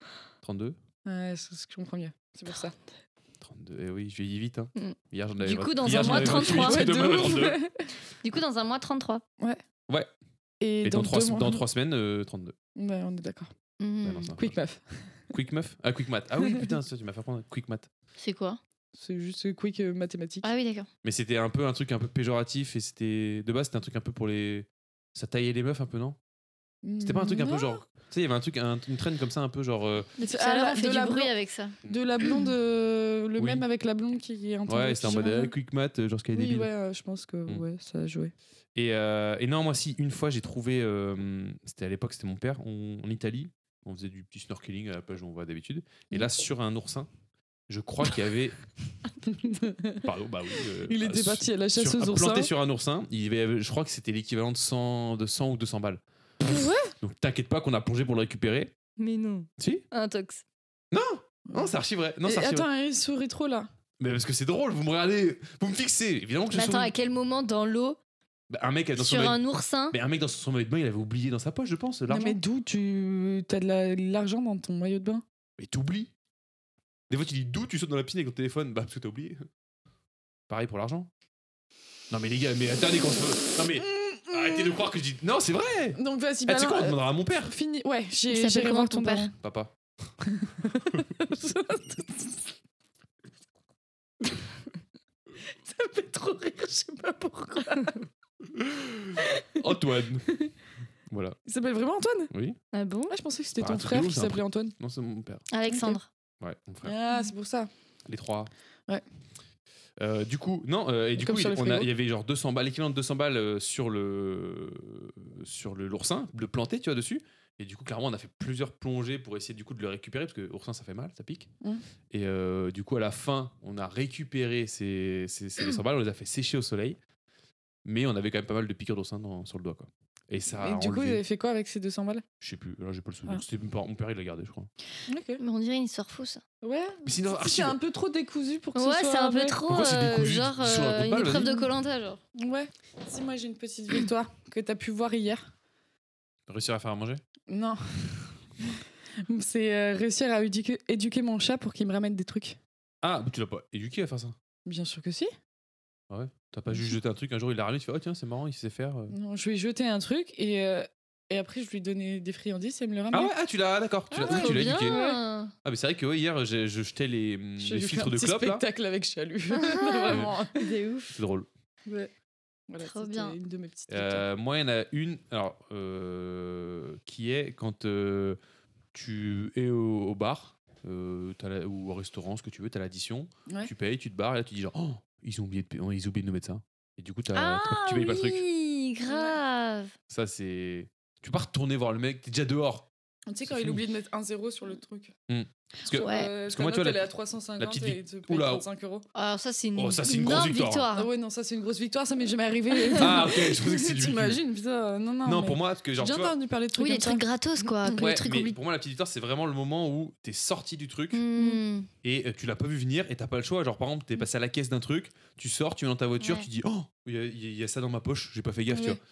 Speaker 3: 32
Speaker 4: Ouais, c'est ce que je comprends mieux. C'est pour ça. <laughs>
Speaker 3: 32. Eh oui, je vieillis vite. Hein.
Speaker 2: Mm.
Speaker 3: Hier, j'en avais
Speaker 2: Du
Speaker 3: vingt-
Speaker 2: coup, dans
Speaker 3: hier,
Speaker 2: un
Speaker 3: j'en
Speaker 2: mois,
Speaker 3: avais 28,
Speaker 2: 33.
Speaker 4: Ouais, de
Speaker 3: demain,
Speaker 4: ouf.
Speaker 3: 32.
Speaker 2: Du coup, dans un mois, 33.
Speaker 4: Et,
Speaker 3: Et dans
Speaker 4: dans, deux
Speaker 3: 3
Speaker 4: mois-
Speaker 3: dans trois semaines, euh, 32.
Speaker 4: Ouais, on est d'accord.
Speaker 2: Hmm.
Speaker 3: Ouais, non, c'est un
Speaker 4: Quick meuf.
Speaker 3: Quick meuf Ah, quick math. Ah oui, putain, ça, tu m'as fait prendre un quick math.
Speaker 2: C'est quoi
Speaker 4: C'est juste quick euh, mathématique.
Speaker 2: Ah oui, d'accord.
Speaker 3: Mais c'était un peu un truc un peu péjoratif et c'était. De base, c'était un truc un peu pour les. Ça taillait les meufs un peu, non C'était pas un truc un peu genre. Tu sais, il y avait un truc, un- une traîne comme ça, un peu genre. euh,
Speaker 2: Mais
Speaker 4: C'est-
Speaker 2: tout à
Speaker 4: ah,
Speaker 2: l'heure,
Speaker 4: la-
Speaker 2: on fait
Speaker 4: de
Speaker 2: du
Speaker 4: la
Speaker 2: bruit
Speaker 4: blo-
Speaker 2: avec ça.
Speaker 4: De la blonde, euh, le
Speaker 3: Oui.
Speaker 4: même avec la blonde qui est en train de-
Speaker 3: Ouais, c'était en
Speaker 4: qui
Speaker 3: mode
Speaker 4: gère un-
Speaker 3: euh, quick math, euh, genre ce qu'elle est
Speaker 4: Oui,
Speaker 3: débile.
Speaker 4: ouais, euh, je pense que
Speaker 3: Mm.
Speaker 4: ouais, ça
Speaker 3: <laughs>
Speaker 4: a joué. <laughs>
Speaker 3: Et, euh, et non, moi, si, une fois, j'ai trouvé. euh, c'était à l'époque, c'était mon père, on- en Italie. On faisait du petit snorkeling à la plage où on va d'habitude. Et là, sur un oursin, je crois qu'il y avait. Pardon, bah oui. euh,
Speaker 4: <laughs> Il
Speaker 3: bah,
Speaker 4: était
Speaker 3: su-
Speaker 4: parti à la
Speaker 3: sur-
Speaker 4: chasse aux oursins.
Speaker 3: Planté sur un oursin, il y avait, je crois que c'était l'équivalent de 100, de 100 ou 200 balles.
Speaker 4: Ouais.
Speaker 3: Donc t'inquiète pas qu'on a plongé pour le récupérer.
Speaker 2: Mais non.
Speaker 3: Si
Speaker 2: Un tox.
Speaker 3: Non, c'est archi vrai. Non,
Speaker 4: Et
Speaker 3: c'est archi vrai.
Speaker 4: attends, il sourit trop là.
Speaker 3: Mais parce que c'est drôle, vous me regardez, vous me fixez. Évidemment que je
Speaker 2: Mais
Speaker 3: suis.
Speaker 2: attends, à quel moment dans l'eau,
Speaker 3: Bah, un mec dans son
Speaker 2: sur
Speaker 3: maillot-
Speaker 2: un oursin
Speaker 3: Mais un mec dans son maillot de bain, il avait oublié dans sa poche, je pense,
Speaker 4: Non,
Speaker 3: l'argent.
Speaker 4: mais d'où tu as de la- l'argent dans ton maillot de bain
Speaker 3: Mais t'oublies. Des fois, tu dis d'où tu sautes dans la piscine avec ton téléphone Bah, parce que t'as oublié. Pareil pour l'argent. Non, mais les gars, mais attendez qu'on se. Non, mais arrêtez de croire que je dis. Non, c'est vrai
Speaker 4: Donc vas-y,
Speaker 3: Eh, Tu sais
Speaker 4: Balin,
Speaker 3: quoi, on
Speaker 4: euh,
Speaker 3: demandera à mon père
Speaker 4: Fini. Ouais,
Speaker 2: Il
Speaker 4: j'ai
Speaker 2: s'appelle
Speaker 4: j'ai
Speaker 2: comment
Speaker 4: vraiment
Speaker 2: ton
Speaker 4: ton
Speaker 2: père
Speaker 4: père.
Speaker 3: Papa.
Speaker 4: Ça fait trop rire, je sais pas pourquoi.
Speaker 3: Antoine. voilà.
Speaker 4: Il s'appelle vraiment Antoine
Speaker 3: Oui
Speaker 2: Ah bon
Speaker 4: Ah, je pensais que c'était
Speaker 3: Bah,
Speaker 4: ton
Speaker 3: un truc de
Speaker 4: frère
Speaker 3: ouf,
Speaker 4: qui
Speaker 3: c'est un
Speaker 4: s'appelait Antoine.
Speaker 3: Non, c'est mon père.
Speaker 2: Alexandre.
Speaker 3: Ouais, mon frère.
Speaker 4: Ah, c'est pour ça.
Speaker 3: Les trois.
Speaker 4: Ouais.
Speaker 3: Euh, du coup, non, euh, et du
Speaker 4: Comme
Speaker 3: coup,
Speaker 4: sur
Speaker 3: il
Speaker 4: les
Speaker 3: on a-
Speaker 4: frigos.
Speaker 3: il y avait genre 200 balles, l'équivalent de 200 balles euh, sur le sur le l'oursin, le planté, tu vois, dessus. Et du coup, clairement, on a fait plusieurs plongées pour essayer du coup de le récupérer, parce que oursin, ça fait mal, ça pique.
Speaker 4: Mm.
Speaker 3: Et euh, du coup, à la fin, on a récupéré ces, ces, ces 200 balles, on les a fait sécher au soleil, mais on avait quand même pas mal de piqûres d'oursin dans- sur le doigt, quoi. Et ça a
Speaker 4: Et du coup, vous
Speaker 3: enlevé-
Speaker 4: avez fait quoi avec ces 200 balles
Speaker 3: je sais plus, là j'ai pas le souvenir.
Speaker 4: Ah.
Speaker 3: C'était mon père- mon père, il l'a gardé, je crois.
Speaker 4: Ok.
Speaker 2: Mais on dirait une histoire fausse.
Speaker 4: Ouais.
Speaker 3: Mais sinon,
Speaker 4: C'est
Speaker 3: archive.
Speaker 4: un peu trop décousu pour que
Speaker 2: Ouais,
Speaker 4: ce soit
Speaker 2: c'est un peu
Speaker 4: vrai.
Speaker 2: trop
Speaker 3: Pourquoi c'est
Speaker 2: euh,
Speaker 3: décousu
Speaker 2: genre
Speaker 3: sur la
Speaker 2: euh,
Speaker 3: coupe
Speaker 2: une
Speaker 3: balle,
Speaker 2: épreuve
Speaker 3: vas-y.
Speaker 2: de Colanta genre.
Speaker 4: Ouais. Si moi j'ai une petite victoire que t'as pu voir hier.
Speaker 3: Réussir à faire à manger
Speaker 4: Non. <laughs> C'est euh, réussir à éduquer, éduquer mon chat pour qu'il me ramène des trucs.
Speaker 3: Ah, mais tu l'as pas éduqué à faire ça.
Speaker 4: Bien sûr que si.
Speaker 3: Ah ouais T'as pas juste jeté un truc, un jour il l'a ramené, tu fais Oh tiens, c'est marrant, il sait faire. euh.
Speaker 4: Non, je lui ai jeté un truc et, euh, et après je lui donnais des friandises et il me le
Speaker 3: Ah
Speaker 4: ramenait.
Speaker 3: ouais, ah, tu l'as, ah, d'accord, tu l'as
Speaker 4: ouais,
Speaker 3: oui, tu l'as
Speaker 2: Oh, Bien.
Speaker 3: éduqué. Ah, mais c'est vrai que ouais, hier, j'ai- je jetais les, mm,
Speaker 4: Je
Speaker 3: les
Speaker 4: lui ai fait un
Speaker 3: filtres de
Speaker 4: petit
Speaker 3: clope là.
Speaker 4: spectacle avec
Speaker 2: Ah.
Speaker 4: Chalut. <laughs>
Speaker 2: <laughs>
Speaker 4: Vraiment.
Speaker 2: C'est ouf.
Speaker 3: C'est drôle.
Speaker 4: Ouais. Voilà,
Speaker 2: Trop
Speaker 4: c'était
Speaker 2: bien.
Speaker 4: Une de mes petites. victoires.
Speaker 3: Euh, moi, il y en a une, alors, euh, qui est quand euh, tu es au, au bar euh, t'as la- ou au restaurant, ce que tu veux, t'as l'addition,
Speaker 4: Ouais.
Speaker 3: tu payes, tu te barres, et là tu dis genre, oh, ils ont oublié de, pa- ils ont oublié de nous mettre ça. Et du coup, t'as-
Speaker 2: Ah,
Speaker 3: t'as- Bah, tu payes pas le truc.
Speaker 2: oui, grave.
Speaker 3: Ça, c'est. Tu peux pas retourner voir le mec, t'es déjà dehors.
Speaker 4: Tu sais,
Speaker 3: c'est
Speaker 4: quand il
Speaker 3: fini.
Speaker 4: oublie de mettre un zéro sur le truc.
Speaker 3: Hmm. Parce que
Speaker 2: Ouais.
Speaker 4: parce
Speaker 3: que moi, tu vois,
Speaker 4: elle est
Speaker 3: la-
Speaker 4: à 350
Speaker 3: la petite
Speaker 4: et il te paye
Speaker 3: Oula.
Speaker 4: 35 euros.
Speaker 2: Alors Ah, ça, c'est une,
Speaker 3: Oh, ça, c'est une
Speaker 2: énorme
Speaker 3: grosse victoire.
Speaker 4: Ah ouais, non, ça c'est une grosse victoire, ça m'est jamais arrivé.
Speaker 3: Ah, ok, je pensais que c'était du
Speaker 4: T'imagines, putain, non, non.
Speaker 3: Non,
Speaker 4: mais-
Speaker 3: pour moi, parce que
Speaker 4: J'ai
Speaker 3: genre, tu
Speaker 4: déjà
Speaker 3: vois,
Speaker 4: entendu parler de trucs.
Speaker 2: Oui, les
Speaker 4: comme
Speaker 2: trucs gratos, quoi. Que
Speaker 3: ouais,
Speaker 2: les trucs
Speaker 3: mais
Speaker 2: oubliés.
Speaker 3: pour moi, la petite histoire, c'est vraiment le moment où t'es sorti du truc
Speaker 4: Mm.
Speaker 2: Hmm.
Speaker 3: et euh, tu l'as pas vu venir et t'as pas le choix. Genre, par exemple, t'es passé à la caisse d'un truc, tu sors, tu vas dans ta voiture,
Speaker 2: Ouais.
Speaker 3: tu dis Oh, il y, a- il y a ça dans ma poche, j'ai pas fait gaffe, tu
Speaker 4: Ouais.
Speaker 3: vois.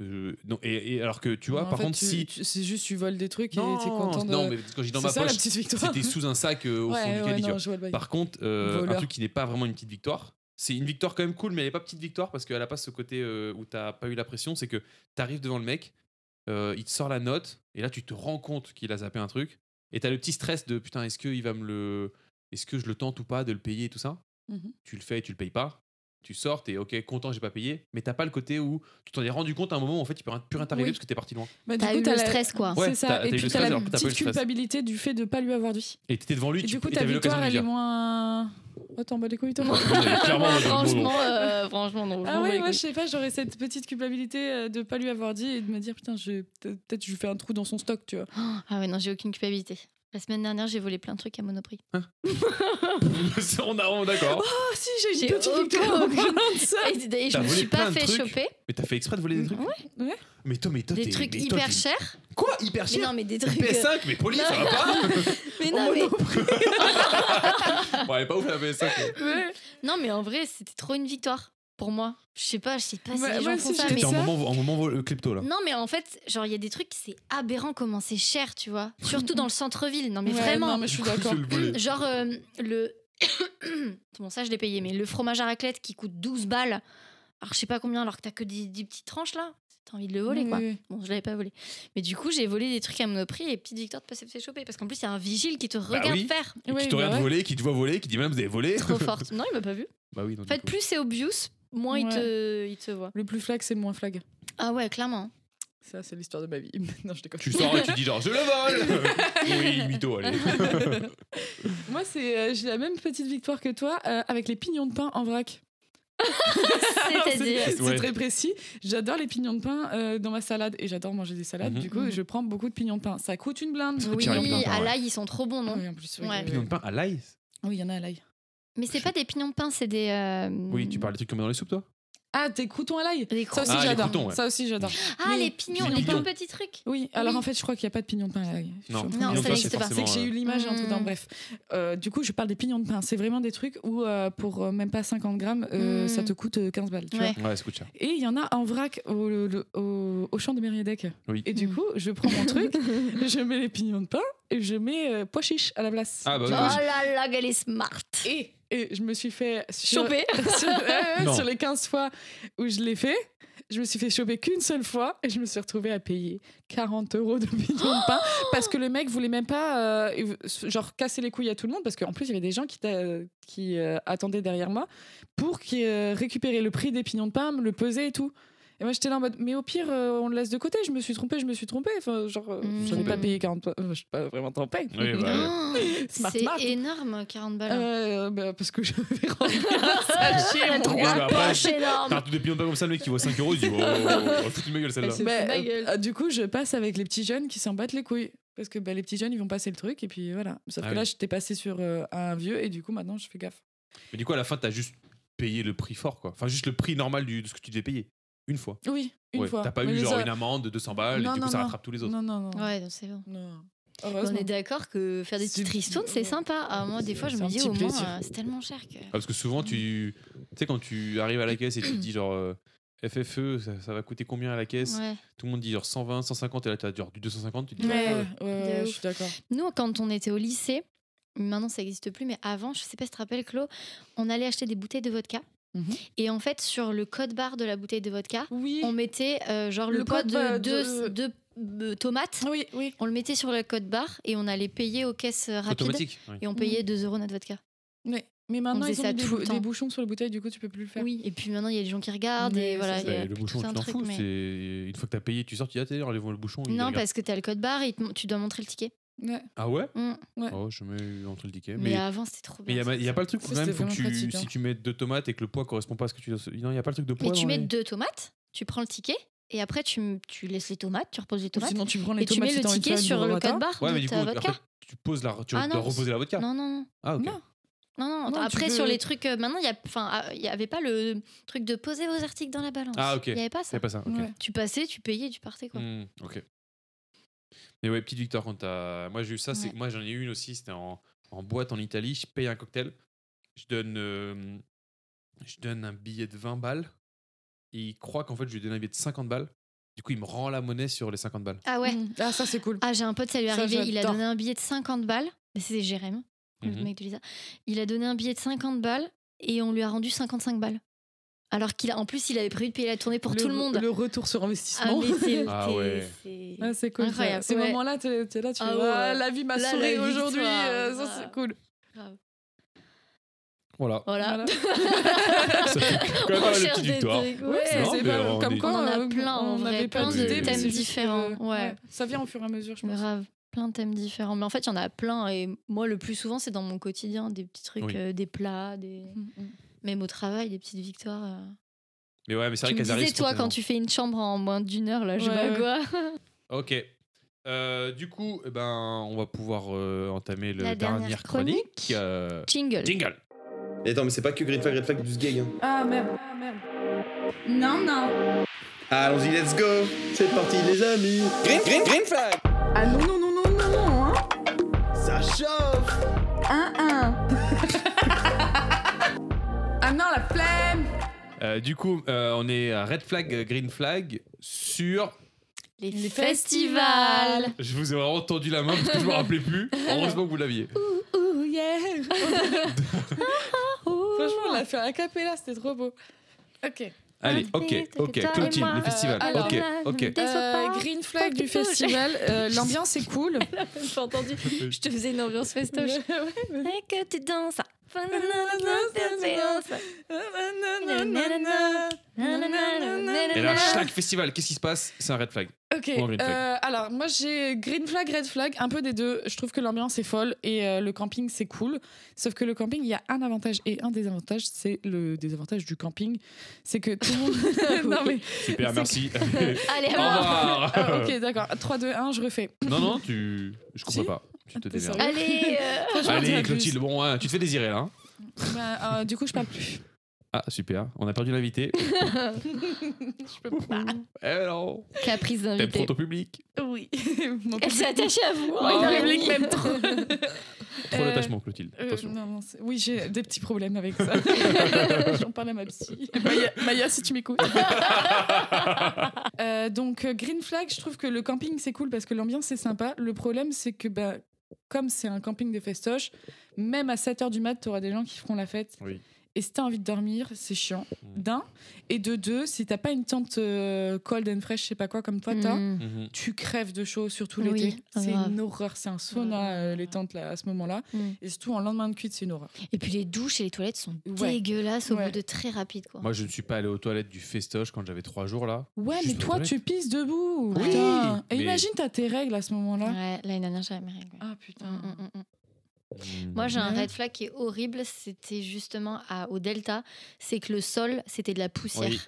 Speaker 3: Euh, non, et, et alors que tu
Speaker 4: ça.
Speaker 3: vois,
Speaker 4: En
Speaker 3: par
Speaker 4: fait,
Speaker 3: contre,
Speaker 4: tu-
Speaker 3: si.
Speaker 4: tu- C'est juste, tu voles des trucs et t'es content de.
Speaker 3: non, mais quand je dis dans ma
Speaker 4: C'est ça la
Speaker 3: poche,
Speaker 4: petite victoire.
Speaker 3: c'était sous un sac euh, au fond
Speaker 4: ouais,
Speaker 3: du
Speaker 4: ouais,
Speaker 3: caddie, tu
Speaker 4: non,
Speaker 3: vois.
Speaker 4: je vois le bail.
Speaker 3: Par contre, euh, un
Speaker 4: Voleur.
Speaker 3: truc qui n'est pas vraiment une petite victoire, c'est une victoire quand même cool, mais elle n'est pas petite victoire parce qu'elle a pas ce côté euh, où t'as pas eu la pression. C'est que t'arrives devant le mec, euh, il te sort la note, et là tu te rends compte qu'il a zappé un truc, et t'as le petit stress de putain, est-ce qu'il va me le. Est-ce que je le tente ou pas de le payer et tout ça
Speaker 4: Mhm.
Speaker 3: Tu le fais et tu le payes pas. Tu sors, t'es ok, content, j'ai pas payé, mais t'as pas le côté où tu t'en es rendu compte à un moment où en fait il peut rien- plus rien t'arriver
Speaker 4: Oui.
Speaker 3: parce que t'es parti loin.
Speaker 4: Bah, du
Speaker 2: T'as
Speaker 4: coup,
Speaker 2: eu le
Speaker 4: la-
Speaker 2: stress, quoi.
Speaker 3: Ouais, t'as-
Speaker 4: c'est ça.
Speaker 3: t'as eu
Speaker 4: Et
Speaker 3: le
Speaker 4: puis
Speaker 3: stress
Speaker 4: t'as la
Speaker 3: alors que t'as pas eu le
Speaker 4: petite
Speaker 3: stress.
Speaker 4: culpabilité du fait de pas lui avoir dit.
Speaker 3: Et t'étais devant lui,
Speaker 4: Et
Speaker 3: tu
Speaker 4: du coup, ta
Speaker 3: t'avais l'occasion
Speaker 4: victoire,
Speaker 3: de lui
Speaker 4: elle est
Speaker 3: dire.
Speaker 4: moins. Oh, t'en bats les couilles, toi.
Speaker 3: Clairement, moi, j'ai le
Speaker 4: <laughs>
Speaker 3: mot.
Speaker 2: Franchement, euh, franchement, non. je
Speaker 4: Ah
Speaker 2: m'en bats
Speaker 4: ouais,
Speaker 2: les
Speaker 4: moi je
Speaker 2: couilles.
Speaker 4: sais pas, j'aurais cette petite culpabilité euh, de pas lui avoir dit et de me dire putain, je peut- peut-être je lui fais un trou dans son stock, tu vois.
Speaker 2: Ah ouais, non, j'ai aucune culpabilité. La semaine dernière, j'ai volé plein de trucs à Monoprix.
Speaker 3: <laughs> on a, on est d'accord.
Speaker 4: Ah si, j'ai
Speaker 2: J'ai
Speaker 4: une petite
Speaker 2: aucun-
Speaker 4: victoire en parlant de ça.
Speaker 2: Et, et je
Speaker 3: T'as
Speaker 2: me
Speaker 3: volé
Speaker 2: suis pas
Speaker 3: plein de
Speaker 2: fait
Speaker 3: trucs.
Speaker 2: choper.
Speaker 3: Mais t'as fait exprès de voler des trucs
Speaker 4: Ouais, ouais.
Speaker 3: Mais toi, mais toi,
Speaker 2: Des
Speaker 3: t'es-
Speaker 2: trucs
Speaker 3: mais toi,
Speaker 2: hyper
Speaker 3: t'es-
Speaker 2: chers.
Speaker 3: Quoi Hyper
Speaker 2: Mais
Speaker 3: cher
Speaker 2: non, mais des
Speaker 3: Une
Speaker 2: trucs. euh,
Speaker 3: PS5 Mais Poli, ça va pas
Speaker 2: <laughs> Mais non, mais.
Speaker 3: <laughs> Bon, elle est pas ouf la PS5. mais-
Speaker 2: Ah,
Speaker 4: Ouais.
Speaker 2: Non, mais en vrai, c'était trop une victoire pour moi. Je sais pas, je sais pas si
Speaker 4: Ouais,
Speaker 2: les
Speaker 4: moi
Speaker 2: gens font
Speaker 4: aussi,
Speaker 2: ça,
Speaker 4: j'ai
Speaker 2: mais.
Speaker 3: T'es en moment, en moment euh, crypto là.
Speaker 2: Non, mais en fait, genre, il y a des trucs, c'est aberrant comment c'est cher, tu vois. Surtout dans le centre-ville. Non, mais
Speaker 4: Ouais,
Speaker 2: vraiment.
Speaker 4: Non, mais je suis
Speaker 3: <laughs>
Speaker 4: d'accord.
Speaker 3: Je le
Speaker 2: <laughs>
Speaker 3: voler.
Speaker 2: <clears throat> Genre, euh, le. <coughs> bon, ça, je l'ai payé, mais le fromage à raclette qui coûte 12 balles. Alors, je sais pas combien, alors que t'as que des, des petites tranches là. T'as envie de le voler,
Speaker 4: Oui,
Speaker 2: quoi.
Speaker 4: oui, oui.
Speaker 2: Bon, je l'avais pas volé. Mais du coup, j'ai volé des trucs à Monoprix et petite victoire de pas s'être fait choper. Parce qu'en plus, il y a un vigile qui te regarde
Speaker 3: Bah oui.
Speaker 2: faire.
Speaker 3: Et
Speaker 4: Ouais,
Speaker 3: qui te
Speaker 4: bah
Speaker 3: regarde
Speaker 4: ouais.
Speaker 3: voler, qui te voit voler, qui dit même vous avez volé. <laughs>
Speaker 2: Trop forte. Non, il m'a pas vu.
Speaker 3: Bah oui, non,
Speaker 2: En fait, plus c'est obvious, moins il,
Speaker 4: Ouais.
Speaker 2: te, il te voit.
Speaker 4: Le plus flag, c'est le moins flag.
Speaker 2: Ah ouais, clairement.
Speaker 4: Ça, c'est l'histoire de ma vie. <laughs> non, je déconne.
Speaker 3: Tu sors et tu dis genre je le
Speaker 2: <laughs>
Speaker 3: vole Oui, mytho, allez.
Speaker 4: Moi, c'est euh, j'ai la même petite victoire que toi euh, avec les pignons de pain en vrac.
Speaker 2: <laughs> C'est-à-dire.
Speaker 4: C'est
Speaker 3: Ouais.
Speaker 4: très précis. J'adore les pignons de pain euh, dans ma salade et j'adore manger des salades.
Speaker 3: Mhm.
Speaker 4: Du coup,
Speaker 2: Mhm.
Speaker 4: je prends beaucoup de pignons de pain. Ça coûte
Speaker 2: <laughs>
Speaker 4: une blinde.
Speaker 3: Ça coûte cher, les pignons de
Speaker 2: Oui,
Speaker 3: pain,
Speaker 2: à
Speaker 3: ouais. Mm.
Speaker 2: l'ail, ils sont trop bons, non
Speaker 4: Oui, en plus, oui.
Speaker 2: Ouais.
Speaker 3: Pignon de pain à l'ail
Speaker 4: Oui, il y en a à l'ail.
Speaker 2: Mais c'est pas des pignons de pain, c'est des. euh,
Speaker 3: Oui, tu parles des trucs comme dans les soupes toi
Speaker 4: Ah, tes croutons à l'ail.
Speaker 2: Des
Speaker 4: Ça aussi,
Speaker 2: croquettes.
Speaker 3: Ah, les
Speaker 4: j'adore.
Speaker 3: croutons, ouais.
Speaker 4: Ça aussi, j'adore.
Speaker 2: Ah,
Speaker 4: Oui.
Speaker 2: les pignons,
Speaker 3: Les
Speaker 2: les tout
Speaker 3: pignons.
Speaker 2: petits trucs.
Speaker 4: Oui, alors
Speaker 2: Oui.
Speaker 4: en fait, je crois qu'il n'y a pas de pignon de pain à l'ail. Je suis
Speaker 3: Non.
Speaker 4: en train
Speaker 2: Non,
Speaker 4: de
Speaker 2: ça
Speaker 4: dire
Speaker 2: n'existe pas.
Speaker 4: C'est euh, que j'ai eu l'image et un truc
Speaker 2: Mhm.
Speaker 4: dans bref. Euh, du coup, je parle des pignons de pain. C'est vraiment des trucs où, euh, pour euh, même pas 50 grammes, euh,
Speaker 2: Mhm.
Speaker 4: ça te coûte euh, 15 balles. Tu
Speaker 2: Ouais.
Speaker 4: vois.
Speaker 3: Ouais, ça coûte cher.
Speaker 4: Et il y en a en vrac au, le- le- au, au champ de Mériadec.
Speaker 3: Oui.
Speaker 4: Et du
Speaker 2: Mhm.
Speaker 4: coup, je prends mon <laughs> truc, je mets les pignons de pain et je mets euh, pois chiche à la place.
Speaker 3: Ah, bah
Speaker 2: Oh
Speaker 3: oui, oui.
Speaker 2: là là, elle est smart. <laughs>
Speaker 4: Et, et je me suis fait sur-
Speaker 2: Choper.
Speaker 4: <laughs> sur, ouais, ouais,
Speaker 3: Non.
Speaker 4: sur les 15 fois où je l'ai fait, je me suis fait choper qu'une seule fois et je me suis retrouvée à payer 40 euros de bidon
Speaker 3: <gasps>
Speaker 4: de pain parce que le mec voulait même pas euh, genre casser les couilles à tout le monde parce qu'en plus il y avait des gens qui, t'a- qui euh, attendaient derrière moi pour qu'ils, euh, récupérer le prix des pignons de pain, me le peser et tout. Et moi j'étais là en mode mais au pire euh, on le laisse de côté, je me suis trompée, je me suis trompée. Enfin genre euh,
Speaker 2: Mm.
Speaker 4: j'en ai pas payé 40 euros, je suis pas vraiment trompée.
Speaker 3: Oui, bah, ouais.
Speaker 2: Oh,
Speaker 4: <laughs> Smart,
Speaker 2: C'est
Speaker 4: smart.
Speaker 2: énorme, 40 balles.
Speaker 4: Euh, bah, parce que <laughs> j'avais rempli un sachet.
Speaker 2: Elle a
Speaker 4: mon
Speaker 2: trouvé
Speaker 4: gars.
Speaker 3: bah,
Speaker 2: un
Speaker 3: après-
Speaker 2: poche Ah, énorme.
Speaker 3: T'as un truc de pignon de pain comme ça, le mec qui vaut 5 euros, il dit oh, oh, oh, foutez ma gueule
Speaker 2: <laughs>
Speaker 3: celle-là.
Speaker 2: Elle s'est
Speaker 4: Bah,
Speaker 2: fout de ma
Speaker 4: euh,
Speaker 2: gueule.
Speaker 4: euh, du coup, je passe avec les petits jeunes qui s'en battent les couilles. Parce que bah, les petits jeunes, ils vont passer le truc. Et puis voilà. Sauf
Speaker 3: Ah
Speaker 4: que
Speaker 3: oui.
Speaker 4: là, j'étais passé sur euh, un vieux. Et du coup, maintenant, je fais gaffe.
Speaker 3: Mais du coup, à la fin, t'as juste payé le prix fort, quoi. Enfin, juste le prix normal du- de ce que tu devais payer. Une fois.
Speaker 4: Oui, une
Speaker 3: Ouais.
Speaker 4: fois.
Speaker 3: T'as pas eu
Speaker 4: Mais
Speaker 3: genre
Speaker 4: ça-
Speaker 3: une amende de 200 balles,
Speaker 4: Non,
Speaker 3: et du coup,
Speaker 4: non,
Speaker 3: ça
Speaker 4: non.
Speaker 3: rattrape tous les autres.
Speaker 4: Non, non, non.
Speaker 2: Ouais, donc c'est bon.
Speaker 4: Non.
Speaker 2: On
Speaker 4: Heureusement.
Speaker 2: est d'accord que faire des
Speaker 4: C'est-
Speaker 2: petites ristournes, c'est sympa. Ah, moi, des fois, je
Speaker 4: C'est
Speaker 2: me
Speaker 4: un
Speaker 2: dis,
Speaker 4: petit
Speaker 2: au moins,
Speaker 4: plaisir.
Speaker 2: euh, c'est tellement cher que.
Speaker 3: Ah, parce que souvent, tu tu sais, quand tu arrives à la caisse et tu te dis, genre, euh, FFE, ça, ça va coûter combien à la caisse
Speaker 2: Ouais.
Speaker 3: Tout le monde dit genre 120, 150, et là, t'as genre du 250, tu te dis.
Speaker 4: Ouais, ouais,
Speaker 2: De
Speaker 4: ouais, je
Speaker 2: ouf.
Speaker 4: suis d'accord.
Speaker 2: Nous, quand on était au lycée, maintenant ça n'existe plus, mais avant, je sais pas si tu te rappelles, Claude, on allait acheter des bouteilles de vodka.
Speaker 4: Mhm.
Speaker 2: Et en fait, sur le code barre de la bouteille de vodka,
Speaker 4: Oui.
Speaker 2: on mettait euh, genre le,
Speaker 4: Le
Speaker 2: code,
Speaker 4: code, bah,
Speaker 2: de,
Speaker 4: de-
Speaker 2: de, de tomates.
Speaker 4: Oui, oui.
Speaker 2: On le mettait sur le code barre et on allait payer aux caisses euh, rapides.
Speaker 3: Automatique. ouais.
Speaker 2: Et on
Speaker 4: Mhm.
Speaker 2: payait 2 euros notre vodka.
Speaker 4: Mais, mais maintenant,
Speaker 2: faisait
Speaker 4: ils ont
Speaker 2: ça
Speaker 4: mis des,
Speaker 2: tout le
Speaker 4: bou- des
Speaker 2: temps.
Speaker 4: bouchons sur les bouteilles, du coup, tu peux plus le faire.
Speaker 2: Oui, et puis maintenant il y a des gens qui regardent
Speaker 4: Mais
Speaker 2: et voilà.
Speaker 4: c'est
Speaker 2: il y
Speaker 3: Bah,
Speaker 2: a
Speaker 3: le
Speaker 2: tout
Speaker 3: bouchon,
Speaker 2: un
Speaker 3: tu t'en
Speaker 2: truc,
Speaker 3: fous.
Speaker 2: mais-
Speaker 3: c'est- Une fois que t'as payé, tu sors, tu dis, ah, t'es enlève-moi le bouchon. il
Speaker 2: Non,
Speaker 3: regarde.
Speaker 2: parce que t'as le code barre et il te mon- tu dois montrer le ticket.
Speaker 4: Ouais.
Speaker 3: Ah ouais
Speaker 2: Mm.
Speaker 4: Ouais.
Speaker 3: Oh, je mets entre le ticket.
Speaker 2: Mais,
Speaker 3: Mais
Speaker 2: avant c'était trop
Speaker 3: mais
Speaker 2: bien.
Speaker 3: il n'y a, y a pas le truc où
Speaker 4: Ça,
Speaker 3: quand même,
Speaker 4: c'était
Speaker 3: faut que tu,
Speaker 4: vraiment pratique, hein.
Speaker 3: si tu mets deux tomates et que le poids correspond pas à ce que tu dois. Non, il n'y a pas le truc de poids.
Speaker 2: Mais tu
Speaker 3: dans
Speaker 2: mets
Speaker 3: les-
Speaker 2: deux tomates, tu prends le ticket et après tu, m- tu laisses les tomates, tu reposes les
Speaker 4: Ou
Speaker 2: tomates
Speaker 4: Sinon, tu prends les
Speaker 2: et tu
Speaker 4: tomates
Speaker 2: mets
Speaker 4: si
Speaker 2: le
Speaker 4: t'as envie de
Speaker 2: ticket
Speaker 4: faire une
Speaker 2: sur le
Speaker 4: burrata.
Speaker 2: code Ah, barre
Speaker 3: Ouais, mais
Speaker 2: de
Speaker 3: du coup,
Speaker 2: ta vodka.
Speaker 3: après, tu poses la. Tu
Speaker 2: Ah
Speaker 3: dois
Speaker 2: non,
Speaker 3: reposer la vodka.
Speaker 2: Non, non, non.
Speaker 3: Ah, ok.
Speaker 4: Non.
Speaker 2: Non, non,
Speaker 4: Non,
Speaker 2: attends,
Speaker 4: tu
Speaker 2: après,
Speaker 4: peux-
Speaker 2: sur les trucs. euh, maintenant, il y a- enfin, ah, il n'y avait pas le truc de poser vos articles dans la balance.
Speaker 3: Ah, ok.
Speaker 2: Il n'y avait pas ça.
Speaker 3: C'est pas ça. ok.
Speaker 4: Ouais.
Speaker 2: Tu passais, tu payais, tu partais, quoi.
Speaker 3: Hmm, ok. Mais ouais, petite victoire quand t'as. Moi j'ai eu ça, c'est
Speaker 2: Ouais.
Speaker 3: moi j'en ai eu une aussi, c'était en, en boîte en Italie, je paye un cocktail, je donne, euh, je donne un billet de 20 balles, et il croit qu'en fait je lui donne un billet de 50 balles, du coup il me rend la monnaie sur les 50 balles.
Speaker 2: Ah ouais.
Speaker 4: Mm. Ah, ça, c'est cool.
Speaker 2: Ah, j'ai un pote, ça lui est
Speaker 4: Ça,
Speaker 2: arrivé. Il a
Speaker 4: j'adore.
Speaker 2: donné un billet de 50 balles. Mais C'était Jérém, le
Speaker 3: Mhm.
Speaker 2: mec de Lisa. Il a donné un billet de 50 balles et on lui a rendu 55 balles. Alors qu'il a, en plus, il avait prévu de payer la tournée pour tout le monde.
Speaker 4: Le retour sur
Speaker 2: Ah,
Speaker 4: investissement.
Speaker 2: mais <laughs> c'est-
Speaker 3: Ah
Speaker 2: c'est-
Speaker 3: ouais.
Speaker 2: c'est-
Speaker 4: Ah, c'est cool. ça.
Speaker 2: Incroyable,
Speaker 4: Ces
Speaker 2: ouais.
Speaker 4: moments-là, t'es t'es là, tu
Speaker 2: Ah
Speaker 4: fais,
Speaker 2: ouais.
Speaker 4: Ah, la vie m'a
Speaker 2: Là, la
Speaker 4: souri aujourd'hui.
Speaker 2: victoire,
Speaker 4: euh, Ça,
Speaker 2: voilà.
Speaker 4: c'est cool.
Speaker 2: <laughs>
Speaker 3: Voilà.
Speaker 2: Voilà.
Speaker 3: Ça fait quand même
Speaker 2: On
Speaker 3: pas mal de
Speaker 2: cherche
Speaker 3: petites
Speaker 2: des
Speaker 3: victoires.
Speaker 2: trucs,
Speaker 4: Ouais,
Speaker 2: ouais.
Speaker 3: Non,
Speaker 4: c'est
Speaker 3: mais
Speaker 4: pas
Speaker 3: on
Speaker 4: comme
Speaker 3: est-
Speaker 4: quoi
Speaker 2: On en a
Speaker 4: euh,
Speaker 2: plein, en vrai,
Speaker 4: avait
Speaker 2: plein
Speaker 3: de
Speaker 4: d'idées, mais
Speaker 3: thèmes
Speaker 4: c'est juste
Speaker 2: différents,
Speaker 4: que,
Speaker 2: ouais.
Speaker 4: Ça vient au fur et à mesure, je pense.
Speaker 2: Grave, plein de thèmes différents. Mais en fait, il y en a plein. Et moi, le plus souvent, c'est dans mon quotidien, des petits trucs,
Speaker 3: Oui.
Speaker 2: euh, des plats, des...
Speaker 4: Mm, mm.
Speaker 2: même au travail, des petites victoires. euh.
Speaker 3: Mais ouais, mais c'est vrai
Speaker 2: Tu me
Speaker 3: qu'elles arrivent.
Speaker 2: disais, toi, quand
Speaker 3: spontanément.
Speaker 2: tu fais une chambre en moins d'une heure, là, je
Speaker 4: Ouais,
Speaker 2: bagoie.
Speaker 3: Ok. Euh, du coup, eh ben, on va pouvoir euh, entamer le
Speaker 2: La dernière
Speaker 3: chronique.
Speaker 2: chronique.
Speaker 3: euh,
Speaker 2: Jingle.
Speaker 3: Jingle.
Speaker 5: Et attends, mais c'est pas que Green Flag, Red Flag du Sgeg. Hein.
Speaker 4: Ah, merde. Ah, merde.
Speaker 1: Non, non.
Speaker 5: Allons-y, let's go C'est parti, les amis Green, green, green Flag
Speaker 6: Ah non, non, non, non, non, non, hein
Speaker 5: Ça chauffe
Speaker 6: Un, un. ah non, la flemme
Speaker 3: Euh, du coup, euh, on est à Red Flag, euh, Green Flag sur.
Speaker 2: Les,
Speaker 4: Les
Speaker 2: festivals.
Speaker 3: Je vous ai vraiment tendu la main parce que je me rappelais plus. Heureusement que vous l'aviez.
Speaker 2: Ouh, yeah.
Speaker 4: Franchement, on l'a fait à capella, c'était trop beau. Ok.
Speaker 3: Allez, ok, ok, Clotilde, les festivals.
Speaker 4: euh, alors,
Speaker 3: ok, ok.
Speaker 4: Euh, green flag du
Speaker 2: Faut que tu touches.
Speaker 4: festival. euh, L'ambiance est cool.
Speaker 2: J'ai entendu. Je te faisais une ambiance festoche.
Speaker 4: Ouais.
Speaker 2: Et que tu danses. Et
Speaker 3: Et là, chaque festival, qu'est-ce qui se passe C'est un Red Flag.
Speaker 4: Ok.
Speaker 3: Ou en green flag.
Speaker 4: euh, alors, moi, j'ai green flag, red flag, un peu des deux. Je trouve que l'ambiance est folle et euh, le camping, c'est cool. Sauf que le camping, il y a un avantage et un désavantage. C'est le désavantage du camping. C'est que tout
Speaker 3: <laughs>
Speaker 4: le monde. <laughs> non, mais.
Speaker 3: Super,
Speaker 4: C'est-
Speaker 3: merci.
Speaker 2: Allez,
Speaker 3: Au
Speaker 2: alors.
Speaker 3: revoir.
Speaker 4: <laughs> Ah, ok, d'accord. 3, 2, 1, je refais.
Speaker 3: <laughs> Non, non, tu. Je comprends
Speaker 4: Si.
Speaker 3: pas. Tu te
Speaker 4: T'es
Speaker 3: démerdes.
Speaker 4: sérieux
Speaker 2: Allez. euh,
Speaker 4: Franchement, on
Speaker 3: Allez,
Speaker 4: dirait plus.
Speaker 3: Clotilde, bon, hein, tu te fais désirer là. hein.
Speaker 4: Bah, euh, du coup, je parle plus.
Speaker 3: Ah, super, on a perdu l'invité.
Speaker 4: <laughs> Je peux pas.
Speaker 3: Eh non
Speaker 2: Caprice
Speaker 3: T'aimes
Speaker 2: d'invité.
Speaker 3: trop ton public
Speaker 4: Oui. <laughs> Mon
Speaker 2: Elle s'est attachée à vous.
Speaker 4: Mon
Speaker 2: hein.
Speaker 4: public m'aime <laughs> trop.
Speaker 3: Trop
Speaker 4: Euh,
Speaker 3: d'attachement, Clotilde.
Speaker 4: Euh,
Speaker 3: Attention.
Speaker 4: non, non, c'est- oui, j'ai des petits problèmes avec
Speaker 3: <laughs>
Speaker 4: ça. J'en parle à ma psy. Maya, Maya, si tu m'écoutes. <laughs> Euh, donc, euh, Green Flag, je trouve que le camping, c'est cool parce que l'ambiance est sympa. Le problème, c'est que bah, comme c'est un camping de festoche, même à 7h du mat, tu auras des gens qui feront la fête.
Speaker 3: Oui.
Speaker 4: Et si t'as envie de dormir, c'est chiant.
Speaker 3: Mm.
Speaker 4: D'un. Et de deux, si t'as pas une tente euh, cold and fresh, je sais pas quoi, comme toi, t'as,
Speaker 2: Mm.
Speaker 3: Mhm.
Speaker 4: tu crèves de chaud, surtout
Speaker 2: Oui,
Speaker 4: l'été. C'est
Speaker 2: grave.
Speaker 4: une horreur. C'est un sauna, euh, les tentes, là, à ce moment-là.
Speaker 2: Mm.
Speaker 4: Et surtout, en lendemain de cuite, c'est une horreur.
Speaker 2: Et puis les douches et les toilettes sont
Speaker 4: Ouais.
Speaker 2: dégueulasses au
Speaker 4: Ouais.
Speaker 2: bout de très rapide quoi.
Speaker 3: Moi, je ne suis pas allé aux toilettes du festoche quand j'avais 3 jours là.
Speaker 4: Ouais,
Speaker 3: Juste
Speaker 4: mais
Speaker 3: aux
Speaker 4: toi,
Speaker 3: toilettes.
Speaker 4: tu pisses debout.
Speaker 3: Oui,
Speaker 4: putain. Et
Speaker 3: mais-
Speaker 4: imagine, t'as tes règles à ce moment-là.
Speaker 2: Ouais, l'année dernière j'avais mes règles. ouais.
Speaker 4: Ah
Speaker 2: Mm,
Speaker 4: putain.
Speaker 2: mm, mm, mm. Moi j'ai un
Speaker 4: Ouais.
Speaker 2: red flag qui est horrible, c'était justement à, au delta, c'est que le sol c'était de la poussière.
Speaker 3: Oui.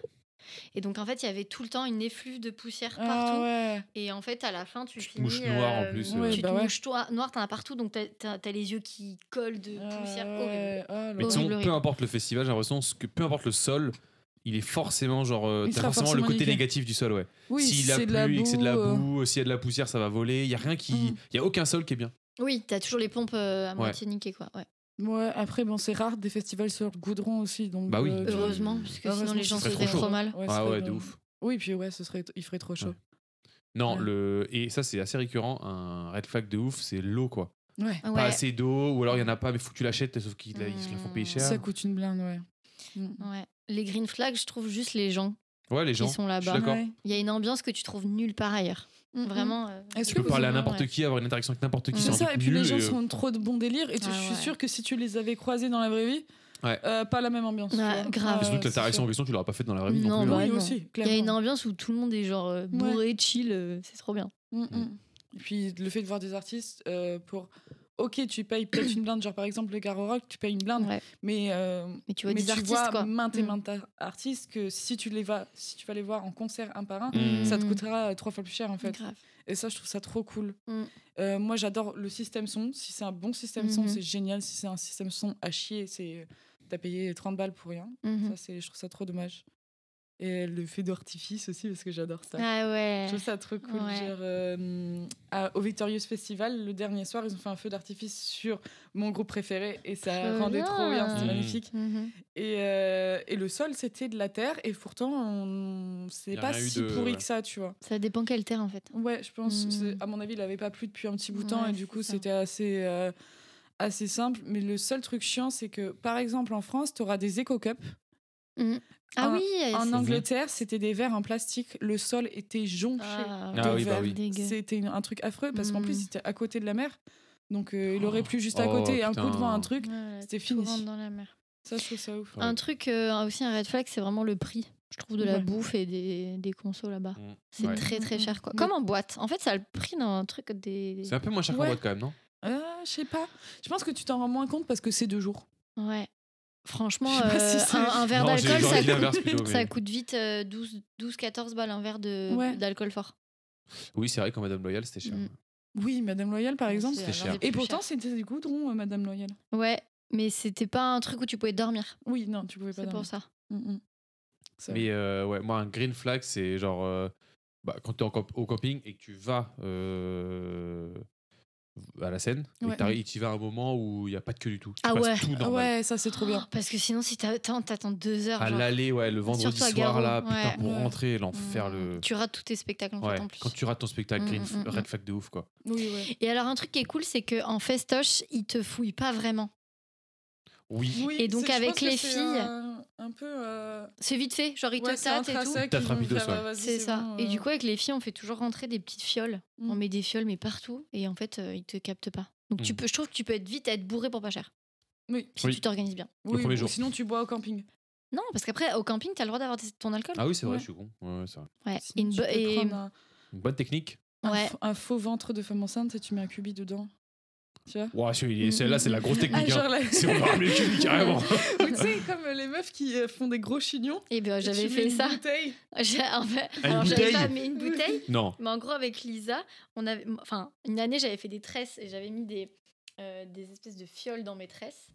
Speaker 2: Et donc en fait il y avait tout le temps une effluve de poussière
Speaker 4: Ah
Speaker 2: partout.
Speaker 4: ouais.
Speaker 2: Et en fait à la fin tu,
Speaker 3: Tu te
Speaker 2: finis,
Speaker 3: mouches noir, en
Speaker 2: euh,
Speaker 3: plus,
Speaker 2: Tu
Speaker 4: euh.
Speaker 2: te
Speaker 4: Ouais, bah ouais.
Speaker 2: mouches toi, noir, t'en as partout donc t'as- t'as t'as les yeux qui collent de poussière
Speaker 4: Ah
Speaker 2: horrible.
Speaker 4: ouais. Ah,
Speaker 3: Mais
Speaker 2: Horrible,
Speaker 3: tu sais,
Speaker 2: horrible.
Speaker 3: peu importe le festival, j'ai l'impression que peu importe le sol, il est forcément genre. euh,
Speaker 4: Il
Speaker 3: T'as
Speaker 4: sera
Speaker 3: forcément, le
Speaker 4: forcément
Speaker 3: côté
Speaker 4: niqué.
Speaker 3: négatif du sol, ouais.
Speaker 4: Oui,
Speaker 3: S'il a
Speaker 4: c'est
Speaker 3: plu
Speaker 4: de la
Speaker 3: et que c'est de la
Speaker 4: boue, euh,
Speaker 3: boue, euh, s'il y a de la poussière, ça va voler. Il y a rien qui.
Speaker 4: Mm.
Speaker 3: Il y a aucun sol qui est bien.
Speaker 2: Oui, t'as toujours les pompes euh, à moitié niquées quoi. Ouais.
Speaker 4: Ouais, après, bon, c'est rare des festivals sur goudron aussi. Donc,
Speaker 3: Bah oui.
Speaker 4: euh, tu-
Speaker 2: Heureusement, parce que sinon
Speaker 4: heureusement,
Speaker 2: les
Speaker 4: ce
Speaker 2: gens se
Speaker 4: serait
Speaker 2: feraient
Speaker 3: trop
Speaker 2: trop
Speaker 3: chaud.
Speaker 2: mal.
Speaker 4: Ouais, ce
Speaker 3: ah
Speaker 4: serait
Speaker 3: ouais, de
Speaker 4: vraiment-
Speaker 3: ouf.
Speaker 4: Oui, puis ouais, ce serait, il ferait trop chaud.
Speaker 3: Non,
Speaker 4: Ouais.
Speaker 3: le... et ça, c'est assez récurrent. Un red flag de ouf, c'est l'eau, quoi.
Speaker 4: Ouais.
Speaker 2: Ouais.
Speaker 3: Pas assez d'eau, ou alors il y en a pas, mais faut que tu l'achètes, sauf qu'ils la- ils se la font
Speaker 2: Ah.
Speaker 3: payer cher.
Speaker 4: Ça coûte une blinde, ouais. Mm.
Speaker 2: Ouais. Les green flags, je trouve juste les gens,
Speaker 3: Ouais, les gens.
Speaker 2: qui sont
Speaker 3: je suis
Speaker 2: là-bas.
Speaker 3: d'accord.
Speaker 4: Ouais.
Speaker 2: Il y a une ambiance que tu trouves nulle part ailleurs.
Speaker 4: Mm, mm.
Speaker 2: Vraiment. euh,
Speaker 4: Est-ce
Speaker 3: Tu
Speaker 4: que
Speaker 3: peux
Speaker 4: vous
Speaker 3: parler à
Speaker 2: vraiment,
Speaker 3: n'importe
Speaker 2: ouais.
Speaker 3: qui, avoir une interaction avec n'importe qui.
Speaker 2: C'est
Speaker 4: Mm. C'est
Speaker 3: sans
Speaker 4: ça,
Speaker 3: but
Speaker 4: et puis les
Speaker 3: nul,
Speaker 4: gens
Speaker 3: et- euh,
Speaker 4: sont trop de bon délire. Et tu-
Speaker 2: Ah
Speaker 4: je suis
Speaker 2: ouais.
Speaker 4: sûre que si tu les avais croisés dans la vraie vie,
Speaker 3: Ouais.
Speaker 4: euh, pas la même ambiance. tu
Speaker 2: Ouais,
Speaker 4: vois. Euh,
Speaker 2: grave.
Speaker 3: Et surtout que
Speaker 4: c'est
Speaker 3: l'interaction en
Speaker 4: sûr.
Speaker 3: question, tu l'auras pas faite dans la vraie vie non,
Speaker 2: Euh, Non,
Speaker 3: plus.
Speaker 2: bah,
Speaker 3: hein.
Speaker 4: Oui,
Speaker 2: non.
Speaker 4: aussi,
Speaker 2: Il y a
Speaker 4: clairement.
Speaker 2: une ambiance où tout le monde est genre euh, bourré, chill, euh, c'est trop bien.
Speaker 4: Mm, mm. Et puis le fait de voir des artistes euh, pour. Ok, tu payes peut-être une blinde, genre par exemple le Garo Rock, tu payes une blinde,
Speaker 2: Ouais.
Speaker 4: mais, euh,
Speaker 2: Mais tu vois
Speaker 4: mais
Speaker 2: des
Speaker 4: tu
Speaker 2: artistes
Speaker 4: vois
Speaker 2: quoi.
Speaker 4: maintes et
Speaker 2: Mm.
Speaker 4: maintes ar- artistes que si tu les vas, si tu vas les voir en concert un par un,
Speaker 3: Mm.
Speaker 4: ça te
Speaker 2: Mm.
Speaker 4: coûtera euh, trois fois plus cher en fait.
Speaker 2: Grave.
Speaker 4: Et ça, je trouve ça trop cool.
Speaker 2: Mm.
Speaker 4: Euh, moi, j'adore le système son. Si c'est un bon système son,
Speaker 2: Mhm.
Speaker 4: c'est génial. Si c'est un système son à chier, c'est t'as payé 30 balles pour rien.
Speaker 2: Mhm.
Speaker 4: Ça, c'est je trouve ça trop dommage. Et le fait d'artifice aussi, parce que j'adore ça.
Speaker 2: Ah ouais.
Speaker 4: Je trouve ça trop cool.
Speaker 2: Ouais.
Speaker 4: Genre, euh, à- au Victorious Festival, le dernier soir, ils ont fait un feu d'artifice sur mon groupe préféré et ça
Speaker 2: Trop
Speaker 4: rendait trop bien, c'était
Speaker 3: Mhm.
Speaker 4: magnifique.
Speaker 2: Mhm.
Speaker 4: Et, euh, et le sol, c'était de la terre et pourtant, on- c'est
Speaker 3: Y a
Speaker 4: pas
Speaker 3: rien eu
Speaker 4: si
Speaker 3: de-
Speaker 4: pourri
Speaker 3: ouais.
Speaker 4: que ça, tu vois.
Speaker 2: Ça dépend quelle terre en fait.
Speaker 4: Ouais, je pense.
Speaker 2: Mm.
Speaker 4: c'est- À mon avis, il avait pas plu depuis un petit bout de temps
Speaker 2: Ouais,
Speaker 4: et du
Speaker 2: c'est
Speaker 4: coup,
Speaker 2: ça.
Speaker 4: c'était assez, euh, assez simple. Mais le seul truc chiant, c'est que par exemple en France, tu auras des éco-cups.
Speaker 2: Ah
Speaker 4: En-
Speaker 2: oui.
Speaker 4: En
Speaker 2: c'est-
Speaker 4: Angleterre, c'était des verres en plastique. Le sol était jonché.
Speaker 2: Ah,
Speaker 3: Ah oui, bah
Speaker 4: verre.
Speaker 3: oui.
Speaker 2: dégueu.
Speaker 4: C'était une- un truc affreux parce qu'en
Speaker 2: Mm.
Speaker 4: plus, c'était à côté de la mer. Donc euh, il
Speaker 3: Oh.
Speaker 4: aurait plu juste à
Speaker 3: Oh,
Speaker 4: côté et un coup de
Speaker 3: putain.
Speaker 4: vent, un truc.
Speaker 2: Ouais,
Speaker 4: c'était
Speaker 2: tout
Speaker 4: fini.
Speaker 2: rentre dans la mer.
Speaker 4: Ça, je trouve ça ouf.
Speaker 3: Ouais.
Speaker 2: Un truc euh, aussi un red flag, c'est vraiment le prix. Je trouve de la
Speaker 4: Ouais.
Speaker 2: bouffe et des, des consos là-bas.
Speaker 3: Mm.
Speaker 2: C'est
Speaker 3: Ouais.
Speaker 2: très très
Speaker 4: Mm, mm.
Speaker 2: cher quoi.
Speaker 4: Mais-
Speaker 2: Comme en boîte. En fait, ça a le prix d'un truc des.
Speaker 3: C'est un peu moins cher qu'en
Speaker 4: Ouais.
Speaker 3: boîte quand même, non
Speaker 4: Euh, je sais pas. Je pense que tu t'en rends moins compte parce que c'est deux jours.
Speaker 2: Ouais. Franchement,
Speaker 4: Je sais pas
Speaker 2: euh,
Speaker 4: si c'est-
Speaker 2: un, un verre
Speaker 3: Non, j'ai-
Speaker 2: d'alcool,
Speaker 3: j'aurais
Speaker 2: ça,
Speaker 3: dit
Speaker 2: coûte-
Speaker 3: l'inverse plutôt, mais-
Speaker 2: ça coûte vite euh, 12-14 balles un verre de-
Speaker 4: Ouais.
Speaker 2: d'alcool fort.
Speaker 3: Oui, c'est vrai qu'en Madame Loyal, c'était cher.
Speaker 2: Mm.
Speaker 4: Oui, Madame Loyal, par exemple.
Speaker 2: C'est
Speaker 3: C'était
Speaker 2: l'un
Speaker 3: cher.
Speaker 2: des plus
Speaker 4: Et pourtant,
Speaker 2: chers.
Speaker 4: c'était du goudron, euh, Madame Loyal.
Speaker 2: Ouais, mais c'était pas un truc où tu pouvais dormir.
Speaker 4: Oui, non, tu pouvais
Speaker 2: C'est
Speaker 4: pas dormir.
Speaker 2: pour ça.
Speaker 4: Mm, mm. Ça.
Speaker 3: Mais euh, ouais, moi, un green flag, c'est genre euh, bah, quand tu es au camping et que tu vas euh, à la Seine,
Speaker 4: Ouais.
Speaker 3: et que t'arrives- tu y vas à un moment où il n'y a pas de queue du tout. Tu
Speaker 2: Ah
Speaker 3: passes
Speaker 2: ouais.
Speaker 3: tout
Speaker 4: Ah
Speaker 3: normal.
Speaker 4: ouais, ça c'est trop bien.
Speaker 2: Oh, Parce que sinon, si t'attends, t'attends deux heures.
Speaker 3: À
Speaker 2: genre.
Speaker 3: l'aller, ouais, le vendredi
Speaker 2: Surtout à
Speaker 3: soir,
Speaker 2: Garo,
Speaker 3: là, putain,
Speaker 2: ouais.
Speaker 3: pour
Speaker 4: Ouais.
Speaker 3: rentrer, l'enfer,
Speaker 2: Mm.
Speaker 3: le.
Speaker 2: Tu rates tous tes spectacles en fait,
Speaker 3: Ouais,
Speaker 2: en plus.
Speaker 3: quand tu rates ton spectacle,
Speaker 2: Mm,
Speaker 3: green,
Speaker 2: mm, mm,
Speaker 3: red flag de ouf, quoi.
Speaker 4: Oui, ouais.
Speaker 2: Et alors, un truc qui est cool, c'est qu'en festoche, ils te fouillent pas vraiment.
Speaker 3: Oui.
Speaker 4: Oui,
Speaker 2: Et donc,
Speaker 4: c'est- je
Speaker 2: avec
Speaker 4: pense que
Speaker 2: les
Speaker 4: c'est
Speaker 2: filles-
Speaker 4: Un, un peu. euh,
Speaker 2: C'est vite fait, genre ils
Speaker 4: ouais,
Speaker 2: te
Speaker 4: c'est un
Speaker 2: tâtent et tout.
Speaker 4: tracé qu'ils
Speaker 3: T'attrapes
Speaker 4: vont
Speaker 3: Idos,
Speaker 4: faire,
Speaker 3: ouais.
Speaker 4: ah, vas-y,
Speaker 2: C'est ça.
Speaker 4: bon,
Speaker 2: Et
Speaker 4: euh,
Speaker 2: du coup, avec les filles, on fait toujours rentrer des petites fioles.
Speaker 4: Mm.
Speaker 2: On met des fioles, mais partout. Et en fait, euh, ils te captent pas. Donc tu
Speaker 3: Mm.
Speaker 2: peux, je trouve que tu peux être vite à être bourré pour pas cher.
Speaker 4: Oui.
Speaker 2: Si
Speaker 3: Oui.
Speaker 2: tu t'organises bien.
Speaker 4: oui,
Speaker 3: premier
Speaker 4: ou
Speaker 3: jour.
Speaker 4: Sinon, tu bois au camping.
Speaker 2: Non, parce qu'après, au camping, t'as le droit d'avoir des- ton alcool.
Speaker 3: Ah oui, c'est vrai,
Speaker 4: Ouais.
Speaker 3: je suis con. Ouais, ouais, c'est vrai.
Speaker 2: ouais.
Speaker 4: Sinon,
Speaker 2: Une
Speaker 4: tu
Speaker 2: bo-
Speaker 4: peux
Speaker 2: et-
Speaker 4: prendre un,
Speaker 3: Une bonne technique.
Speaker 4: un
Speaker 2: Ouais.
Speaker 4: faux- un faux ventre de femme enceinte et tu mets un cubi dedans. Tu vois
Speaker 3: Ouah, celui- celle-là, c'est la grosse
Speaker 4: Ah,
Speaker 3: technique. hein.
Speaker 4: genre là.
Speaker 3: Si on parle du cul,
Speaker 4: <laughs>
Speaker 3: carrément.
Speaker 4: Ou tu sais, comme les meufs qui euh, font des gros chignons.
Speaker 2: Et ben
Speaker 4: et
Speaker 2: j'avais
Speaker 4: tu mets
Speaker 2: fait
Speaker 4: une
Speaker 2: ça.
Speaker 4: bouteille.
Speaker 2: <laughs> J'ai- en fait-
Speaker 3: une
Speaker 2: alors j'avais
Speaker 3: bouteille.
Speaker 2: pas mis une bouteille,
Speaker 3: Non.
Speaker 2: mais en gros avec Lisa, on avait, enfin une année j'avais fait des tresses et j'avais mis des, euh, des espèces de fioles dans mes
Speaker 3: <laughs>
Speaker 2: tresses.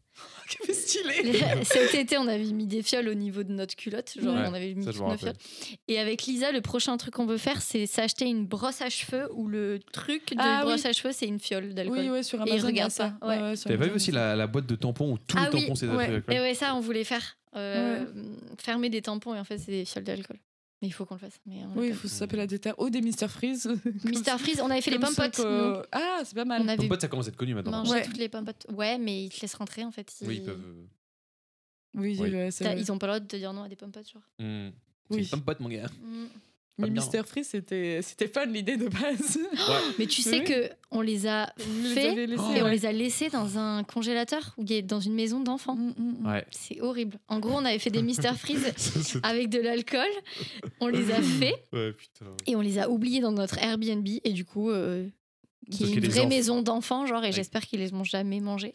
Speaker 4: Que stylé.
Speaker 2: Les- Cet été, on avait mis des fioles au niveau de notre culotte. Genre,
Speaker 4: Ouais,
Speaker 2: on avait mis
Speaker 3: Ça, je
Speaker 2: toutes
Speaker 3: me
Speaker 2: nos
Speaker 3: rappelle.
Speaker 2: fioles. Et avec Lisa, le prochain truc qu'on veut faire, c'est s'acheter une brosse à cheveux où le truc de
Speaker 4: Ah oui.
Speaker 2: brosse à cheveux, c'est une fiole d'alcool.
Speaker 4: Oui, ouais, sur
Speaker 2: Et
Speaker 4: Amazon. il y a
Speaker 2: regarde
Speaker 4: ça.
Speaker 2: pas, ouais.
Speaker 4: sur
Speaker 3: T'avais pas
Speaker 4: Amazon,
Speaker 3: vu aussi
Speaker 4: il y a ça.
Speaker 3: la, la boîte de tampons où tous
Speaker 2: Ah
Speaker 3: les
Speaker 2: oui,
Speaker 3: tampons, c'est
Speaker 4: ouais.
Speaker 3: avec
Speaker 2: Et ouais, ça, on voulait faire. euh, Fermer des tampons et en fait, c'est des fioles d'alcool. Mais il faut qu'on le fasse. Mais on l'a
Speaker 4: Oui,
Speaker 2: pas
Speaker 4: il faut s'appeler à des terres. Oh, des Mr. Freeze.
Speaker 2: fait. Mr. Freeze, on avait fait les
Speaker 4: Comme ça
Speaker 2: pompotes.
Speaker 4: que-
Speaker 2: nous.
Speaker 4: Ah, c'est pas mal.
Speaker 2: On avait
Speaker 3: Ton pote, ça commence à être connu maintenant.
Speaker 2: mangé
Speaker 4: Ouais.
Speaker 2: toutes les pompotes. Ouais, mais ils te laissent rentrer en fait.
Speaker 3: Oui, ils peuvent.
Speaker 4: Oui,
Speaker 3: Oui.
Speaker 4: ouais, c'est
Speaker 2: T'as-
Speaker 4: vrai.
Speaker 2: Ils ont pas le droit de te dire non à des pompotes, genre.
Speaker 3: Hmm. C'est
Speaker 4: Oui.
Speaker 3: une pote, mon gars.
Speaker 2: Mm.
Speaker 4: Mais
Speaker 3: Pas bien,
Speaker 4: Mister Freeze, c'était c'était fun l'idée de base. <laughs>
Speaker 2: Mais tu sais
Speaker 4: Oui.
Speaker 2: que on les a
Speaker 4: Vous les
Speaker 2: fait
Speaker 4: avez laissés,
Speaker 2: et on
Speaker 4: ouais.
Speaker 2: les a laissés dans un congélateur ou dans une maison d'enfants.
Speaker 4: Mm, mm, mm.
Speaker 3: Ouais. <laughs>
Speaker 2: C'est horrible. En gros, on avait fait des Mister Freeze
Speaker 3: Ça, c'est-
Speaker 2: avec de l'alcool. On
Speaker 3: <laughs>
Speaker 2: les a fait
Speaker 3: ouais, putain.
Speaker 2: et on les a oubliés dans notre Airbnb et du coup, euh, qui
Speaker 3: Parce
Speaker 2: est
Speaker 3: qu'il y
Speaker 2: une
Speaker 3: a des
Speaker 2: vraie
Speaker 3: enfants.
Speaker 2: maison d'enfants, genre. Et
Speaker 3: Ouais.
Speaker 2: j'espère qu'ils les ont jamais mangés.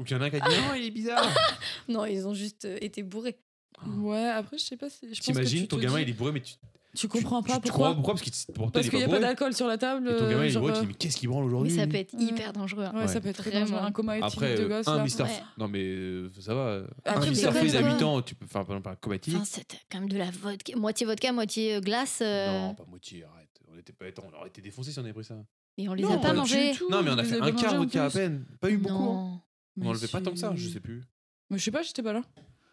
Speaker 3: Ou qu'il y en a un qui a
Speaker 4: Ah.
Speaker 3: dit Non, il est bizarre.
Speaker 2: Non, ils ont juste euh, été bourrés.
Speaker 4: Ouais, après, je sais pas si. je pense que
Speaker 3: T'imagines,
Speaker 4: tu
Speaker 3: ton
Speaker 4: te
Speaker 3: gamin,
Speaker 4: dis-
Speaker 3: il est bourré, mais tu.
Speaker 4: Tu comprends
Speaker 3: tu-
Speaker 4: pas
Speaker 3: tu
Speaker 4: pourquoi
Speaker 3: comprends Pourquoi Parce qu'il te- pourtant,
Speaker 4: Parce
Speaker 3: il
Speaker 4: qu'il n'y
Speaker 3: est
Speaker 4: a
Speaker 3: pas
Speaker 4: pas
Speaker 3: bourré.
Speaker 4: d'alcool sur la table.
Speaker 3: Et ton gamin, il est
Speaker 4: genre,
Speaker 3: bourré, tu
Speaker 4: euh,
Speaker 3: dis Mais qu'est-ce qu'il branle
Speaker 2: Mais
Speaker 3: aujourd'hui
Speaker 2: ça peut être
Speaker 4: Ouais.
Speaker 2: hyper dangereux. hein.
Speaker 4: Ouais, ça peut être très dangereux.
Speaker 2: Vraiment.
Speaker 4: Un coma éthylique
Speaker 3: Après,
Speaker 4: de
Speaker 3: euh,
Speaker 4: gosse.
Speaker 3: un
Speaker 4: là.
Speaker 3: Mister
Speaker 2: Ouais.
Speaker 3: Non, mais euh, ça va.
Speaker 4: Après,
Speaker 3: un
Speaker 4: mais
Speaker 3: Mister
Speaker 4: c'est
Speaker 3: Freeze à
Speaker 4: comme
Speaker 3: 8
Speaker 4: ça.
Speaker 3: ans, tu peux. Enfin, par exemple, un comatique.
Speaker 2: Enfin, c'était quand même de la vodka, moitié vodka, moitié euh, glace. euh,
Speaker 3: Non, pas moitié, arrête. On était pas. Attends, on aurait été défoncé si on avait pris ça.
Speaker 2: Et on les
Speaker 4: Non,
Speaker 2: a pas
Speaker 3: pas du
Speaker 2: mangés.
Speaker 4: tout.
Speaker 3: Non, mais on a
Speaker 4: Vous
Speaker 3: fait
Speaker 4: avez
Speaker 3: un quart
Speaker 4: mangé en
Speaker 3: vodka à
Speaker 4: plus.
Speaker 3: peine. Pas eu beaucoup. hein.
Speaker 2: Non.
Speaker 3: On
Speaker 4: Mais
Speaker 3: enlevait pas
Speaker 4: si-
Speaker 3: tant que ça, je sais plus.
Speaker 4: Mais je sais pas, j'étais pas là.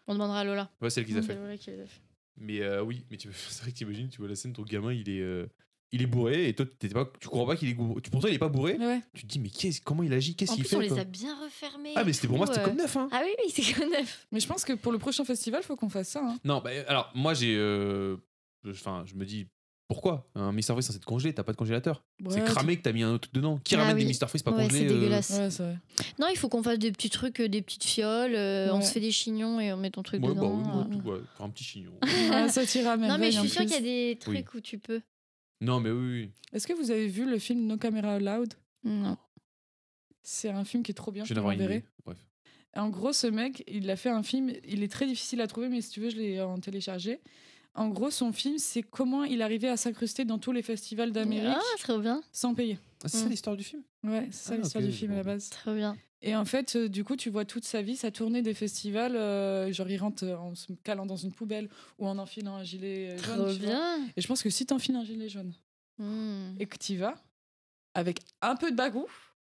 Speaker 2: On demandera à Lola.
Speaker 3: Ouais, c'est elle qui les a
Speaker 2: C'est
Speaker 3: fait.
Speaker 2: Lola qui les a fait.
Speaker 3: Mais euh, oui, mais tu- <laughs> c'est vrai que t'imagines, tu vois la scène, ton gamin, il est, euh, il est bourré et toi, t'étais pas, tu crois pas qu'il est bourré. Tu- Pourtant, il est pas bourré.
Speaker 4: Ouais.
Speaker 3: Tu te dis, mais qu'est-ce, comment il agit Qu'est-ce
Speaker 2: En
Speaker 3: qu'il
Speaker 2: plus, on
Speaker 3: fait
Speaker 2: les
Speaker 3: quoi
Speaker 2: a bien refermés.
Speaker 3: Ah, mais c'était pour moi,
Speaker 2: tout,
Speaker 3: c'était
Speaker 2: euh,
Speaker 3: comme neuf. Hein.
Speaker 2: Ah oui, oui, c'est comme neuf.
Speaker 4: Mais je pense que pour le prochain festival, faut qu'on fasse ça. hein.
Speaker 3: Non, bah, alors moi, j'ai. euh, Enfin, je me dis. Pourquoi Un Mr Freeze censé être congelé, t'as pas de congélateur. c'est
Speaker 4: Ouais,
Speaker 3: cramé que t'as mis un autre truc dedans. Qui
Speaker 2: Ah
Speaker 3: ramène
Speaker 2: oui.
Speaker 3: des Mr Freeze pas
Speaker 2: ouais, c'est
Speaker 3: congelés euh,
Speaker 2: dégueulasse.
Speaker 4: Ouais, c'est vrai.
Speaker 2: Non, il faut qu'on fasse des petits trucs, euh, des petites fioles. euh, On
Speaker 4: Ouais.
Speaker 2: se fait des chignons et on met ton truc
Speaker 3: Ouais, bah
Speaker 2: dedans.
Speaker 3: oui, moi,
Speaker 2: euh.
Speaker 3: tout, ouais, faire un petit chignon. <laughs>
Speaker 4: Ah, ça tira
Speaker 2: Non, mais je suis
Speaker 4: merveille, en
Speaker 2: sûre qu'il y a
Speaker 4: plus.
Speaker 2: des trucs où tu peux.
Speaker 3: non, mais oui, oui.
Speaker 4: Est-ce que vous avez vu le film No Camera Allowed
Speaker 2: Non.
Speaker 4: C'est un film qui est trop bien.
Speaker 3: je
Speaker 4: te
Speaker 3: viens d'avoir une
Speaker 4: l'enverrai.
Speaker 3: idée. Bref.
Speaker 4: En gros, ce mec, il a fait un film. Il est très difficile à trouver, mais si tu veux, je l'ai en téléchargé. En gros, son film, c'est comment il arrivait à s'incruster dans tous les festivals d'Amérique
Speaker 2: Ah, trop bien.
Speaker 4: sans payer.
Speaker 3: Ah, c'est ça
Speaker 2: Mm.
Speaker 3: l'histoire du film
Speaker 4: Ouais, c'est ça
Speaker 3: Ah,
Speaker 4: l'histoire
Speaker 3: ok,
Speaker 4: du film à la base.
Speaker 2: Trop bien.
Speaker 4: Et en fait, euh, du coup, tu vois toute sa vie, sa tournée des festivals. euh, genre, il rentre euh, en se calant dans une poubelle ou en enfilant un gilet euh, jaune.
Speaker 2: Trop
Speaker 4: tu vois.
Speaker 2: bien.
Speaker 4: Et je pense que si t'enfiles un gilet jaune
Speaker 2: Hmm.
Speaker 4: et que t'y vas, avec un peu de bagou,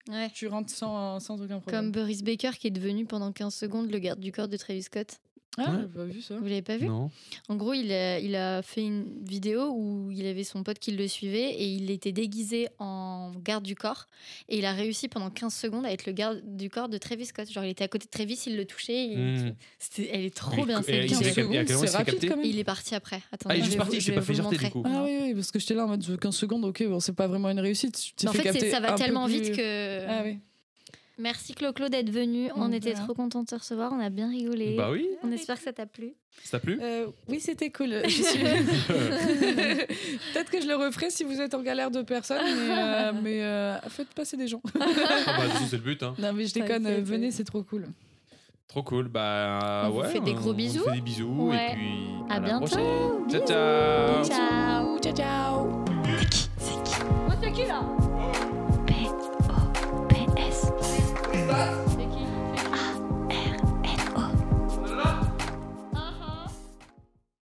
Speaker 2: Ouais.
Speaker 4: tu rentres sans, euh, sans aucun
Speaker 2: Comme
Speaker 4: problème.
Speaker 2: Boris Baker qui est devenu pendant 15 secondes le garde du corps de Travis Scott.
Speaker 4: Ah,
Speaker 3: Ouais.
Speaker 4: j'ai pas vu ça.
Speaker 2: Vous l'avez pas vu
Speaker 3: Non.
Speaker 2: En gros, il a, il a fait une vidéo où il avait son pote qui le suivait et il était déguisé en garde du corps. Et il a réussi pendant 15 secondes à être le garde du corps de Travis Scott. Genre, il était à côté de Travis, il le touchait. et-
Speaker 3: Mm.
Speaker 2: C'était- elle est trop bien,
Speaker 3: Et
Speaker 2: cette
Speaker 3: il s'est
Speaker 4: quinze
Speaker 3: fait
Speaker 2: vidéo.
Speaker 3: capter- à quel moment il s'est
Speaker 4: secondes, c'est
Speaker 3: fait
Speaker 4: rapide,
Speaker 3: capter
Speaker 4: quand même.
Speaker 2: Et il est parti après. Attendez,
Speaker 3: Ah, il est
Speaker 2: je
Speaker 3: juste
Speaker 2: vais
Speaker 3: parti,
Speaker 2: vous-
Speaker 3: il
Speaker 2: je
Speaker 3: s'est
Speaker 2: vais
Speaker 3: pas
Speaker 2: vous
Speaker 3: fait jeter, du
Speaker 2: montrer.
Speaker 3: coup.
Speaker 4: Ah oui, oui, parce que j'étais là en mode 15 secondes, ok, bon, c'est pas vraiment une réussite. Tu t'es
Speaker 2: Mais En
Speaker 4: fait,
Speaker 2: fait, c'est-
Speaker 4: capter
Speaker 2: ça
Speaker 4: un
Speaker 2: va
Speaker 4: peu
Speaker 2: tellement
Speaker 4: plus-
Speaker 2: vite que.
Speaker 4: Ah oui.
Speaker 2: Merci Clo-Clo d'être venu. On
Speaker 4: Mm,
Speaker 2: était
Speaker 4: voilà.
Speaker 2: trop contents de te recevoir. On a bien rigolé.
Speaker 3: Bah oui,
Speaker 2: On espère que ça t'a <laughs> plu.
Speaker 3: ça t'a plu
Speaker 4: Euh, oui, c'était cool. Je suis- Peut-être que je le referai si vous êtes en galère de personnes, mais,
Speaker 2: <laughs>
Speaker 4: euh, mais, euh, faites passer des gens.
Speaker 3: Ah bah, de toute façon, c'est le but, hein.
Speaker 4: Non, mais je
Speaker 2: Ça,
Speaker 4: déconne,
Speaker 2: c'est-
Speaker 4: euh, venez, c'est trop cool.
Speaker 3: Trop cool. Bah
Speaker 2: On vous
Speaker 3: ouais.
Speaker 2: fait des
Speaker 3: on
Speaker 2: gros
Speaker 3: vous
Speaker 2: bisous.
Speaker 3: fait des bisous.
Speaker 2: Ouais.
Speaker 3: Et puis. la
Speaker 2: À bientôt.
Speaker 3: prochaine. Ciao, ciao.
Speaker 2: Ciao.
Speaker 4: Ciao, ciao
Speaker 2: C'est qui là